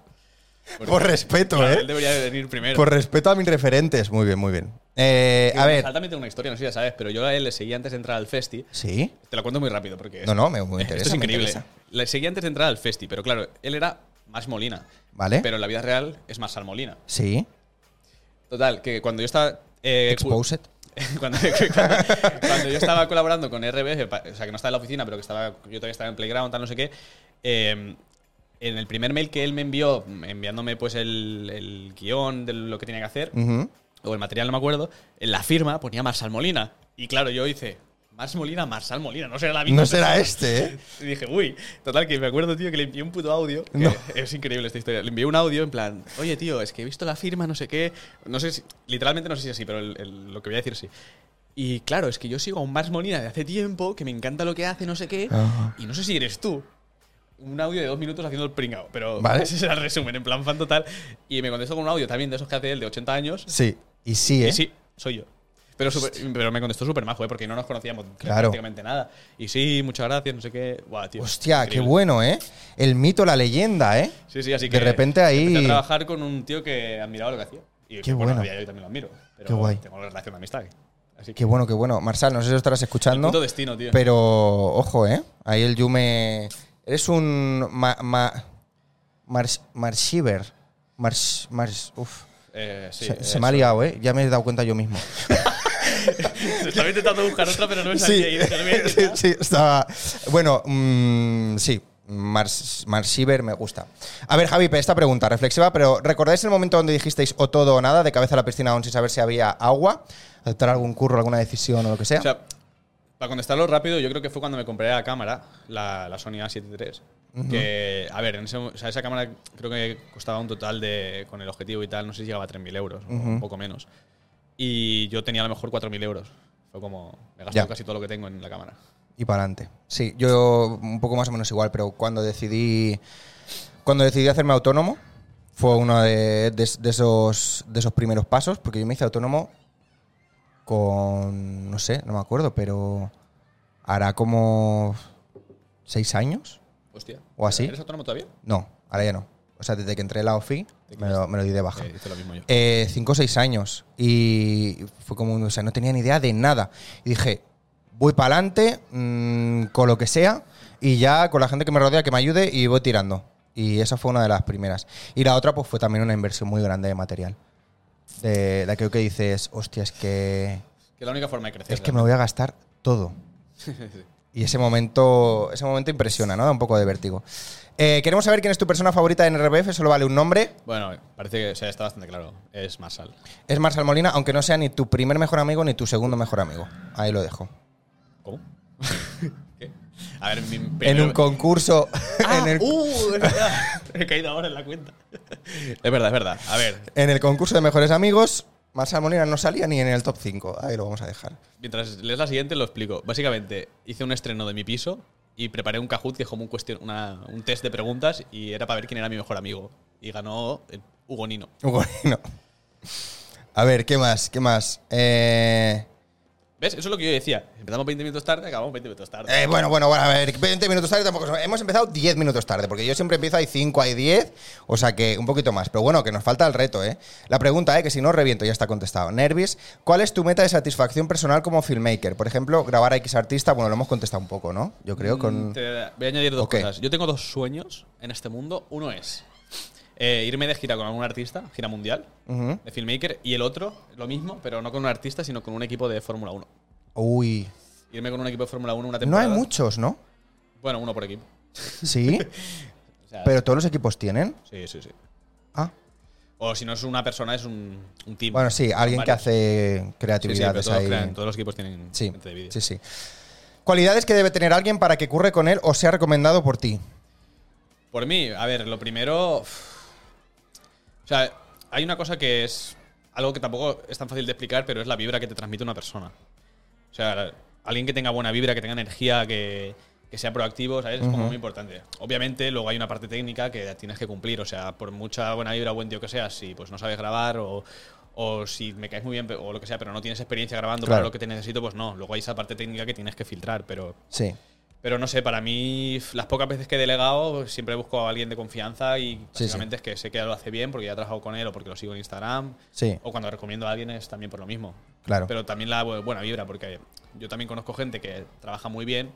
[SPEAKER 2] Porque,
[SPEAKER 1] Por respeto,
[SPEAKER 2] claro,
[SPEAKER 1] ¿eh?
[SPEAKER 2] Él debería venir primero.
[SPEAKER 1] Por respeto a mis referentes. Muy bien, muy bien. Eh,
[SPEAKER 2] Que
[SPEAKER 1] a
[SPEAKER 2] me
[SPEAKER 1] ver.
[SPEAKER 2] salta, me tengo una historia, no sé si ya sabes, pero yo a él le seguí antes de entrar al festi.
[SPEAKER 1] Sí.
[SPEAKER 2] Te la cuento muy rápido porque.
[SPEAKER 1] No, no, me, me
[SPEAKER 2] esto
[SPEAKER 1] interesa.
[SPEAKER 2] es
[SPEAKER 1] me
[SPEAKER 2] increíble.
[SPEAKER 1] interesa.
[SPEAKER 2] Le seguí antes de entrar al festi, pero claro, él era Ash Molina.
[SPEAKER 1] ¿Vale?
[SPEAKER 2] Pero en la vida real es más Ash Molina.
[SPEAKER 1] sí.
[SPEAKER 2] Total, que cuando yo estaba. eh,
[SPEAKER 1] Exposed.
[SPEAKER 2] cuando, cuando- cuando yo estaba colaborando con RBF, pa- o sea, que no estaba en la oficina, pero que estaba, yo todavía estaba en Playground, tal, no sé qué, eh, en el primer mail que él me envió, enviándome pues el, el guión de lo que tenía que hacer,
[SPEAKER 1] Ujú.
[SPEAKER 2] o el material, no me acuerdo, en la firma ponía Marsal Molina. Y claro, yo hice, Mars Molina, Marsal Molina, no será la misma.
[SPEAKER 1] No será
[SPEAKER 2] persona".
[SPEAKER 1] este, ¿eh?
[SPEAKER 2] Y dije, uy, total, que me acuerdo, tío, que le envié un puto audio. que
[SPEAKER 1] No.
[SPEAKER 2] Es increíble esta historia. Le envié un audio en plan, oye, tío, es que he visto la firma, no sé qué. No sé si, literalmente no sé si es así, pero el- el- lo que voy a decir sí. Y claro, es que yo sigo a un Mars Molina de hace tiempo, que me encanta lo que hace, no sé qué.
[SPEAKER 1] Ah.
[SPEAKER 2] Y no sé si eres tú. Un audio de dos minutos haciendo el pringao, pero
[SPEAKER 1] Vale.
[SPEAKER 2] ese será el resumen, en plan fan total. Y me contestó con un audio también de esos que hace él de 80 años.
[SPEAKER 1] Sí. Y sí, ¿eh?
[SPEAKER 2] Y sí, soy yo. Pero, súper- pero me contestó súper majo, ¿eh? porque no nos conocíamos
[SPEAKER 1] Claro.
[SPEAKER 2] prácticamente nada. Y sí, muchas gracias, no sé qué. Buah, tío,
[SPEAKER 1] Hostia, qué
[SPEAKER 2] increíble.
[SPEAKER 1] bueno, ¿eh? El mito, la leyenda, ¿eh?
[SPEAKER 2] Sí, sí, así
[SPEAKER 1] De
[SPEAKER 2] que.
[SPEAKER 1] repente ahí-
[SPEAKER 2] empecé a trabajar con un tío que admiraba lo que hacía. Y
[SPEAKER 1] Qué
[SPEAKER 2] bueno.
[SPEAKER 1] bueno.
[SPEAKER 2] a día de hoy también lo admiro. Pero
[SPEAKER 1] Qué guay.
[SPEAKER 2] Tengo una relación de amistad. ¿eh? Así
[SPEAKER 1] Qué
[SPEAKER 2] que.
[SPEAKER 1] bueno, qué bueno. Marsal, no sé si lo estarás escuchando.
[SPEAKER 2] Puto destino, tío.
[SPEAKER 1] Pero, ojo, ¿eh? Ahí el Yume. Eres un. Ma, ma, mars, marshiver. Mars, mars, uf.
[SPEAKER 2] Eh, sí,
[SPEAKER 1] se, se
[SPEAKER 2] eso.
[SPEAKER 1] me ha liado, ¿eh? Ya me he dado cuenta yo mismo.
[SPEAKER 2] Estaba intentando buscar otra, pero no me salía. Y dije, "Lo voy a
[SPEAKER 1] sí,
[SPEAKER 2] intentar".
[SPEAKER 1] sí, estaba. Bueno, mm, sí. Mars, Marsiver me gusta. A ver, Javi, esta pregunta reflexiva, pero ¿recordáis el momento donde dijisteis o todo o nada, de cabeza a la piscina aún sin saber si había agua? ¿Aceptar algún curro, alguna decisión o lo que sea?
[SPEAKER 2] O sea, para contestarlo rápido, yo creo que fue cuando me compré la cámara, la, la Sony A7 III. Que, a ver, en ese mo- o sea, esa cámara creo que costaba un total de, con el objetivo y tal, no sé si llegaba a 3.000 euros, o un poco menos. Y yo tenía a lo mejor 4.000 euros. Fue como, me gasté
[SPEAKER 1] Ya.
[SPEAKER 2] casi todo lo que tengo en la cámara.
[SPEAKER 1] Y para adelante. Sí, yo un poco más o menos igual, pero cuando decidí cuando decidí hacerme autónomo fue uno de, de- de esos, de esos primeros pasos, porque yo me hice autónomo con, no sé, no me acuerdo, pero hará como seis años.
[SPEAKER 2] Hostia.
[SPEAKER 1] ¿O así?
[SPEAKER 2] ¿Eres autónomo todavía?
[SPEAKER 1] No, ahora ya no. O sea, desde que entré en la OFI
[SPEAKER 2] ¿De qué
[SPEAKER 1] me lo, me lo di de baja.
[SPEAKER 2] Eh, hice lo mismo yo.
[SPEAKER 1] Eh, cinco o seis años. Y fue como, un- o sea, no tenía ni idea de nada. Y dije, voy para adelante con lo que sea y ya con la gente que me rodea que me ayude y voy tirando. Y esa fue una de las primeras. Y la otra, pues fue también una inversión muy grande de material. De, de aquello que dices, hostia, es que,
[SPEAKER 2] que es la única forma de crecer.
[SPEAKER 1] es que me voy a gastar todo. Y ese momento, ese momento impresiona, ¿no? Da un poco de vértigo. Eh, queremos saber quién es tu persona favorita en RBF, solo vale un nombre.
[SPEAKER 2] Bueno, parece que o sea, está bastante claro. Es más sal.
[SPEAKER 1] Es Marcel Molina, aunque no sea ni tu primer mejor amigo ni tu segundo mejor amigo. Ahí lo dejo.
[SPEAKER 2] ¿Cómo? ¿Qué? A ver, mi
[SPEAKER 1] en
[SPEAKER 2] primer-
[SPEAKER 1] un concurso.
[SPEAKER 2] Ah,
[SPEAKER 1] en, el,
[SPEAKER 2] ¡Uh! Es verdad. He caído ahora en la cuenta. Es verdad, es verdad. A ver,
[SPEAKER 1] en el concurso de mejores amigos, Marcel Molina no salía ni en el top 5. Ahí lo vamos a dejar.
[SPEAKER 2] mientras lees la siguiente lo explico. Básicamente, hice un estreno de mi piso y preparé un Kahoot que es como un, cuestion- una- un test de preguntas y era para ver quién era mi mejor amigo. Y ganó el Hugo Nino.
[SPEAKER 1] Bueno. A ver, ¿qué más? ¿Qué más? Eh,
[SPEAKER 2] ¿Ves? Eso es lo que yo decía. Empezamos 20 minutos tarde, acabamos 20 minutos tarde.
[SPEAKER 1] eh, bueno, bueno, bueno, a ver, 20 minutos tarde tampoco. son- Hemos empezado 10 minutos tarde, porque yo siempre empiezo hay 5, hay 10, o sea que un poquito más. Pero bueno, que nos falta el reto, ¿eh? La pregunta, ¿eh? Que si no reviento, ya está contestado. Nervis, ¿cuál es tu meta de satisfacción personal como filmmaker? Por ejemplo, grabar a X artista, bueno, lo hemos contestado un poco, ¿no? Yo creo, con.
[SPEAKER 2] Mm, te- voy a añadir dos
[SPEAKER 1] Ok.
[SPEAKER 2] cosas. Yo tengo dos sueños en este mundo. Uno es eh, irme de gira con algún artista, gira mundial,
[SPEAKER 1] Ujú.
[SPEAKER 2] de filmmaker. Y el otro, lo mismo, pero no con un artista, sino con un equipo de Fórmula 1.
[SPEAKER 1] Uy.
[SPEAKER 2] Irme con un equipo de Fórmula 1 una
[SPEAKER 1] No
[SPEAKER 2] temporada.
[SPEAKER 1] hay muchos, ¿no?
[SPEAKER 2] Bueno, uno por equipo.
[SPEAKER 1] Sí,
[SPEAKER 2] O sea,
[SPEAKER 1] pero todos los equipos tienen.
[SPEAKER 2] Sí, sí, sí.
[SPEAKER 1] Ah,
[SPEAKER 2] O si no es una persona, es un, un team.
[SPEAKER 1] bueno, sí,
[SPEAKER 2] Son
[SPEAKER 1] alguien que
[SPEAKER 2] varios.
[SPEAKER 1] hace
[SPEAKER 2] Sí, sí, pero
[SPEAKER 1] creatividades
[SPEAKER 2] todos,
[SPEAKER 1] ahí.
[SPEAKER 2] crean, todos los equipos tienen
[SPEAKER 1] Sí,
[SPEAKER 2] gente de vídeo.
[SPEAKER 1] sí, sí. Cualidades que debe tener alguien para que curre con él o sea recomendado por ti.
[SPEAKER 2] Por mí, a ver, lo primero. uf. O sea, hay una cosa que es algo que tampoco es tan fácil de explicar, pero es la vibra que te transmite una persona. O sea, alguien que tenga buena vibra, que tenga energía, que, que sea proactivo, ¿sabes? Es como muy importante. Obviamente, luego hay una parte técnica que tienes que cumplir. O sea, por mucha buena vibra, buen tío que seas, si pues no sabes grabar o, o si me caes muy bien pe- o lo que sea, pero no tienes experiencia grabando para
[SPEAKER 1] Claro.
[SPEAKER 2] lo que te necesito, pues no. Luego hay esa parte técnica que tienes que filtrar, pero
[SPEAKER 1] Sí.
[SPEAKER 2] pero no sé, para mí, f- las pocas veces que he delegado, siempre busco a alguien de confianza y
[SPEAKER 1] Sí,
[SPEAKER 2] básicamente es que sé que lo hace bien porque ya he trabajado con él o porque lo sigo en Instagram.
[SPEAKER 1] Sí.
[SPEAKER 2] O cuando recomiendo a alguien es también por lo mismo.
[SPEAKER 1] Claro.
[SPEAKER 2] Pero también la bu- buena vibra, porque yo también conozco gente que trabaja muy bien,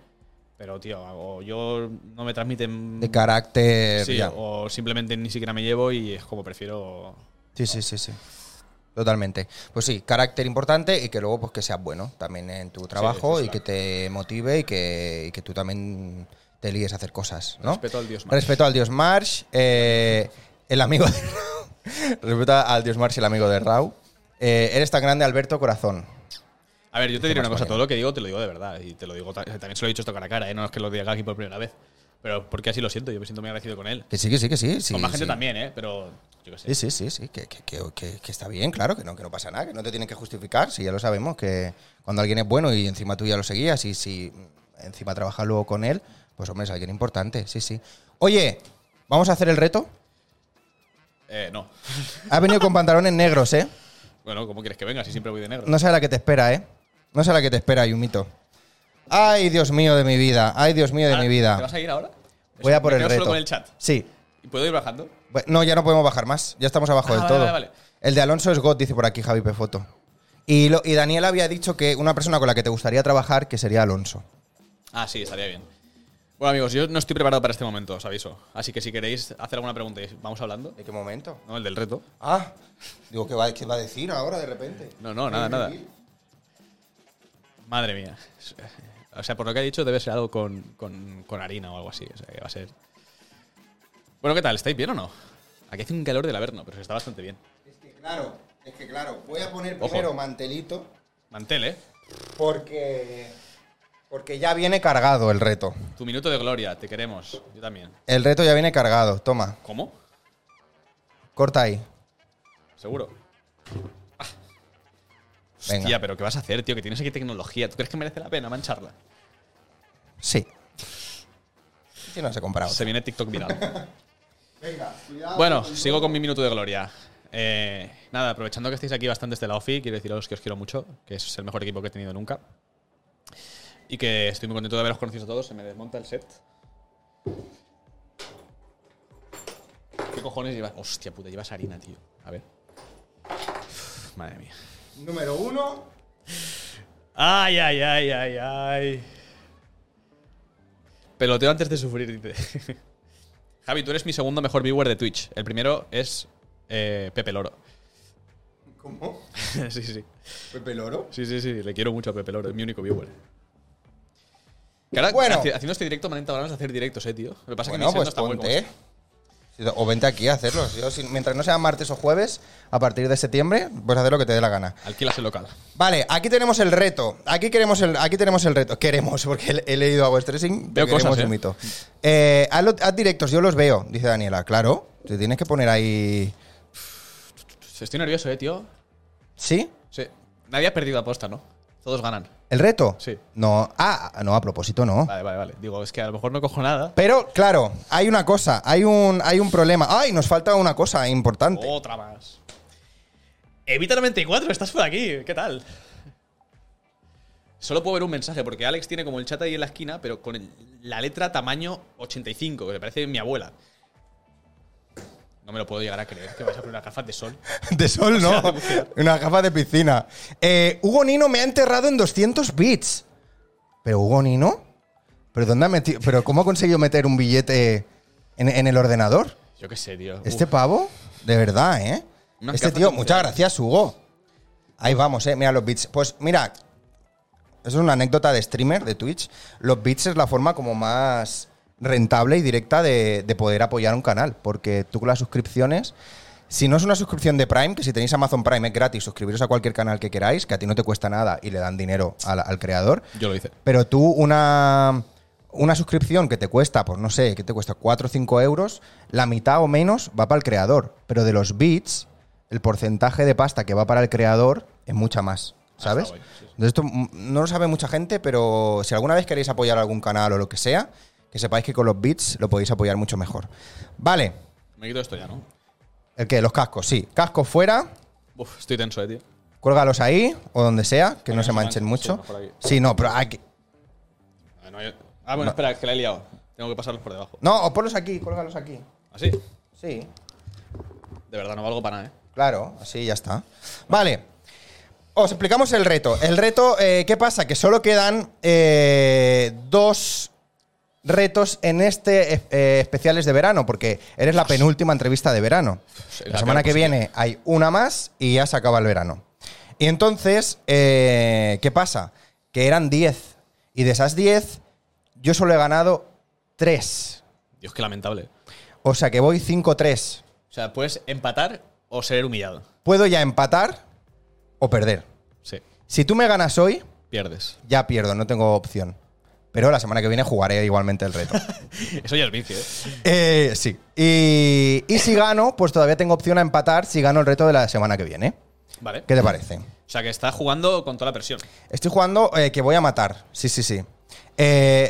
[SPEAKER 2] Pero, tío, o yo no me transmiten.
[SPEAKER 1] De carácter.
[SPEAKER 2] Sí,
[SPEAKER 1] ya.
[SPEAKER 2] o simplemente ni siquiera me llevo y es como prefiero.
[SPEAKER 1] Sí, sí, sí, sí. Totalmente. Pues sí, carácter importante y que luego pues que seas bueno también en tu trabajo
[SPEAKER 2] eso es
[SPEAKER 1] y que te motive y que, y que tú también te líes a hacer cosas, ¿no?
[SPEAKER 2] Respeto al dios Marsh.
[SPEAKER 1] Respeto al dios Marsh, eh, el amigo de Respeto al dios Marsh, el amigo de Rau. Eh, eres tan grande, Alberto Corazón.
[SPEAKER 2] A ver, yo te diré
[SPEAKER 1] más
[SPEAKER 2] una cosa,
[SPEAKER 1] mañana.
[SPEAKER 2] todo lo que digo te lo digo de verdad. Y te lo digo, ta- también se lo he dicho esto cara a cara, ¿eh? no es que lo diga aquí por primera vez. Pero porque así lo siento, yo me siento muy agradecido con él.
[SPEAKER 1] Que sí, que sí, que sí. sí
[SPEAKER 2] con más gente
[SPEAKER 1] sí.
[SPEAKER 2] también, ¿eh? Pero yo qué sé.
[SPEAKER 1] Sí, sí, sí, sí, que, que- que- que- que está bien, claro, que no, que no pasa nada, que no te tienen que justificar, si ya lo sabemos, que cuando alguien es bueno y encima tú ya lo seguías y si encima trabajas luego con él, pues hombre, es alguien importante, sí, sí. Oye, ¿vamos a hacer el reto?
[SPEAKER 2] Eh, no.
[SPEAKER 1] Has venido con pantalones negros, ¿eh?
[SPEAKER 2] Bueno, ¿cómo quieres que venga? Si siempre voy de negro.
[SPEAKER 1] No sé la que te espera, ¿eh? No sé la que te espera, Yumito. Ay, Dios mío de mi vida, ay, Dios mío de
[SPEAKER 2] Ahora,
[SPEAKER 1] mi
[SPEAKER 2] Ah, ¿Te
[SPEAKER 1] vida.
[SPEAKER 2] vas a ir ahora?
[SPEAKER 1] Voy a por
[SPEAKER 2] Me
[SPEAKER 1] el
[SPEAKER 2] quedo
[SPEAKER 1] reto.
[SPEAKER 2] solo con el chat.
[SPEAKER 1] Sí.
[SPEAKER 2] ¿Y puedo ir bajando?
[SPEAKER 1] Bu- No, ya no podemos bajar más. Ya estamos abajo
[SPEAKER 2] Ah,
[SPEAKER 1] del
[SPEAKER 2] vale,
[SPEAKER 1] todo.
[SPEAKER 2] vale, vale.
[SPEAKER 1] El de Alonso es God, dice por aquí Javi Pefoto. Y, lo- y Daniel había dicho que una persona con la que te gustaría trabajar que sería Alonso.
[SPEAKER 2] Ah, sí, estaría bien. Bueno, amigos, yo no estoy preparado para este momento, os aviso. Así que si queréis hacer alguna pregunta, y vamos hablando.
[SPEAKER 1] ¿De qué momento?
[SPEAKER 2] No, el del reto.
[SPEAKER 1] Ah, digo, ¿qué va, qué va a decir ahora de repente?
[SPEAKER 2] No, no, nada, nada. Madre mía. O sea, por lo que ha dicho, debe ser algo con, con- con harina o algo así. O sea, que va a ser. Bueno, ¿qué tal? ¿Estáis bien o no? Aquí hace un calor del averno, pero se está bastante bien.
[SPEAKER 1] Es que claro, es que claro. Voy a poner
[SPEAKER 2] Ojo. primero
[SPEAKER 1] mantelito
[SPEAKER 2] Mantel, ¿eh?
[SPEAKER 1] porque, porque ya viene cargado el reto.
[SPEAKER 2] Tu minuto de gloria, te queremos. Yo también.
[SPEAKER 1] El reto ya viene cargado. Toma,
[SPEAKER 2] ¿Cómo?
[SPEAKER 1] corta ahí.
[SPEAKER 2] Seguro.
[SPEAKER 1] Venga.
[SPEAKER 2] Hostia, pero ¿qué vas a hacer, tío? Que tienes aquí tecnología. ¿Tú crees que merece la pena mancharla?
[SPEAKER 1] Sí. Sí, no se compra otra.
[SPEAKER 2] Se viene TikTok viral.
[SPEAKER 1] Venga, cuidado.
[SPEAKER 2] bueno, sigo con mi minuto de gloria. Eh, nada, aprovechando que estáis aquí bastante de la OFI, quiero deciros que os quiero mucho, que es el mejor equipo que he tenido nunca. Y que estoy muy contento de haberos conocido a todos. Se me desmonta el set. ¿Qué cojones llevas? Hostia puta, llevas harina, tío. A ver. Uf, madre mía.
[SPEAKER 1] Número uno.
[SPEAKER 2] Ay, ay, ay, ay, ay. Peloteo antes de sufrir, dice. Javi, tú eres mi segundo mejor viewer de Twitch. El primero es eh, Pepe Loro.
[SPEAKER 1] ¿Cómo?
[SPEAKER 2] sí, sí.
[SPEAKER 1] ¿Pepe Loro?
[SPEAKER 2] Sí, sí, sí. Le quiero mucho a Pepe Loro. Es mi único viewer. Que ahora,
[SPEAKER 1] Bueno.
[SPEAKER 2] haci- haciendo este directo, me han entrado ganas de hacer directos, eh, tío. Lo que pasa es que
[SPEAKER 1] Bueno,
[SPEAKER 2] mi set no
[SPEAKER 1] pues
[SPEAKER 2] está muy este.
[SPEAKER 1] ponte. O vente aquí a hacerlo. Yo, si- mientras no sea martes o jueves, a partir de septiembre, puedes hacer lo que te dé la gana.
[SPEAKER 2] Alquilas el local.
[SPEAKER 1] Vale, aquí tenemos el reto. Aquí queremos el, aquí tenemos el reto. Queremos, porque he he leído a Stressing.
[SPEAKER 2] Veo
[SPEAKER 1] queremos
[SPEAKER 2] cosas, ¿eh?
[SPEAKER 1] un mito. Eh, haz, lo- haz directos, yo los veo, dice Daniela. Claro, te tienes que poner ahí.
[SPEAKER 2] Estoy nervioso, eh, tío.
[SPEAKER 1] ¿Sí?
[SPEAKER 2] Sí. Nadie ha perdido aposta, ¿no? Todos ganan.
[SPEAKER 1] ¿El reto?
[SPEAKER 2] Sí.
[SPEAKER 1] No, ah, no, a propósito no.
[SPEAKER 2] Vale, vale, vale. Digo, es que a lo mejor no cojo nada.
[SPEAKER 1] Pero, claro, hay una cosa, hay un, hay un problema. ¡Ay! Nos falta una cosa importante.
[SPEAKER 2] Otra más. Evita 94, estás por aquí. ¿Qué tal? Solo puedo ver un mensaje, porque Alex tiene como el chat ahí en la esquina, pero con el- la letra tamaño 85, que me parece mi abuela. No me lo puedo llegar a creer, que vais a poner unas gafas de sol.
[SPEAKER 1] De sol, no. Una capa de piscina. Eh, Hugo Nino me ha enterrado en 200 bits. ¿Pero Hugo Nino? ¿Pero dónde ha metido? ¿Pero cómo ha conseguido meter un billete en, en el ordenador?
[SPEAKER 2] Yo qué sé, tío. Uf.
[SPEAKER 1] Este pavo, de verdad, ¿eh?
[SPEAKER 2] Unas
[SPEAKER 1] Este
[SPEAKER 2] gafas
[SPEAKER 1] tío,
[SPEAKER 2] de
[SPEAKER 1] muchas
[SPEAKER 2] buceo.
[SPEAKER 1] gracias, Hugo. Ahí vamos, eh. Mira los bits. Pues mira, eso es una anécdota de streamer de Twitch. Los bits es la forma como más rentable y directa de, de poder apoyar un canal. Porque tú con las suscripciones. Si no es una suscripción de Prime, que si tenéis Amazon Prime es gratis, suscribiros a cualquier canal que queráis, que a ti no te cuesta nada y le dan dinero al, al creador.
[SPEAKER 2] Yo lo hice.
[SPEAKER 1] Pero tú una, una suscripción que te cuesta, pues no sé, que te cuesta 4 o 5 euros, la mitad o menos va para el creador. Pero de los bits, el porcentaje de pasta que va para el creador es mucha más, ¿sabes?
[SPEAKER 2] Ah, está guay, sí, sí.
[SPEAKER 1] Entonces, esto mm, no lo sabe mucha gente, pero si alguna vez queréis apoyar algún canal o lo que sea, que sepáis que con los bits lo podéis apoyar mucho mejor. Vale,
[SPEAKER 2] Me quito esto ya, ¿no?
[SPEAKER 1] el que, los cascos, sí. Cascos fuera,
[SPEAKER 2] Uf, estoy tenso, eh, tío.
[SPEAKER 1] cuélgalos ahí o donde sea, que
[SPEAKER 2] Para
[SPEAKER 1] no se manchen
[SPEAKER 2] manchen, sí,
[SPEAKER 1] mucho.
[SPEAKER 2] mejor aquí.
[SPEAKER 1] Sí, no, pero hay que-
[SPEAKER 2] Ah, no, yo- ah, bueno, espera, que la he liado. Tengo que pasarlos por debajo.
[SPEAKER 1] No, o ponlos aquí, cuélgalos aquí.
[SPEAKER 2] Así.
[SPEAKER 1] Sí.
[SPEAKER 2] De verdad, no valgo para nada, eh.
[SPEAKER 1] Claro, así ya está. Vale. Os explicamos el reto. El reto, eh, ¿qué pasa? Que solo quedan eh, dos retos en este eh, eh, especiales de verano, porque eres la penúltima entrevista de verano.
[SPEAKER 2] Sí,
[SPEAKER 1] La,
[SPEAKER 2] la
[SPEAKER 1] semana
[SPEAKER 2] peor
[SPEAKER 1] que
[SPEAKER 2] posible.
[SPEAKER 1] viene hay una más y ya se acaba el verano. Y entonces, eh, ¿qué pasa? Que eran 10. Y de esas 10, yo solo he ganado 3.
[SPEAKER 2] Dios, qué lamentable.
[SPEAKER 1] O sea que voy 5-3.
[SPEAKER 2] O sea, puedes empatar o ser humillado.
[SPEAKER 1] Puedo ya empatar o perder.
[SPEAKER 2] Sí,
[SPEAKER 1] Si tú me ganas hoy,
[SPEAKER 2] pierdes.
[SPEAKER 1] ya pierdo, no tengo opción. Pero la semana que viene jugaré igualmente el reto.
[SPEAKER 2] Eso ya es vicio, ¿eh?
[SPEAKER 1] Eh, sí. Y, y si gano, pues todavía tengo opción a empatar si gano el reto de la semana que viene.
[SPEAKER 2] Vale.
[SPEAKER 1] ¿Qué te parece?
[SPEAKER 2] O sea, que estás jugando con toda la presión.
[SPEAKER 1] Estoy jugando eh, que voy a matar. Sí, sí, sí. Eh,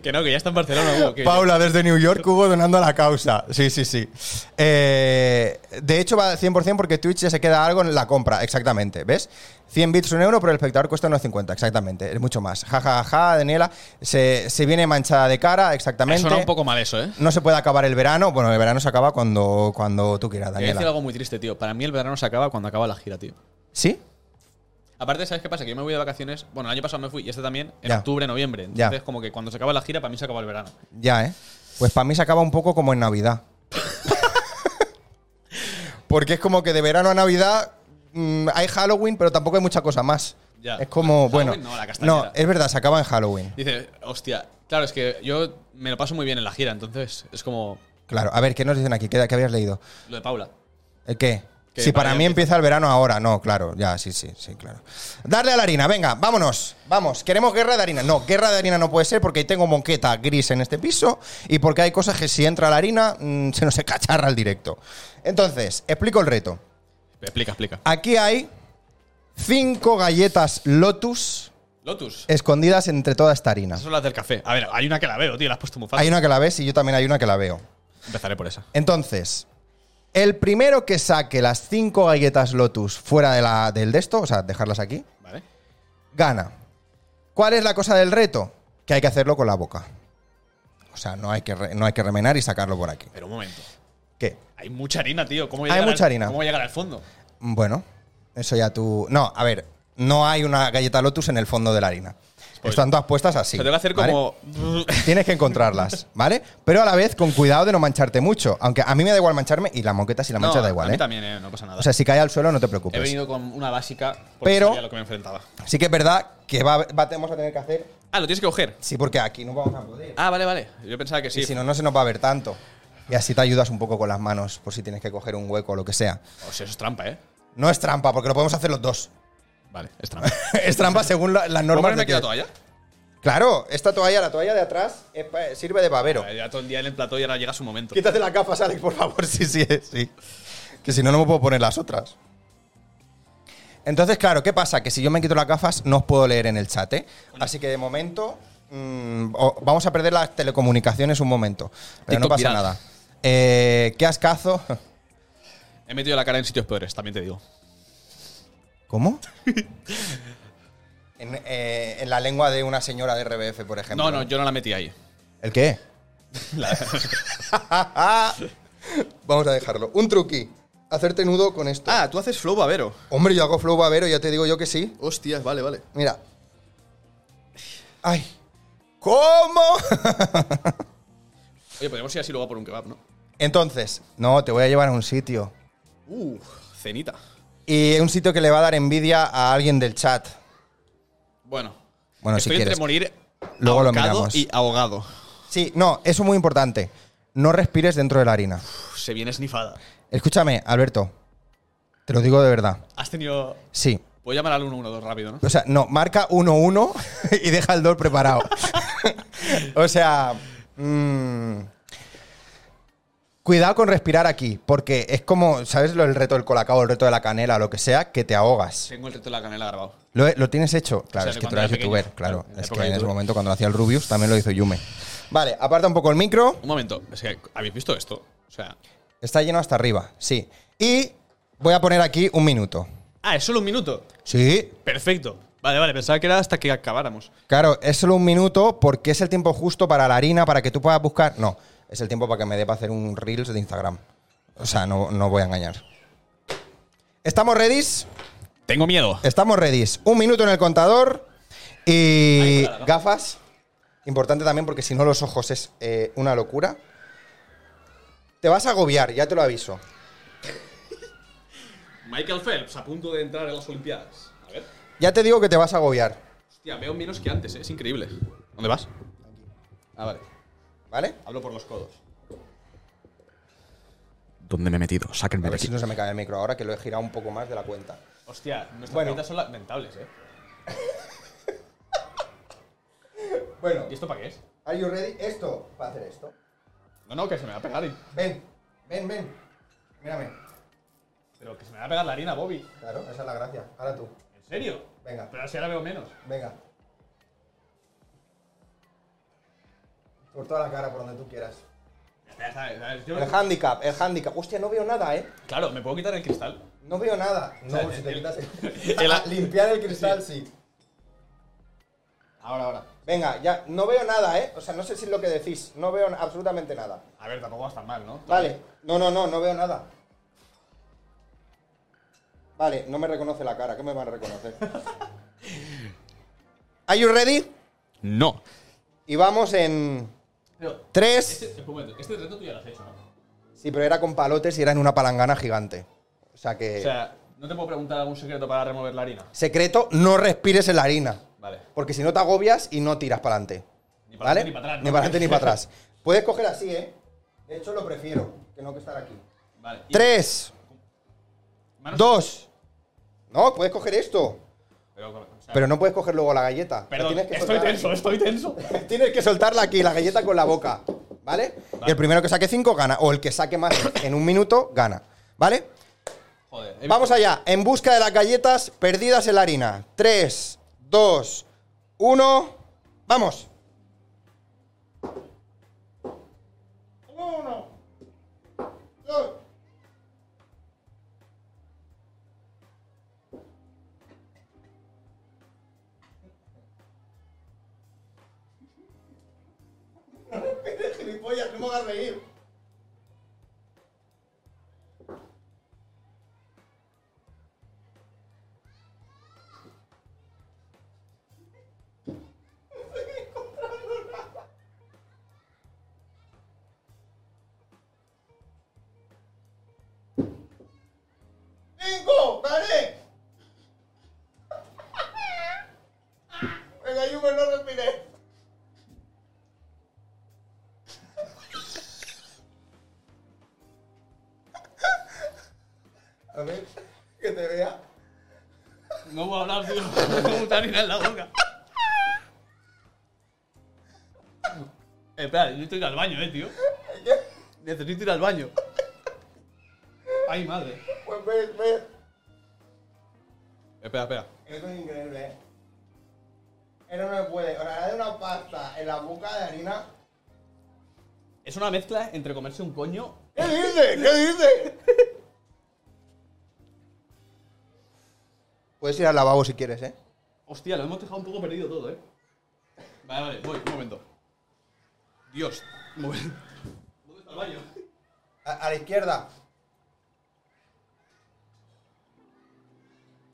[SPEAKER 2] Que no, que ya está en Barcelona. Hugo, que-
[SPEAKER 1] Paula desde New York, Hugo donando a la causa. Sí, sí, sí. Eh, de hecho, va al 100% porque Twitch ya se queda algo en la compra, exactamente. ¿Ves? 100 bits un euro, pero el espectador cuesta unos 50, exactamente. Es mucho más. Ja, ja, ja, Daniela. Se, se viene manchada de cara,
[SPEAKER 2] Me
[SPEAKER 1] exactamente.
[SPEAKER 2] suena un poco mal eso, ¿eh?
[SPEAKER 1] No se puede acabar el verano. Bueno, el verano se acaba cuando, cuando tú quieras,
[SPEAKER 2] Voy a decir
[SPEAKER 1] Daniela.
[SPEAKER 2] algo muy triste, tío. Para mí el verano se acaba cuando acaba la gira, tío.
[SPEAKER 1] ¿Sí?
[SPEAKER 2] Aparte, ¿sabes qué pasa? Que yo me voy de vacaciones. Bueno, el año pasado me fui y este también, en
[SPEAKER 1] Ya.
[SPEAKER 2] octubre, noviembre.
[SPEAKER 1] Ya.
[SPEAKER 2] Entonces, como que cuando se acaba la gira, para mí se acaba el verano.
[SPEAKER 1] Ya, ¿eh? Pues para mí se acaba un poco como en Navidad. Porque es como que de verano a Navidad mm, hay Halloween, pero tampoco hay mucha cosa más.
[SPEAKER 2] Ya.
[SPEAKER 1] Es como,
[SPEAKER 2] Halloween
[SPEAKER 1] bueno.
[SPEAKER 2] no, la castañera.
[SPEAKER 1] es verdad, se acaba en Halloween.
[SPEAKER 2] Dice, hostia, claro, es que yo me lo paso muy bien en la gira, entonces es como
[SPEAKER 1] Claro, a ver, ¿qué nos dicen aquí? ¿Qué, qué habías leído?
[SPEAKER 2] lo de Paula.
[SPEAKER 1] ¿El qué?
[SPEAKER 2] Que
[SPEAKER 1] si
[SPEAKER 2] para
[SPEAKER 1] para
[SPEAKER 2] mí
[SPEAKER 1] mí
[SPEAKER 2] empieza-
[SPEAKER 1] empieza el verano ahora, no, claro, ya, sí, sí, sí, claro. Darle a la harina, venga, vámonos, vamos, queremos guerra de harina. No, guerra de harina no puede ser porque tengo monqueta gris en este piso y porque hay cosas que si entra la harina mm, se nos cacharra el directo. Entonces, explico el reto.
[SPEAKER 2] Explica, explica.
[SPEAKER 1] Aquí hay cinco galletas Lotus
[SPEAKER 2] Lotus.
[SPEAKER 1] Eh. escondidas entre toda esta harina.
[SPEAKER 2] Esas son las del café. A ver, hay una que la veo, tío, la has puesto muy fácil.
[SPEAKER 1] Hay una que la ves y yo también hay una que la veo.
[SPEAKER 2] Empezaré por esa.
[SPEAKER 1] Entonces, el primero que saque las cinco galletas Lotus fuera de la, del de esto, o sea, dejarlas aquí,
[SPEAKER 2] ¿Vale?
[SPEAKER 1] gana. ¿Cuál es la cosa del reto? Que hay que hacerlo con la boca. O sea, no hay que, re- no hay que remenar y sacarlo por aquí.
[SPEAKER 2] Pero un momento.
[SPEAKER 1] ¿Qué?
[SPEAKER 2] Hay mucha harina, tío. ¿Cómo voy a
[SPEAKER 1] Hay
[SPEAKER 2] llegar
[SPEAKER 1] mucha
[SPEAKER 2] al-
[SPEAKER 1] harina.
[SPEAKER 2] ¿Cómo voy a llegar al fondo?
[SPEAKER 1] Bueno, eso ya tú. No, a ver, no hay una galleta Lotus en el fondo de la harina. Están todas puestas así.
[SPEAKER 2] Se tengo que hacer
[SPEAKER 1] ¿vale?
[SPEAKER 2] como.
[SPEAKER 1] Tienes que encontrarlas, ¿vale? Pero a la vez con cuidado de no mancharte mucho. Aunque a mí me da igual mancharme y la moqueta si la mancha
[SPEAKER 2] No,
[SPEAKER 1] da igual,
[SPEAKER 2] A mí
[SPEAKER 1] ¿eh?
[SPEAKER 2] también, eh, no pasa nada.
[SPEAKER 1] O sea, si cae al suelo no te
[SPEAKER 2] He
[SPEAKER 1] preocupes.
[SPEAKER 2] venido con una básica porque
[SPEAKER 1] Pero-
[SPEAKER 2] sabía lo que me enfrentaba.
[SPEAKER 1] Sí que es verdad que va, va- vamos a tener que hacer...
[SPEAKER 2] Ah, lo tienes que coger.
[SPEAKER 1] Sí, porque aquí no vamos a poder.
[SPEAKER 2] Ah, vale, vale. Yo pensaba que sí.
[SPEAKER 1] Y si no, no se nos va a ver tanto. Y así te ayudas un poco con las manos por si tienes que coger un hueco o lo que sea.
[SPEAKER 2] O sea, eso es trampa, ¿eh?
[SPEAKER 1] No es trampa, porque lo podemos hacer los dos.
[SPEAKER 2] Vale, es trampa.
[SPEAKER 1] es trampa según la- las
[SPEAKER 2] ¿Puedo
[SPEAKER 1] normas.
[SPEAKER 2] ponerme
[SPEAKER 1] de
[SPEAKER 2] aquí
[SPEAKER 1] que-
[SPEAKER 2] la toalla?
[SPEAKER 1] Claro, esta toalla, la toalla de atrás, es pa- sirve de babero.
[SPEAKER 2] Ya todo el día en el plató y ahora llega su momento.
[SPEAKER 1] Quítate las gafas, Alex, por favor. Sí, sí, sí. Que si no, no me puedo poner las otras. Entonces, claro, ¿qué pasa? Que si yo me quito las gafas, no os puedo leer en el chat, ¿eh? Así que de momento, mm, o- vamos a perder las telecomunicaciones un momento. Pero no
[SPEAKER 2] TikTok
[SPEAKER 1] pasa
[SPEAKER 2] viral.
[SPEAKER 1] nada. Eh, ¿Qué ascazo?
[SPEAKER 2] He metido la cara en sitios peores, también te digo.
[SPEAKER 1] ¿Cómo? en, eh, en la lengua de una señora de RBF, por ejemplo.
[SPEAKER 2] No, no, yo no la metí ahí.
[SPEAKER 1] ¿El qué? Vamos a dejarlo. Un truqui. Hacerte nudo con esto.
[SPEAKER 2] Ah, tú haces flow babero.
[SPEAKER 1] Hombre, yo hago flow babero, ya te digo yo que sí.
[SPEAKER 2] Hostias, vale, vale.
[SPEAKER 1] Mira. Ay. ¿Cómo?
[SPEAKER 2] Oye, podemos ir así luego por un kebab, ¿no?
[SPEAKER 1] Entonces, no, te voy a llevar a un sitio.
[SPEAKER 2] Uh, cenita.
[SPEAKER 1] Y un sitio que le va a dar envidia a alguien del chat.
[SPEAKER 2] Bueno.
[SPEAKER 1] Bueno, si
[SPEAKER 2] Estoy entre
[SPEAKER 1] quieres.
[SPEAKER 2] morir
[SPEAKER 1] Luego lo
[SPEAKER 2] ahorcado
[SPEAKER 1] miramos.
[SPEAKER 2] y ahogado.
[SPEAKER 1] Sí, no, eso es muy importante. No respires dentro de la harina.
[SPEAKER 2] Uf, pues se viene snifada.
[SPEAKER 1] Escúchame, Alberto. Te lo digo de verdad.
[SPEAKER 2] Has tenido.
[SPEAKER 1] Sí.
[SPEAKER 2] Voy a llamar al 112 rápido, ¿no?
[SPEAKER 1] O sea, no, marca 1-1 y deja el 2 preparado. o sea. mm, cuidado con respirar aquí, porque es como, ¿sabes? Lo, el reto del colacao, el reto de la canela, lo que sea, que te ahogas.
[SPEAKER 2] Tengo el reto de la canela grabado.
[SPEAKER 1] Lo, lo tienes hecho. Claro, es
[SPEAKER 2] de
[SPEAKER 1] que tú
[SPEAKER 2] cuando
[SPEAKER 1] eras
[SPEAKER 2] era
[SPEAKER 1] youtuber,
[SPEAKER 2] pequeño.
[SPEAKER 1] claro.
[SPEAKER 2] En la
[SPEAKER 1] Es
[SPEAKER 2] época
[SPEAKER 1] que
[SPEAKER 2] de
[SPEAKER 1] en ese
[SPEAKER 2] YouTube.
[SPEAKER 1] momento, cuando lo hacía el Rubius, también lo hizo Yume. Vale, aparta un poco el micro.
[SPEAKER 2] Un momento, es que, ¿habéis visto esto? O sea.
[SPEAKER 1] Está lleno hasta arriba, sí. Y voy a poner aquí un minuto.
[SPEAKER 2] Ah, es solo un minuto.
[SPEAKER 1] Sí,
[SPEAKER 2] Perfecto. Vale, vale, pensaba que era hasta que acabáramos.
[SPEAKER 1] Claro, es solo un minuto porque es el tiempo justo para la harina, para que tú puedas buscar. No, es el tiempo para que me dé para hacer un Reels de Instagram. O sea, no, no voy a engañar. ¿Estamos ready?
[SPEAKER 2] Tengo miedo.
[SPEAKER 1] Estamos ready. Un minuto en el contador. Y gafas, importante también porque si no los ojos es eh, una locura. Te vas a agobiar, ya te lo aviso.
[SPEAKER 2] Michael Phelps a punto de entrar en las Olimpiadas. A ver.
[SPEAKER 1] Ya te digo que te vas a agobiar,
[SPEAKER 2] Hostia, veo menos que antes, ¿eh? es increíble. ¿Dónde vas? Ah, vale.
[SPEAKER 1] ¿vale?
[SPEAKER 2] Hablo por los codos. ¿Dónde me he metido?
[SPEAKER 1] A
[SPEAKER 2] Sáquenme
[SPEAKER 1] ver si no se me cae el micro ahora, que lo he girado un poco más de la cuenta.
[SPEAKER 2] Hostia, nuestras
[SPEAKER 1] Bueno.
[SPEAKER 2] pintas son lamentables, ¿eh?
[SPEAKER 1] Bueno,
[SPEAKER 2] ¿Y esto para qué es?
[SPEAKER 1] ¿are you ready? Esto, para hacer esto.
[SPEAKER 2] No, no, que se me va a pegar. y-
[SPEAKER 1] Ven, ven, ven. Mírame.
[SPEAKER 2] Pero que se me va a pegar la harina, Bobby.
[SPEAKER 1] Claro, esa es la gracia. Ahora tú.
[SPEAKER 2] ¿En serio?
[SPEAKER 1] Venga.
[SPEAKER 2] Pero así ahora veo menos.
[SPEAKER 1] Venga. Por toda la cara, por donde tú quieras.
[SPEAKER 2] Ya está, ya está, ya está. Yo-
[SPEAKER 1] El handicap, el handicap. Hostia, no veo nada, ¿eh?
[SPEAKER 2] claro, me puedo quitar el cristal.
[SPEAKER 1] No veo nada.
[SPEAKER 2] sea,
[SPEAKER 1] No, si te
[SPEAKER 2] el-
[SPEAKER 1] quitas
[SPEAKER 2] el-
[SPEAKER 1] el... Limpiar el cristal, sí.
[SPEAKER 2] Ahora, ahora.
[SPEAKER 1] Venga, ya, no veo nada, ¿eh? O sea, no sé si es lo que decís. No veo absolutamente nada.
[SPEAKER 2] A ver, tampoco vas tan mal, ¿no?
[SPEAKER 1] Vale. No, no, no, no veo nada. Vale, no me reconoce la cara. ¿Qué me van a reconocer? ¿Are you ready?
[SPEAKER 2] No.
[SPEAKER 1] Y vamos en...
[SPEAKER 2] Pero,
[SPEAKER 1] Tres...
[SPEAKER 2] este, un momento, este reto tú ya lo has hecho, ¿no?
[SPEAKER 1] Sí, pero era con palotes y era en una palangana gigante. O sea que.
[SPEAKER 2] O sea, no te puedo preguntar algún secreto para remover la harina.
[SPEAKER 1] secreto, no respires en la harina.
[SPEAKER 2] Vale.
[SPEAKER 1] Porque si no te agobias y no tiras para adelante.
[SPEAKER 2] Ni para
[SPEAKER 1] ¿Vale?
[SPEAKER 2] adelante ni para atrás,
[SPEAKER 1] Ni
[SPEAKER 2] ¿no?
[SPEAKER 1] para adelante ni para atrás. Puedes coger así, ¿eh? De hecho, lo prefiero, que no que estar aquí.
[SPEAKER 2] Vale. y-
[SPEAKER 1] Tres,
[SPEAKER 2] manos-
[SPEAKER 1] dos. No, puedes coger esto.
[SPEAKER 2] Pero, o sea,
[SPEAKER 1] Pero no puedes coger luego la galleta. La
[SPEAKER 2] perdón,
[SPEAKER 1] tienes que
[SPEAKER 2] estoy
[SPEAKER 1] soltar
[SPEAKER 2] tenso, estoy tenso.
[SPEAKER 1] aquí. Tienes que soltarla aquí, la galleta con la boca. ¿Vale?
[SPEAKER 2] Vale.
[SPEAKER 1] Y el primero que saque cinco gana. O el que saque más en un minuto gana. ¿Vale?
[SPEAKER 2] Joder. he
[SPEAKER 1] Vamos
[SPEAKER 2] visto-
[SPEAKER 1] allá, en busca de las galletas perdidas en la harina. 3, 2, 1, vamos.
[SPEAKER 2] Uno.
[SPEAKER 1] Gilipollas, no me hagas reír. ¡Cinco! ¡Gané! Venga, Hugo, no respiré. A ver, que te vea.
[SPEAKER 2] No voy a hablar, tío. No tengo mucha harina en la boca. Eh, espera, yo necesito ir al baño, eh, tío. Necesito ir al baño. Ay, madre.
[SPEAKER 1] Pues ves, ves.
[SPEAKER 2] Espera, espera.
[SPEAKER 1] Eso es increíble, ¿eh? Eso no se puede. O sea, de una pasta en la boca de harina.
[SPEAKER 2] Es una mezcla entre comerse un coño.
[SPEAKER 1] ¿Qué dices? ¿Qué dices? Puedes ir al lavabo si quieres, ¿eh?
[SPEAKER 2] Hostia, lo hemos dejado un poco perdido todo, eh. Vale, vale, voy, un momento. Dios, un momento. ¿Dónde está el baño?
[SPEAKER 1] A, a la izquierda.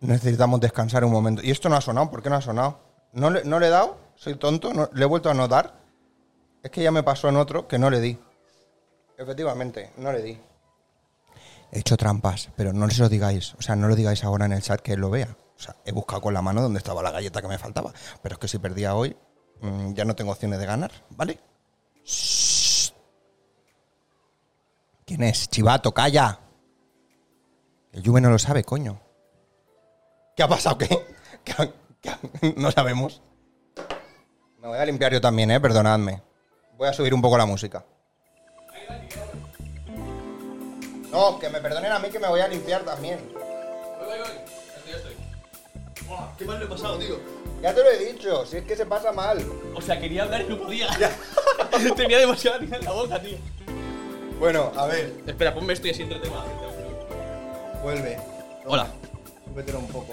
[SPEAKER 1] Necesitamos descansar un momento. ¿Y esto no ha sonado? ¿Por qué no ha sonado? ¿No le, no le he dado? ¿Soy tonto? ¿No- ¿Le he vuelto a no dar? Es que ya me pasó en otro que no le di. Efectivamente, no le di. He hecho trampas, pero no se lo digáis. O sea, no lo digáis ahora en el chat que él lo vea. O sea, he buscado con la mano donde estaba la galleta que me faltaba. Pero es que si perdía hoy, mm, ya no tengo opciones de ganar, ¿vale? ¿Quién es? Chivato, calla. El Juve no lo sabe, coño. ¿Qué ha pasado? ¿Qué? ¿Qué ha- qué ha- No sabemos. Me voy a limpiar yo también, eh, perdonadme. Voy a subir un poco la música. No, que me perdonen a mí que me voy a limpiar también.
[SPEAKER 2] Voy, voy, voy. Ya estoy, ya estoy. Buah, qué mal lo he pasado, tío.
[SPEAKER 1] Ya te lo he dicho, si es que se pasa mal.
[SPEAKER 2] O sea, quería hablar y no podía. Tenía demasiada harina en la boca, tío.
[SPEAKER 1] Bueno, a ver,
[SPEAKER 2] Espera, ponme esto y así entretema.
[SPEAKER 1] vuelve.
[SPEAKER 2] Hola.
[SPEAKER 1] Súbetelo un poco.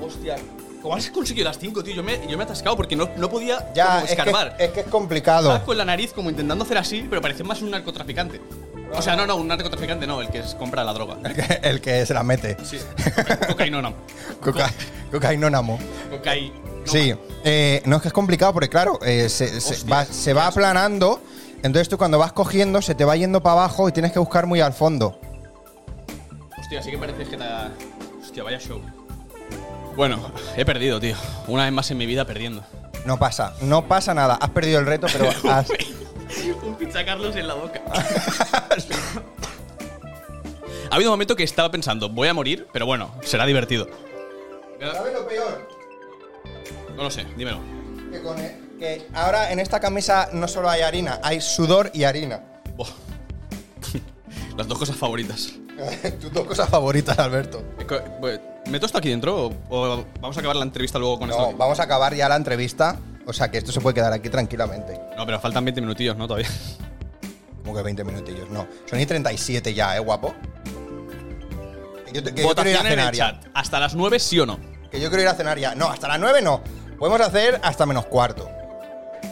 [SPEAKER 2] Hostia. ¿Cómo has conseguido las 5, tío? Yo me, yo me he atascado porque no, no podía
[SPEAKER 1] Ya,
[SPEAKER 2] como
[SPEAKER 1] es que,
[SPEAKER 2] escarbar. Ah,
[SPEAKER 1] es que es complicado.
[SPEAKER 2] Estaba con la nariz como intentando hacer así, pero parecía más un narcotraficante. O sea, no, no, un narcotraficante no, el que se compra la droga.
[SPEAKER 1] El que, el que se la mete.
[SPEAKER 2] Sí. Cocainona.
[SPEAKER 1] Coca, cocainónamo.
[SPEAKER 2] Cocainona.
[SPEAKER 1] Sí, eh, no es que es complicado porque, claro, eh, se, se
[SPEAKER 2] Hostia.
[SPEAKER 1] va, se va aplanando. Entonces tú cuando vas cogiendo se te va yendo para abajo y tienes que buscar muy al fondo.
[SPEAKER 2] Hostia, sí que parece que la. Hostia, vaya show. Bueno, he perdido, tío. Una vez más en mi vida perdiendo.
[SPEAKER 1] No pasa, no pasa nada. Has perdido el reto, pero has-
[SPEAKER 2] Un pizza Carlos en la boca. ha habido un momento que estaba pensando, voy a morir, pero bueno, será divertido.
[SPEAKER 1] ¿Sabes lo peor?
[SPEAKER 2] No lo sé, dímelo.
[SPEAKER 1] Que, con el- que ahora en esta camisa no solo hay harina, hay sudor y harina.
[SPEAKER 2] Buah. Las dos cosas favoritas.
[SPEAKER 1] Tus dos cosas favoritas, Alberto.
[SPEAKER 2] Eh, co- bueno, ¿Meto esto aquí dentro o, o vamos a acabar la entrevista luego con
[SPEAKER 1] No,
[SPEAKER 2] esto?
[SPEAKER 1] vamos a acabar ya la entrevista. O sea que esto se puede quedar aquí tranquilamente.
[SPEAKER 2] No, pero faltan 20 minutillos, ¿no? Todavía.
[SPEAKER 1] Como que 20 minutillos, no. Son y 37 ya, ¿eh, guapo? Que Yo, te- que yo quiero ir a
[SPEAKER 2] Votación en
[SPEAKER 1] cenar
[SPEAKER 2] el
[SPEAKER 1] ya.
[SPEAKER 2] chat. Hasta las 9 sí o no.
[SPEAKER 1] Que yo quiero ir a cenar ya. No, hasta las 9 no. Podemos hacer hasta menos cuarto.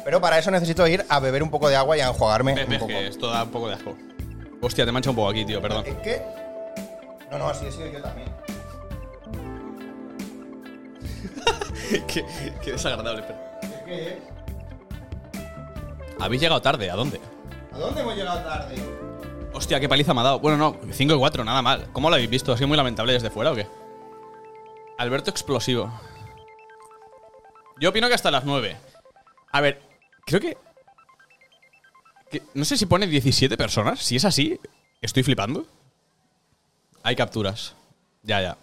[SPEAKER 1] Pero para eso necesito ir a beber un poco de agua y a enjuagarme
[SPEAKER 2] Ves,
[SPEAKER 1] un
[SPEAKER 2] ves
[SPEAKER 1] poco.
[SPEAKER 2] que esto da un poco de asco. Hostia, te mancha un poco aquí, tío, perdón.
[SPEAKER 1] Es que. No, no, así he sido yo también.
[SPEAKER 2] qué, qué desagradable. espera.
[SPEAKER 1] Es que, ¿eh?
[SPEAKER 2] Habéis llegado tarde, ¿a dónde?
[SPEAKER 1] ¿A dónde hemos llegado tarde?
[SPEAKER 2] Hostia, qué paliza me ha dado. Bueno, no, 5 y 4, nada mal. ¿Cómo lo habéis visto? ¿Ha sido muy lamentable desde fuera o qué? Alberto explosivo. Yo opino que hasta las 9. A ver, creo que, que- No sé si pone 17 personas. Si es así, estoy flipando. Hay capturas. Ya, ya.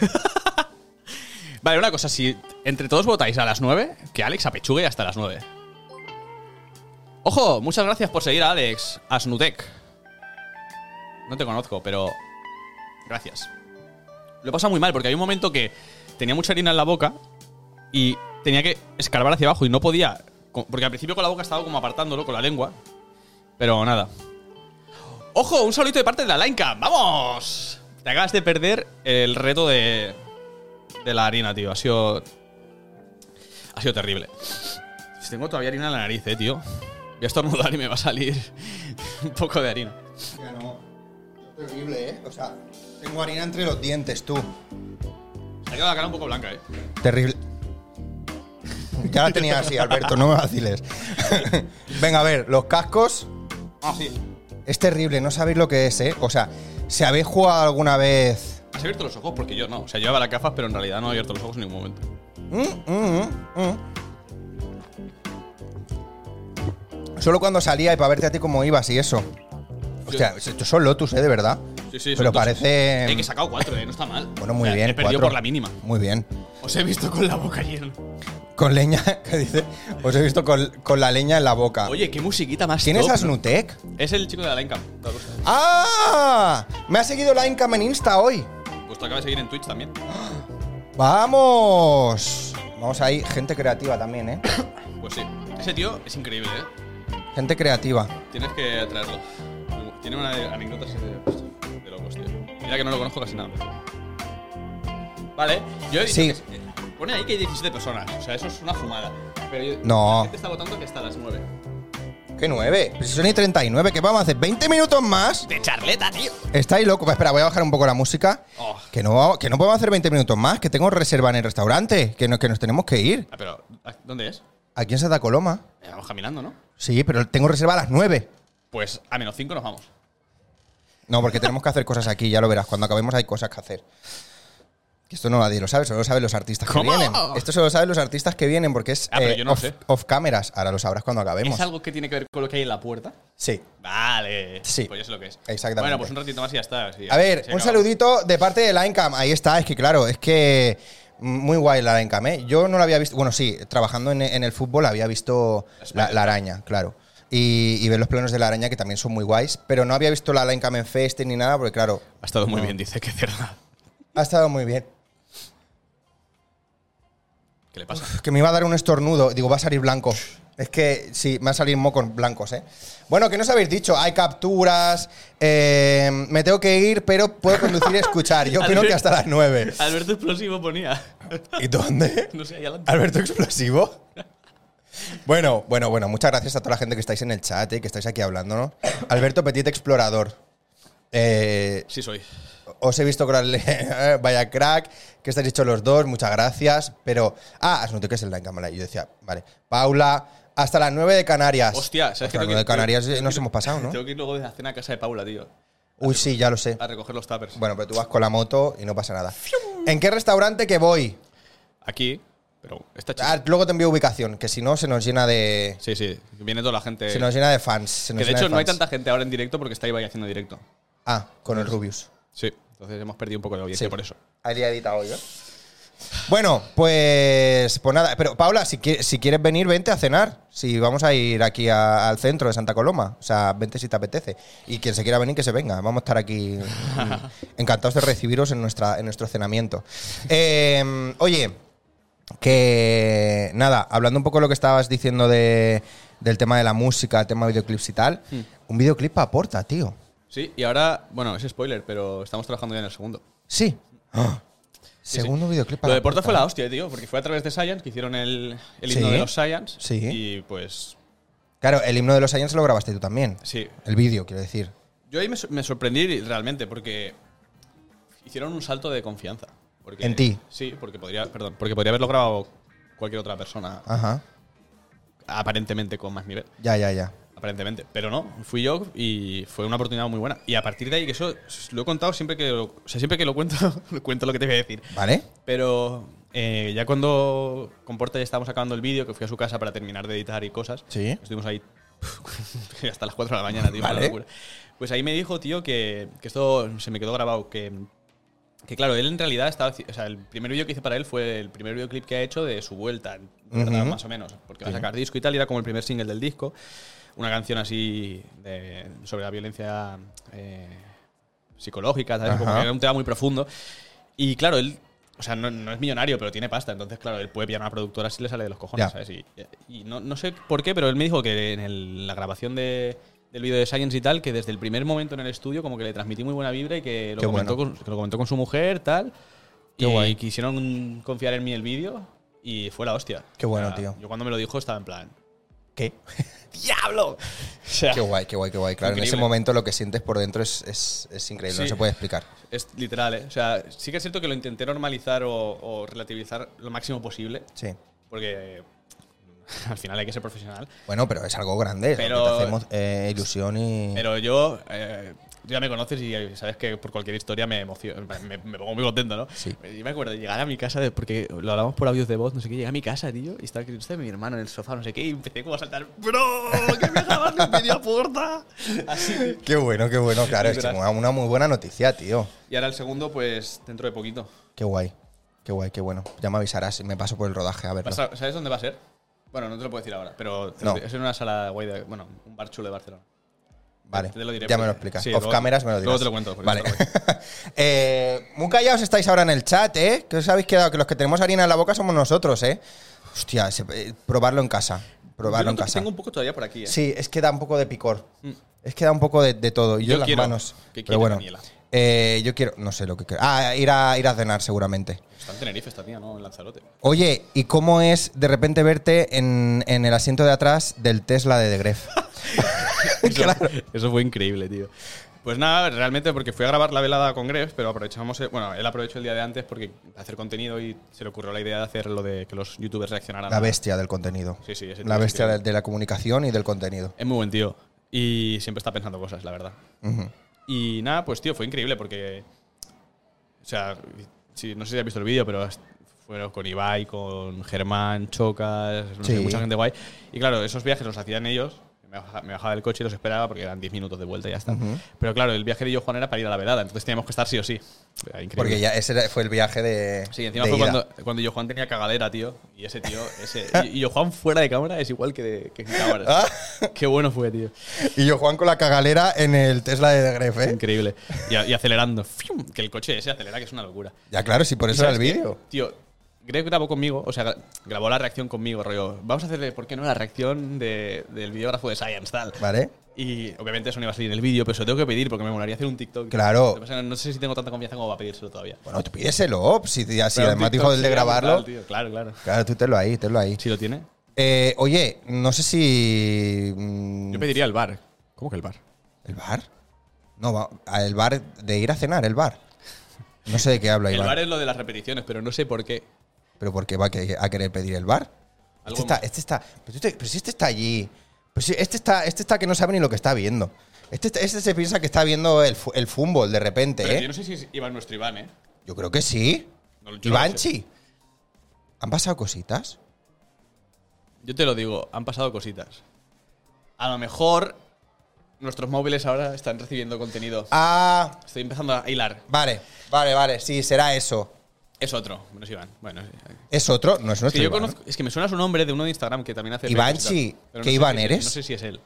[SPEAKER 2] vale, una cosa, si entre todos votáis a las 9, que Alex apechugue hasta las 9. Ojo, muchas gracias por seguir a Alex Asnutek. No te conozco, pero gracias. Lo he pasado muy mal porque había un momento que tenía mucha harina en la boca y tenía que escarbar hacia abajo y no podía. co- Porque al principio con la boca estaba como apartándolo con la lengua. Pero nada. ¡Ojo! Un saludito de parte de la Lainka. ¡Vamos! Te acabas de perder el reto de, de la harina, tío. Ha sido. Ha sido terrible. Si tengo todavía harina en la nariz, eh, tío. Voy a estornudar y me va a salir un poco de harina.
[SPEAKER 1] Ya no. Es terrible, ¿eh? O sea, tengo harina entre los dientes, tú.
[SPEAKER 2] Se ha quedado la cara un poco blanca, eh.
[SPEAKER 1] Terrible. Ya la tenía así, Alberto, no me vaciles. Venga, a ver, los cascos
[SPEAKER 2] Ah, sí.
[SPEAKER 1] es terrible, no sabéis lo que es, ¿eh? O sea, ¿se habéis jugado alguna vez?
[SPEAKER 2] ¿Has abierto los ojos? Porque yo no. O sea, llevaba las gafas, pero en realidad no he abierto los ojos en ningún momento.
[SPEAKER 1] Mm, mm, mm, mm. Solo cuando salía y para verte a ti cómo ibas y eso. Hostia, estos son Lotus, ¿eh? De verdad.
[SPEAKER 2] Sí, sí, son
[SPEAKER 1] Pero
[SPEAKER 2] dos.
[SPEAKER 1] parece.
[SPEAKER 2] Eh, que he sacado cuatro, eh. No está mal.
[SPEAKER 1] Bueno, muy
[SPEAKER 2] O sea,
[SPEAKER 1] bien.
[SPEAKER 2] He perdido
[SPEAKER 1] cuatro.
[SPEAKER 2] por la mínima.
[SPEAKER 1] Muy bien.
[SPEAKER 2] Os he visto con la boca llena.
[SPEAKER 1] Con leña, que dice. Os he visto con, con la leña en la boca.
[SPEAKER 2] Oye, qué musiquita más
[SPEAKER 1] Ah. ¿Tienes
[SPEAKER 2] top,
[SPEAKER 1] a
[SPEAKER 2] ¿no?
[SPEAKER 1] Snutec?
[SPEAKER 2] Es el chico de la Linecam.
[SPEAKER 1] ¡Ah! Me ha seguido la Incam en Insta hoy.
[SPEAKER 2] Pues te acaba de seguir en Twitch también.
[SPEAKER 1] ¡Vamos! Vamos ahí, gente creativa también, ¿eh?
[SPEAKER 2] Pues sí. Ese tío es increíble, eh.
[SPEAKER 1] Gente creativa.
[SPEAKER 2] Tienes que traerlo. Uh, Tiene una anécdota así de, de locos, tío. Mira que no lo conozco casi nada. Vale, yo he dicho
[SPEAKER 1] Sí.
[SPEAKER 2] que- eh, Pone ahí que hay 17 personas. O sea, eso es una fumada. Pero yo-
[SPEAKER 1] No.
[SPEAKER 2] La gente está votando que hasta las 9.
[SPEAKER 1] ¿Qué 9? Pues son y 39, ¿qué vamos a hacer? ¿20 minutos más?
[SPEAKER 2] ¡De charleta, tío!
[SPEAKER 1] Estáis loco. Espera, voy a bajar un poco la música.
[SPEAKER 2] Oh.
[SPEAKER 1] Que, no, que no podemos hacer 20 minutos más, que tengo reserva en el restaurante, que, no- que nos tenemos que ir.
[SPEAKER 2] Ah, pero, ¿a- ¿dónde es?
[SPEAKER 1] Aquí en Santa Coloma.
[SPEAKER 2] Eh, Vamos caminando, ¿no?
[SPEAKER 1] Sí, pero tengo reserva a las 9.
[SPEAKER 2] Pues a menos 5 nos vamos.
[SPEAKER 1] No, porque tenemos que hacer cosas aquí, ya lo verás. Cuando acabemos hay cosas que hacer. Que esto no nadie lo sabe, solo lo saben los artistas
[SPEAKER 2] ¿Cómo?
[SPEAKER 1] que vienen. Esto solo lo saben los artistas que vienen porque es eh,
[SPEAKER 2] Ah, pero yo no
[SPEAKER 1] off,
[SPEAKER 2] sé.
[SPEAKER 1] off cameras. Ahora lo sabrás cuando acabemos.
[SPEAKER 2] ¿Es algo que tiene que ver con lo que hay en la puerta?
[SPEAKER 1] Sí.
[SPEAKER 2] Vale.
[SPEAKER 1] Sí.
[SPEAKER 2] Pues ya sé lo que es.
[SPEAKER 1] Exactamente.
[SPEAKER 2] Bueno, pues un ratito más y ya está. sí,
[SPEAKER 1] A ver,
[SPEAKER 2] se
[SPEAKER 1] un
[SPEAKER 2] acaba.
[SPEAKER 1] saludito de parte de Linecam. Ahí está, es que claro, es que muy guay la Linecam, ¿eh? Yo no la había visto, bueno, sí, trabajando en, en el fútbol había visto la, la araña, claro. Y, y ver los planos de la araña que también son muy guays, pero no había visto la Linecam en Fest ni nada porque claro,
[SPEAKER 2] Ha estado muy bien, dice, que cerda.
[SPEAKER 1] ha estado muy bien.
[SPEAKER 2] ¿Qué le pasa?
[SPEAKER 1] Que me iba a dar un estornudo. Digo, va a salir blanco. Es que sí, me va a salir mocos blancos, ¿eh? Bueno, que no os habéis dicho, hay capturas, eh, me tengo que ir, pero puedo conducir y escuchar. Yo opino que hasta las 9.
[SPEAKER 2] Alberto Explosivo ponía.
[SPEAKER 1] ¿Y dónde?
[SPEAKER 2] No sé, ahí adelante.
[SPEAKER 1] ¿Alberto Explosivo? Bueno, bueno, bueno, muchas gracias a toda la gente que estáis en el chat, ¿eh? que estáis aquí hablando, ¿no? Alberto Petit Explorador. Eh,
[SPEAKER 2] Sí, soy.
[SPEAKER 1] os he visto crearle. Vaya crack, que estáis hechos los dos, muchas gracias. Pero. Ah, has notado que es el en cámara. Y yo decía, vale. Paula, hasta las 9 de Canarias.
[SPEAKER 2] Hostia, ¿sabes
[SPEAKER 1] Hasta las
[SPEAKER 2] tengo
[SPEAKER 1] 9 de
[SPEAKER 2] ir-
[SPEAKER 1] Canarias eh,
[SPEAKER 2] tengo que
[SPEAKER 1] nos
[SPEAKER 2] ir-
[SPEAKER 1] hemos pasado, ¿no?
[SPEAKER 2] Tengo Ah. que ir luego de la cena a casa de Paula, tío.
[SPEAKER 1] Uy, sí, ya lo sé.
[SPEAKER 2] A recoger los tuppers.
[SPEAKER 1] Bueno, pero tú vas con la moto y no pasa nada. ¿En qué restaurante que voy?
[SPEAKER 2] Aquí, pero está chido.
[SPEAKER 1] Ah, luego te envío ubicación, que si no se nos llena de.
[SPEAKER 2] Sí, sí, viene toda la gente.
[SPEAKER 1] Se nos llena de fans. se nos
[SPEAKER 2] Eh, que de
[SPEAKER 1] llena
[SPEAKER 2] hecho no hay
[SPEAKER 1] fans.
[SPEAKER 2] tanta gente ahora en directo porque está Ibai haciendo directo.
[SPEAKER 1] Ah, con el Rubius.
[SPEAKER 2] Sí, entonces hemos perdido un poco de audiencia
[SPEAKER 1] Sí.
[SPEAKER 2] por eso.
[SPEAKER 1] Ahí ha editado yo. Bueno, pues, pues nada. Pero Paula, si, qui- si quieres venir, vente a cenar. Si vamos a ir aquí a- al centro de Santa Coloma. O sea, vente si te apetece. Y quien se quiera venir, que se venga. Vamos a estar aquí mm, encantados de recibiros en, nuestra, en nuestro cenamiento. Eh, oye, que nada, hablando un poco de lo que estabas diciendo de, del tema de la música, el tema de videoclips y tal.
[SPEAKER 2] Hmm.
[SPEAKER 1] Un videoclip aporta, tío.
[SPEAKER 2] Sí, y ahora, bueno, es spoiler, pero estamos trabajando ya en el segundo.
[SPEAKER 1] Sí. Ah.
[SPEAKER 2] Sí, sí.
[SPEAKER 1] Segundo videoclip
[SPEAKER 2] Lo de
[SPEAKER 1] Aporta.
[SPEAKER 2] Porta fue la hostia, tío, porque fue a través de Science que hicieron el, el himno
[SPEAKER 1] ¿eh? Sí.
[SPEAKER 2] de los Science.
[SPEAKER 1] Sí.
[SPEAKER 2] Y pues,
[SPEAKER 1] Claro, el himno de los Saiyans lo grabaste tú también.
[SPEAKER 2] sí.
[SPEAKER 1] El vídeo, quiero decir.
[SPEAKER 2] Yo ahí me, sor- me sorprendí realmente porque hicieron un salto de confianza. Porque-
[SPEAKER 1] En ti.
[SPEAKER 2] Sí, porque podría, perdón, porque podría haberlo grabado cualquier otra persona,
[SPEAKER 1] Ajá.
[SPEAKER 2] aparentemente con más nivel.
[SPEAKER 1] Ya, ya, ya.
[SPEAKER 2] Aparentemente. Pero no, fui yo y fue una oportunidad muy buena. Y a partir de ahí, que eso s- lo he contado siempre que lo, o sea, siempre que lo cuento, lo cuento lo que te voy a decir.
[SPEAKER 1] ¿Vale?
[SPEAKER 2] Pero eh, ya cuando con Porta ya estábamos acabando el vídeo, que fui a su casa para terminar de editar y cosas,
[SPEAKER 1] Sí.
[SPEAKER 2] estuvimos ahí hasta las 4 de la mañana, tío, una
[SPEAKER 1] Vale.
[SPEAKER 2] locura. Pues ahí me dijo, tío, que, que esto se me quedó grabado, que, que claro, él en realidad estaba, haci- o sea, el primer vídeo que hice para él fue el primer videoclip que ha hecho de su vuelta, ¿verdad?
[SPEAKER 1] Ujú.
[SPEAKER 2] más o menos, porque va a sacar disco y tal, y era como el primer single del disco, una canción así de- sobre la violencia eh, psicológica, ¿sabes? Como
[SPEAKER 1] Ajá.
[SPEAKER 2] que era un tema muy profundo. Y claro, él, o sea, no, no es millonario, pero tiene pasta. Entonces, claro, él puede pillar una productora si le sale de los cojones,
[SPEAKER 1] Ya.
[SPEAKER 2] ¿sabes? Y, y no, no sé por qué, pero él me dijo que en el- la grabación de- del vídeo de Science y tal, que desde el primer momento en el estudio como que le transmití muy buena vibra y que lo,
[SPEAKER 1] Qué
[SPEAKER 2] comentó,
[SPEAKER 1] bueno.
[SPEAKER 2] con, que lo comentó con su mujer, tal.
[SPEAKER 1] Qué
[SPEAKER 2] y
[SPEAKER 1] guay.
[SPEAKER 2] quisieron confiar en mí el vídeo y fue la hostia.
[SPEAKER 1] Qué bueno, tío.
[SPEAKER 2] Yo cuando me lo dijo estaba en plan,
[SPEAKER 1] ¿Qué?
[SPEAKER 2] ¡Diablo! O sea,
[SPEAKER 1] Qué guay, qué guay, qué guay. Claro, en ese
[SPEAKER 2] Increíble.
[SPEAKER 1] momento lo que sientes por dentro es, es- es increíble, no
[SPEAKER 2] Sí.
[SPEAKER 1] se puede explicar.
[SPEAKER 2] Es literal, ¿eh? O sea, sí que es cierto que lo intenté normalizar o, o relativizar lo máximo posible,
[SPEAKER 1] Sí.
[SPEAKER 2] porque eh, al final hay que ser profesional.
[SPEAKER 1] Bueno, pero es algo grande, es
[SPEAKER 2] Pero-
[SPEAKER 1] algo que te hacemos eh, ilusión y.
[SPEAKER 2] Pero yo, eh, tú ya me conoces y eh, sabes que por cualquier historia me emociono, me, me pongo muy contento, ¿no? Eh,
[SPEAKER 1] Sí.
[SPEAKER 2] Yo me acuerdo de llegar a mi casa, de- porque lo hablamos por audios de voz, no sé qué, llegué a mi casa, tío, y estaba aquí usted, mi hermano en el sofá, no sé qué, y empecé como a saltar, ¡Bro! ¡Que me acabas de pedir a puerta! Así, tío.
[SPEAKER 1] Qué bueno, qué bueno, claro. Es que
[SPEAKER 2] Literal.
[SPEAKER 1] una, una muy buena noticia, tío.
[SPEAKER 2] Y ahora el segundo, pues dentro de poquito.
[SPEAKER 1] Qué guay. Qué guay, qué bueno. Ya me avisarás y me paso por el rodaje a verlo.
[SPEAKER 2] Vas a- ¿Sabes dónde va a ser? Bueno, no te lo puedo decir ahora, pero te-
[SPEAKER 1] No.
[SPEAKER 2] es en una sala guay de, bueno, un bar chulo de Barcelona.
[SPEAKER 1] Vale,
[SPEAKER 2] te lo diré
[SPEAKER 1] ya
[SPEAKER 2] porque-
[SPEAKER 1] me lo explicas.
[SPEAKER 2] sí,
[SPEAKER 1] Off
[SPEAKER 2] luego-
[SPEAKER 1] cameras me lo dirás.
[SPEAKER 2] luego te lo cuento, porque
[SPEAKER 1] Vale.
[SPEAKER 2] está
[SPEAKER 1] eh, muy callados estáis ahora en el chat, ¿eh? Que os habéis quedado, que los que tenemos harina en la boca somos nosotros, ¿eh? Hostia, se- eh, probarlo en casa. Probarlo
[SPEAKER 2] Yo
[SPEAKER 1] en
[SPEAKER 2] noto que
[SPEAKER 1] casa.
[SPEAKER 2] Tengo un poco todavía por aquí, ¿eh?
[SPEAKER 1] Sí, es que da un poco de picor. Es que da un poco de, de todo. Y yo,
[SPEAKER 2] Yo
[SPEAKER 1] en las
[SPEAKER 2] quiero-
[SPEAKER 1] manos.
[SPEAKER 2] ¿qué
[SPEAKER 1] Pero
[SPEAKER 2] quiere
[SPEAKER 1] bueno.
[SPEAKER 2] Daniela?
[SPEAKER 1] eh, yo quiero, no sé lo que quiero. Ah, ir a, ir a cenar seguramente.
[SPEAKER 2] Está en Tenerife esta tía, ¿no? En Lanzarote.
[SPEAKER 1] Oye, ¿y cómo es de repente verte en, en el asiento de atrás del Tesla de De Gref?
[SPEAKER 2] Ah. Eso, eso fue increíble, tío. Pues nada, realmente porque fui a grabar la velada con Gref, pero aprovechamos, eh, bueno, él aprovechó el día de antes porque hacer contenido y se le ocurrió la idea de hacer lo de que los youtubers reaccionaran.
[SPEAKER 1] La
[SPEAKER 2] a-
[SPEAKER 1] bestia del contenido.
[SPEAKER 2] Sí, sí, ese tío
[SPEAKER 1] La
[SPEAKER 2] es
[SPEAKER 1] bestia de,
[SPEAKER 2] increíble.
[SPEAKER 1] de la comunicación y del contenido.
[SPEAKER 2] Es muy buen tío y siempre está pensando cosas, la verdad.
[SPEAKER 1] Ujú.
[SPEAKER 2] Y nada, pues tío, fue increíble porque. O sea, si- no sé si has visto el vídeo, pero est- fueron con Ibai, con Germán, Chocas, no sé,
[SPEAKER 1] Sí.
[SPEAKER 2] mucha gente guay. Y claro, esos viajes los hacían ellos. Me baja- me bajaba del coche y los esperaba porque eran 10 minutos de vuelta y ya está. Pero claro, el viaje de yo, Juan, era para ir a la velada, entonces teníamos que estar sí o sí. Era Increíble.
[SPEAKER 1] Porque ya ese era- fue el viaje de.
[SPEAKER 2] Sí, encima
[SPEAKER 1] de
[SPEAKER 2] fue
[SPEAKER 1] ida.
[SPEAKER 2] cuando, cuando yo Juan tenía cagadera, tío. Y ese tío, ese. Y y yo Juan fuera de cámara es igual que, de, que en cámara.
[SPEAKER 1] Ah.
[SPEAKER 2] Qué bueno fue, tío.
[SPEAKER 1] Y yo, Juan, con la cagalera en el Tesla de De Gref, ¿eh?
[SPEAKER 2] Increíble. Y, a- y acelerando. ¡Fium! Que el coche ese acelera, que es una locura.
[SPEAKER 1] Ya, claro, sí, por
[SPEAKER 2] ¿Y
[SPEAKER 1] eso era el
[SPEAKER 2] sabes qué?
[SPEAKER 1] vídeo.
[SPEAKER 2] Tío, Greg grabó conmigo, o sea, gra- grabó la reacción conmigo, rollo. Vamos a hacerle, ¿por qué no? La reacción de- del videógrafo de Science, tal.
[SPEAKER 1] ¿Vale?
[SPEAKER 2] Y obviamente eso no iba a salir en el vídeo, pero se lo tengo que pedir porque me molaría hacer un TikTok.
[SPEAKER 1] Claro.
[SPEAKER 2] Lo que pasa es que no sé si tengo tanta confianza como para pedírselo todavía.
[SPEAKER 1] Bueno, tú pídeselo, si, si
[SPEAKER 2] Pero un
[SPEAKER 1] además
[SPEAKER 2] TikTok
[SPEAKER 1] dijo el de
[SPEAKER 2] sería
[SPEAKER 1] grabarlo.
[SPEAKER 2] brutal, tío. Claro, claro.
[SPEAKER 1] claro, tú tenlo ahí, tenlo ahí.
[SPEAKER 2] Si lo tiene.
[SPEAKER 1] Eh, oye, no sé si. mm,
[SPEAKER 2] Yo pediría el bar. ¿Cómo que el bar?
[SPEAKER 1] ¿El bar? No, va- al bar, de ir a cenar, el bar. No sé de qué habla
[SPEAKER 2] El
[SPEAKER 1] Iván.
[SPEAKER 2] bar es lo de las repeticiones, pero no sé por qué.
[SPEAKER 1] Pero ¿por qué va a que- a querer pedir el bar?
[SPEAKER 2] Algo
[SPEAKER 1] Este está,
[SPEAKER 2] más.
[SPEAKER 1] este está, pero, este- pero si este está allí. Pero si este, está, este está que no sabe ni lo que está viendo. Este, está- este se piensa que está viendo el, fu- el fútbol de repente,
[SPEAKER 2] Pero
[SPEAKER 1] ¿eh?
[SPEAKER 2] yo no sé si es Iván nuestro Iván, ¿eh?
[SPEAKER 1] Yo creo que sí.
[SPEAKER 2] No, yo no lo
[SPEAKER 1] Ivanchi. ¿Han pasado cositas?
[SPEAKER 2] Yo te lo digo, han pasado cositas. A lo mejor nuestros móviles ahora están recibiendo contenido.
[SPEAKER 1] Ah,
[SPEAKER 2] Estoy empezando a hilar.
[SPEAKER 1] vale, vale, vale. Sí, será eso.
[SPEAKER 2] Es otro, no es Iván. Bueno, sí.
[SPEAKER 1] Es otro, no es
[SPEAKER 2] Es
[SPEAKER 1] nuestro.
[SPEAKER 2] que, yo
[SPEAKER 1] Iván.
[SPEAKER 2] conozco, es que me suena su nombre de uno de Instagram que también hace.
[SPEAKER 1] Iván,
[SPEAKER 2] retos y
[SPEAKER 1] sí.
[SPEAKER 2] tal, pero
[SPEAKER 1] ¿Qué
[SPEAKER 2] sé
[SPEAKER 1] Iván
[SPEAKER 2] si-
[SPEAKER 1] eres?
[SPEAKER 2] No sé si es él.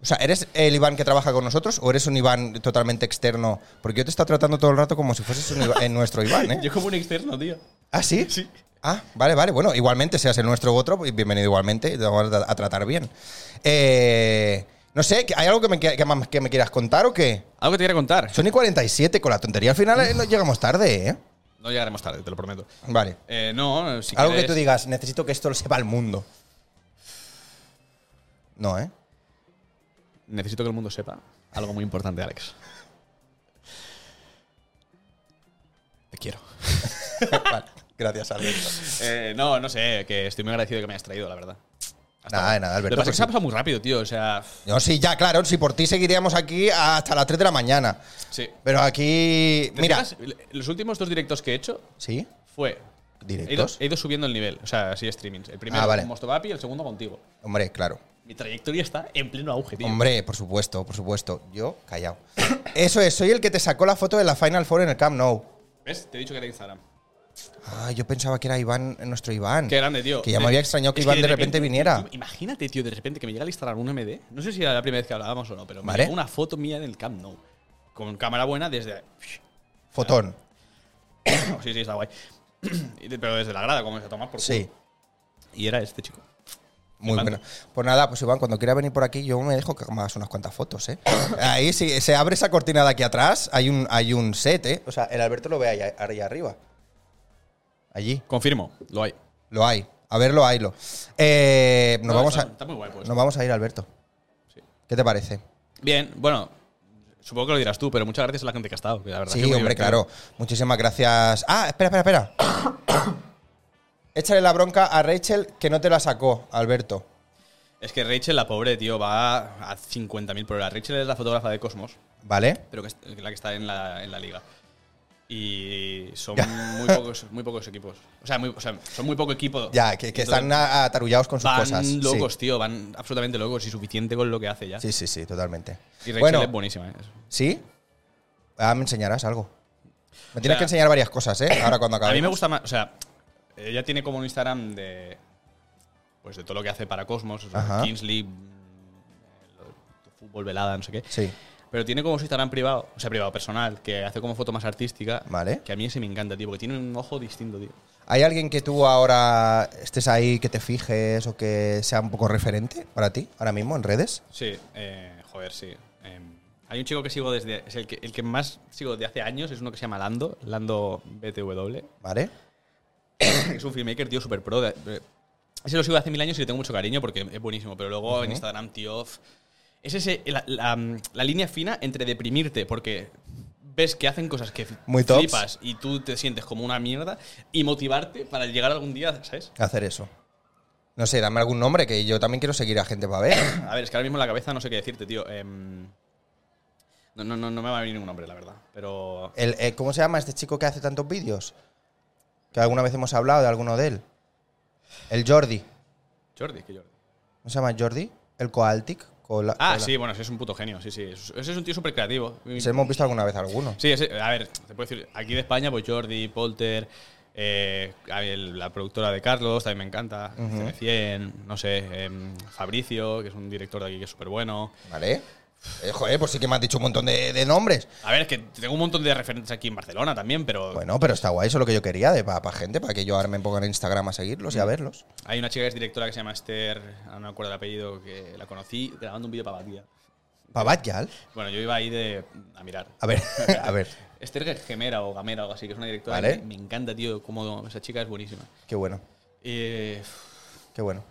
[SPEAKER 1] O sea, ¿eres el Iván que trabaja con nosotros o eres un Iván totalmente externo? Porque yo te está tratando todo el rato como si fueses un Iván- eh, nuestro Iván, ¿eh?
[SPEAKER 2] Yo como un externo, tío.
[SPEAKER 1] ¿Ah, sí?
[SPEAKER 2] Sí.
[SPEAKER 1] Ah, vale, vale. Bueno, igualmente, seas el nuestro u otro, pues bienvenido igualmente, te vamos a a tratar bien. Eh, no sé, ¿hay algo que me, qui- que más- que me quieras contar o qué?
[SPEAKER 2] Algo que te quería contar.
[SPEAKER 1] Sony 47, con la tontería al final eh, no llegamos tarde, ¿eh?
[SPEAKER 2] No llegaremos tarde, te lo prometo.
[SPEAKER 1] Vale.
[SPEAKER 2] Eh, no, si
[SPEAKER 1] algo
[SPEAKER 2] quieres-
[SPEAKER 1] que tú digas, necesito que esto lo sepa el mundo. No, ¿eh?
[SPEAKER 2] Necesito que el mundo sepa algo muy importante, Alex. Te quiero.
[SPEAKER 1] vale, gracias, Alberto.
[SPEAKER 2] Eh, no, no sé, que estoy muy agradecido de que me hayas traído, la verdad.
[SPEAKER 1] Nada,
[SPEAKER 2] ahora.
[SPEAKER 1] de nada, Alberto,
[SPEAKER 2] Lo que pasa
[SPEAKER 1] pues
[SPEAKER 2] es que se ha
[SPEAKER 1] sí.
[SPEAKER 2] pasado muy rápido, tío. O sea,
[SPEAKER 1] No, sí, ya, claro, si por ti seguiríamos aquí hasta las 3 de la mañana.
[SPEAKER 2] sí.
[SPEAKER 1] Pero aquí.
[SPEAKER 2] ¿Te
[SPEAKER 1] Mira.
[SPEAKER 2] fijas? Los últimos dos directos que he Eh. hecho
[SPEAKER 1] ¿Sí?
[SPEAKER 2] fue. He ido,
[SPEAKER 1] ¿Directos?
[SPEAKER 2] he ido subiendo el nivel, o sea, así streamings. El primero
[SPEAKER 1] Ah, vale.
[SPEAKER 2] con Mostopapi y el segundo contigo.
[SPEAKER 1] Hombre, claro.
[SPEAKER 2] Mi trayectoria está en pleno auge, tío.
[SPEAKER 1] Hombre, por supuesto, por supuesto. Yo, callado. Eso es, soy el que te sacó la foto de la Final Four en el Camp Nou.
[SPEAKER 2] ¿Ves? Te he dicho que era Instagram.
[SPEAKER 1] Ah, yo pensaba que era Iván, eh, nuestro Iván.
[SPEAKER 2] Qué grande, tío.
[SPEAKER 1] Que ya me había extrañado que
[SPEAKER 2] Es
[SPEAKER 1] Iván de repente viniera.
[SPEAKER 2] Imagínate, tío, de repente que me llega al Instagram un MD. No sé si era la primera vez que hablábamos o no, pero me
[SPEAKER 1] Vale.
[SPEAKER 2] llegó una foto mía en el Camp Nou. Con cámara buena desde.
[SPEAKER 1] Fotón.
[SPEAKER 2] sí, sí, está guay. Y de- pero desde la grada, como se toma por culo.
[SPEAKER 1] Sí.
[SPEAKER 2] Y era este chico.
[SPEAKER 1] Muy
[SPEAKER 2] Iván.
[SPEAKER 1] bueno. Pues nada, pues Iván, cuando quiera venir por aquí, yo me dejo que hagas unas cuantas fotos, ¿eh? Ahí sí, se abre esa cortina de aquí atrás, hay un, hay un set, ¿eh? O sea, el Alberto lo ve allá, allá arriba. Allí.
[SPEAKER 2] Confirmo, lo hay.
[SPEAKER 1] Lo hay. A verlo, haylo. Eh, nos,
[SPEAKER 2] No,
[SPEAKER 1] vamos
[SPEAKER 2] está-
[SPEAKER 1] a,
[SPEAKER 2] está muy guay, pues.
[SPEAKER 1] nos vamos a ir, Alberto. ¿Qué te parece?
[SPEAKER 2] Bien, bueno, supongo que lo dirás tú, pero muchas gracias a la gente que ha estado. que la verdad
[SPEAKER 1] Sí,
[SPEAKER 2] que muy
[SPEAKER 1] hombre,
[SPEAKER 2] divertido.
[SPEAKER 1] claro. Muchísimas gracias. Ah, espera, espera, espera. Échale la bronca a Rachel que no te la sacó, Alberto.
[SPEAKER 2] Es que Rachel, la pobre, tío, va a 50.000 por hora. Rachel es la fotógrafa de Cosmos,
[SPEAKER 1] ¿Vale?
[SPEAKER 2] pero que es la que está en la, en la liga. Y son muy pocos, muy pocos equipos. O sea, muy, o sea, son muy poco equipo.
[SPEAKER 1] Ya, que, que
[SPEAKER 2] Entonces,
[SPEAKER 1] están a- atarullados con sus
[SPEAKER 2] van
[SPEAKER 1] cosas. Sí.
[SPEAKER 2] locos, tío, van absolutamente locos y suficiente con lo que hace ya.
[SPEAKER 1] Sí, sí, sí, totalmente.
[SPEAKER 2] Y Rachel
[SPEAKER 1] bueno,
[SPEAKER 2] es buenísima. ¿eh?
[SPEAKER 1] ¿sí? Ah, me enseñarás algo. Me tienes
[SPEAKER 2] sea,
[SPEAKER 1] que enseñar varias cosas, ¿eh? Ahora cuando acabe.
[SPEAKER 2] A mí me gusta más, o sea, ella tiene como un Instagram de pues de todo lo que hace para Cosmos, o sea,
[SPEAKER 1] Ajá.
[SPEAKER 2] Kingsley, mm, lo de fútbol velada, no sé qué.
[SPEAKER 1] Sí.
[SPEAKER 2] Pero tiene como su Instagram privado, o sea, privado personal, que hace como foto más artística.
[SPEAKER 1] Vale.
[SPEAKER 2] Que a mí ese me encanta, tío, porque tiene un ojo distinto, tío.
[SPEAKER 1] ¿Hay alguien que tú ahora estés ahí, que te fijes o que sea un poco referente para ti ahora mismo en redes?
[SPEAKER 2] Sí, eh, joder, sí. Eh, hay un chico que sigo desde. Es el que, el que más sigo de hace años, es uno que se llama Lando, Lando BTW.
[SPEAKER 1] ¿Vale?
[SPEAKER 2] que es un filmmaker, tío, super pro. de- de- Ese lo sigo hace mil años y le tengo mucho cariño porque es buenísimo. Pero luego en Instagram, tío. f- Es ese, la, la, mm, la línea fina entre deprimirte porque ves que hacen cosas que f-
[SPEAKER 1] Muy tops.
[SPEAKER 2] flipas y tú te sientes como una mierda y motivarte para llegar algún día, ¿sabes?
[SPEAKER 1] hacer eso. No sé, dame algún nombre que yo también quiero seguir a gente para ver.
[SPEAKER 2] A ver, es que ahora mismo en la cabeza no sé qué decirte, tío. Em, no, no, no, no me va a venir ningún nombre, la verdad. Pero.
[SPEAKER 1] El, eh, ¿Cómo se llama este chico que hace tantos vídeos? Que alguna vez hemos hablado de alguno de él. El Jordi.
[SPEAKER 2] Jordi, que Jordi.
[SPEAKER 1] ¿No se llama Jordi? El Coaltic. Cola-
[SPEAKER 2] Ah,
[SPEAKER 1] Cola-
[SPEAKER 2] sí, bueno, ese es un puto genio, sí, sí. Ese es un tío súper creativo.
[SPEAKER 1] Ese hemos visto alguna vez alguno.
[SPEAKER 2] Sí, ese- a ver, te puedo decir, aquí de España, pues Jordi, Polter, eh, a el- la productora de Carlos, también me encanta, CM100, no sé, em, Fabricio, que es un director de aquí que es súper bueno.
[SPEAKER 1] ¿Vale? Eh, joder, pues sí que me has dicho un montón de, de nombres.
[SPEAKER 2] A ver, es que tengo un montón de referentes aquí en Barcelona también, pero
[SPEAKER 1] Bueno, pero está guay, eso es lo que yo quería, de para gente, para que yo ahora me ponga en Instagram a seguirlos y
[SPEAKER 2] Mm.
[SPEAKER 1] a verlos.
[SPEAKER 2] hay una chica que es directora que se llama Esther, ahora no me acuerdo el apellido, que la conocí grabando un vídeo para Batía.
[SPEAKER 1] Babat Yal.
[SPEAKER 2] Bueno, yo iba ahí de, a mirar.
[SPEAKER 1] A ver, a ver.
[SPEAKER 2] Esther Gemera o Gamera o algo así, que es una directora
[SPEAKER 1] Vale.
[SPEAKER 2] que me encanta, tío, cómo esa chica es buenísima.
[SPEAKER 1] Qué bueno,
[SPEAKER 2] Eh,
[SPEAKER 1] qué bueno.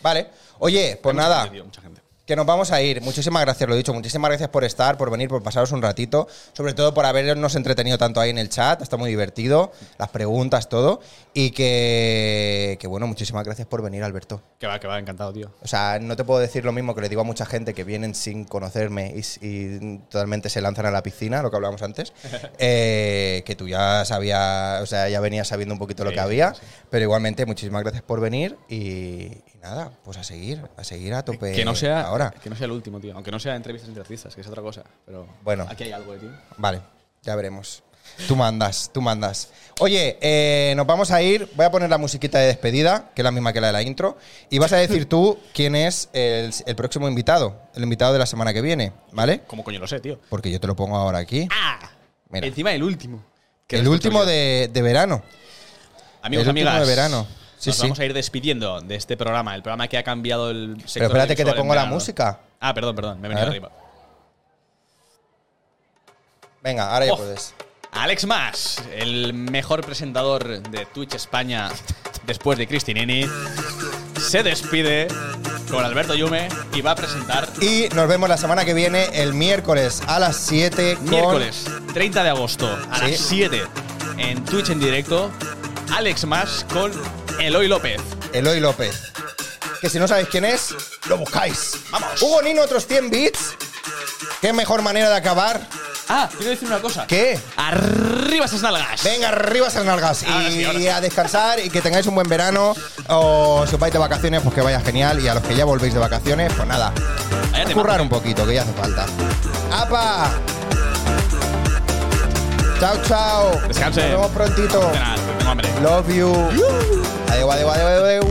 [SPEAKER 1] Vale. Oye, pues
[SPEAKER 2] hay mucha
[SPEAKER 1] nada.
[SPEAKER 2] gente, tío, mucha gente.
[SPEAKER 1] que nos vamos a ir. Muchísimas gracias, lo dicho. Muchísimas gracias por estar, por venir, por pasaros un ratito. Sobre todo por habernos entretenido tanto ahí en el chat. Está muy divertido. Las preguntas, todo. Y que, que bueno, muchísimas gracias por venir, Alberto.
[SPEAKER 2] Que va, que va, encantado, tío.
[SPEAKER 1] O sea, no te puedo decir lo mismo que le digo a mucha gente que vienen sin conocerme y, s- y totalmente se lanzan a la piscina, lo que hablábamos antes, eh, que tú ya sabías, o sea, ya venías sabiendo un poquito lo
[SPEAKER 2] Sí,
[SPEAKER 1] que
[SPEAKER 2] sí,
[SPEAKER 1] había,
[SPEAKER 2] sí.
[SPEAKER 1] pero igualmente muchísimas gracias por venir y, y nada, pues a seguir, a seguir a tope
[SPEAKER 2] que no sea
[SPEAKER 1] Pues, ahora.
[SPEAKER 2] que no sea el último, tío. Aunque no sea entrevistas entre artistas, que es otra cosa. Pero
[SPEAKER 1] Bueno.
[SPEAKER 2] aquí hay algo, eh, tío.
[SPEAKER 1] Vale, ya veremos. Tú mandas, tú mandas. Oye, eh, nos vamos a ir. Voy a poner la musiquita de despedida, que es la misma que la de la intro. Y vas a decir tú quién es el, el próximo invitado, el invitado de la semana que viene, ¿vale?
[SPEAKER 2] ¿Cómo coño lo sé, tío?
[SPEAKER 1] Porque yo te lo pongo ahora aquí.
[SPEAKER 2] ¡Ah!
[SPEAKER 1] Mira.
[SPEAKER 2] Encima el último. Qué
[SPEAKER 1] el último
[SPEAKER 2] responsabilidad.
[SPEAKER 1] de, de verano.
[SPEAKER 2] Amigos,
[SPEAKER 1] el último
[SPEAKER 2] amigas.
[SPEAKER 1] de verano. Sí,
[SPEAKER 2] nos
[SPEAKER 1] sí.
[SPEAKER 2] vamos a ir despidiendo de este programa, el programa que ha cambiado el
[SPEAKER 1] Pero
[SPEAKER 2] sector.
[SPEAKER 1] espérate que te
[SPEAKER 2] audiovisual en
[SPEAKER 1] pongo la
[SPEAKER 2] verano.
[SPEAKER 1] música.
[SPEAKER 2] Ah, perdón, perdón, me he venido
[SPEAKER 1] Claro.
[SPEAKER 2] arriba.
[SPEAKER 1] Venga, ahora ya
[SPEAKER 2] Oh.
[SPEAKER 1] puedes.
[SPEAKER 2] Alex Mas, el mejor presentador de Twitch España después de Cristinini, se despide con Alberto Yume y va a presentar
[SPEAKER 1] Y nos vemos la semana que viene, el miércoles a las 7 con
[SPEAKER 2] miércoles 30 de agosto a
[SPEAKER 1] Sí.
[SPEAKER 2] las 7 en Twitch en directo Alex Mas con Eloy López.
[SPEAKER 1] Eloy López. Que si no sabéis quién es, lo buscáis.
[SPEAKER 2] Vamos.
[SPEAKER 1] Hugo Nino, otros 100 bits. Qué mejor manera de acabar.
[SPEAKER 2] Ah, quiero decir una cosa.
[SPEAKER 1] ¿Qué?
[SPEAKER 2] Arriba esas nalgas.
[SPEAKER 1] Venga, arriba esas nalgas.
[SPEAKER 2] Ahora
[SPEAKER 1] y
[SPEAKER 2] sí, ahora sí.
[SPEAKER 1] a descansar y que tengáis un buen verano. O si os vais de vacaciones, pues que vaya genial. Y a los que ya volvéis de vacaciones, pues nada.
[SPEAKER 2] Vaya
[SPEAKER 1] A
[SPEAKER 2] temazo.
[SPEAKER 1] currar un poquito, que ya hace falta. ¡Apa! Chao, chao.
[SPEAKER 2] Descansen.
[SPEAKER 1] Nos vemos prontito.
[SPEAKER 2] De nada, tengo hambre.
[SPEAKER 1] Love you. Adiós, adiós, adiós, adiós.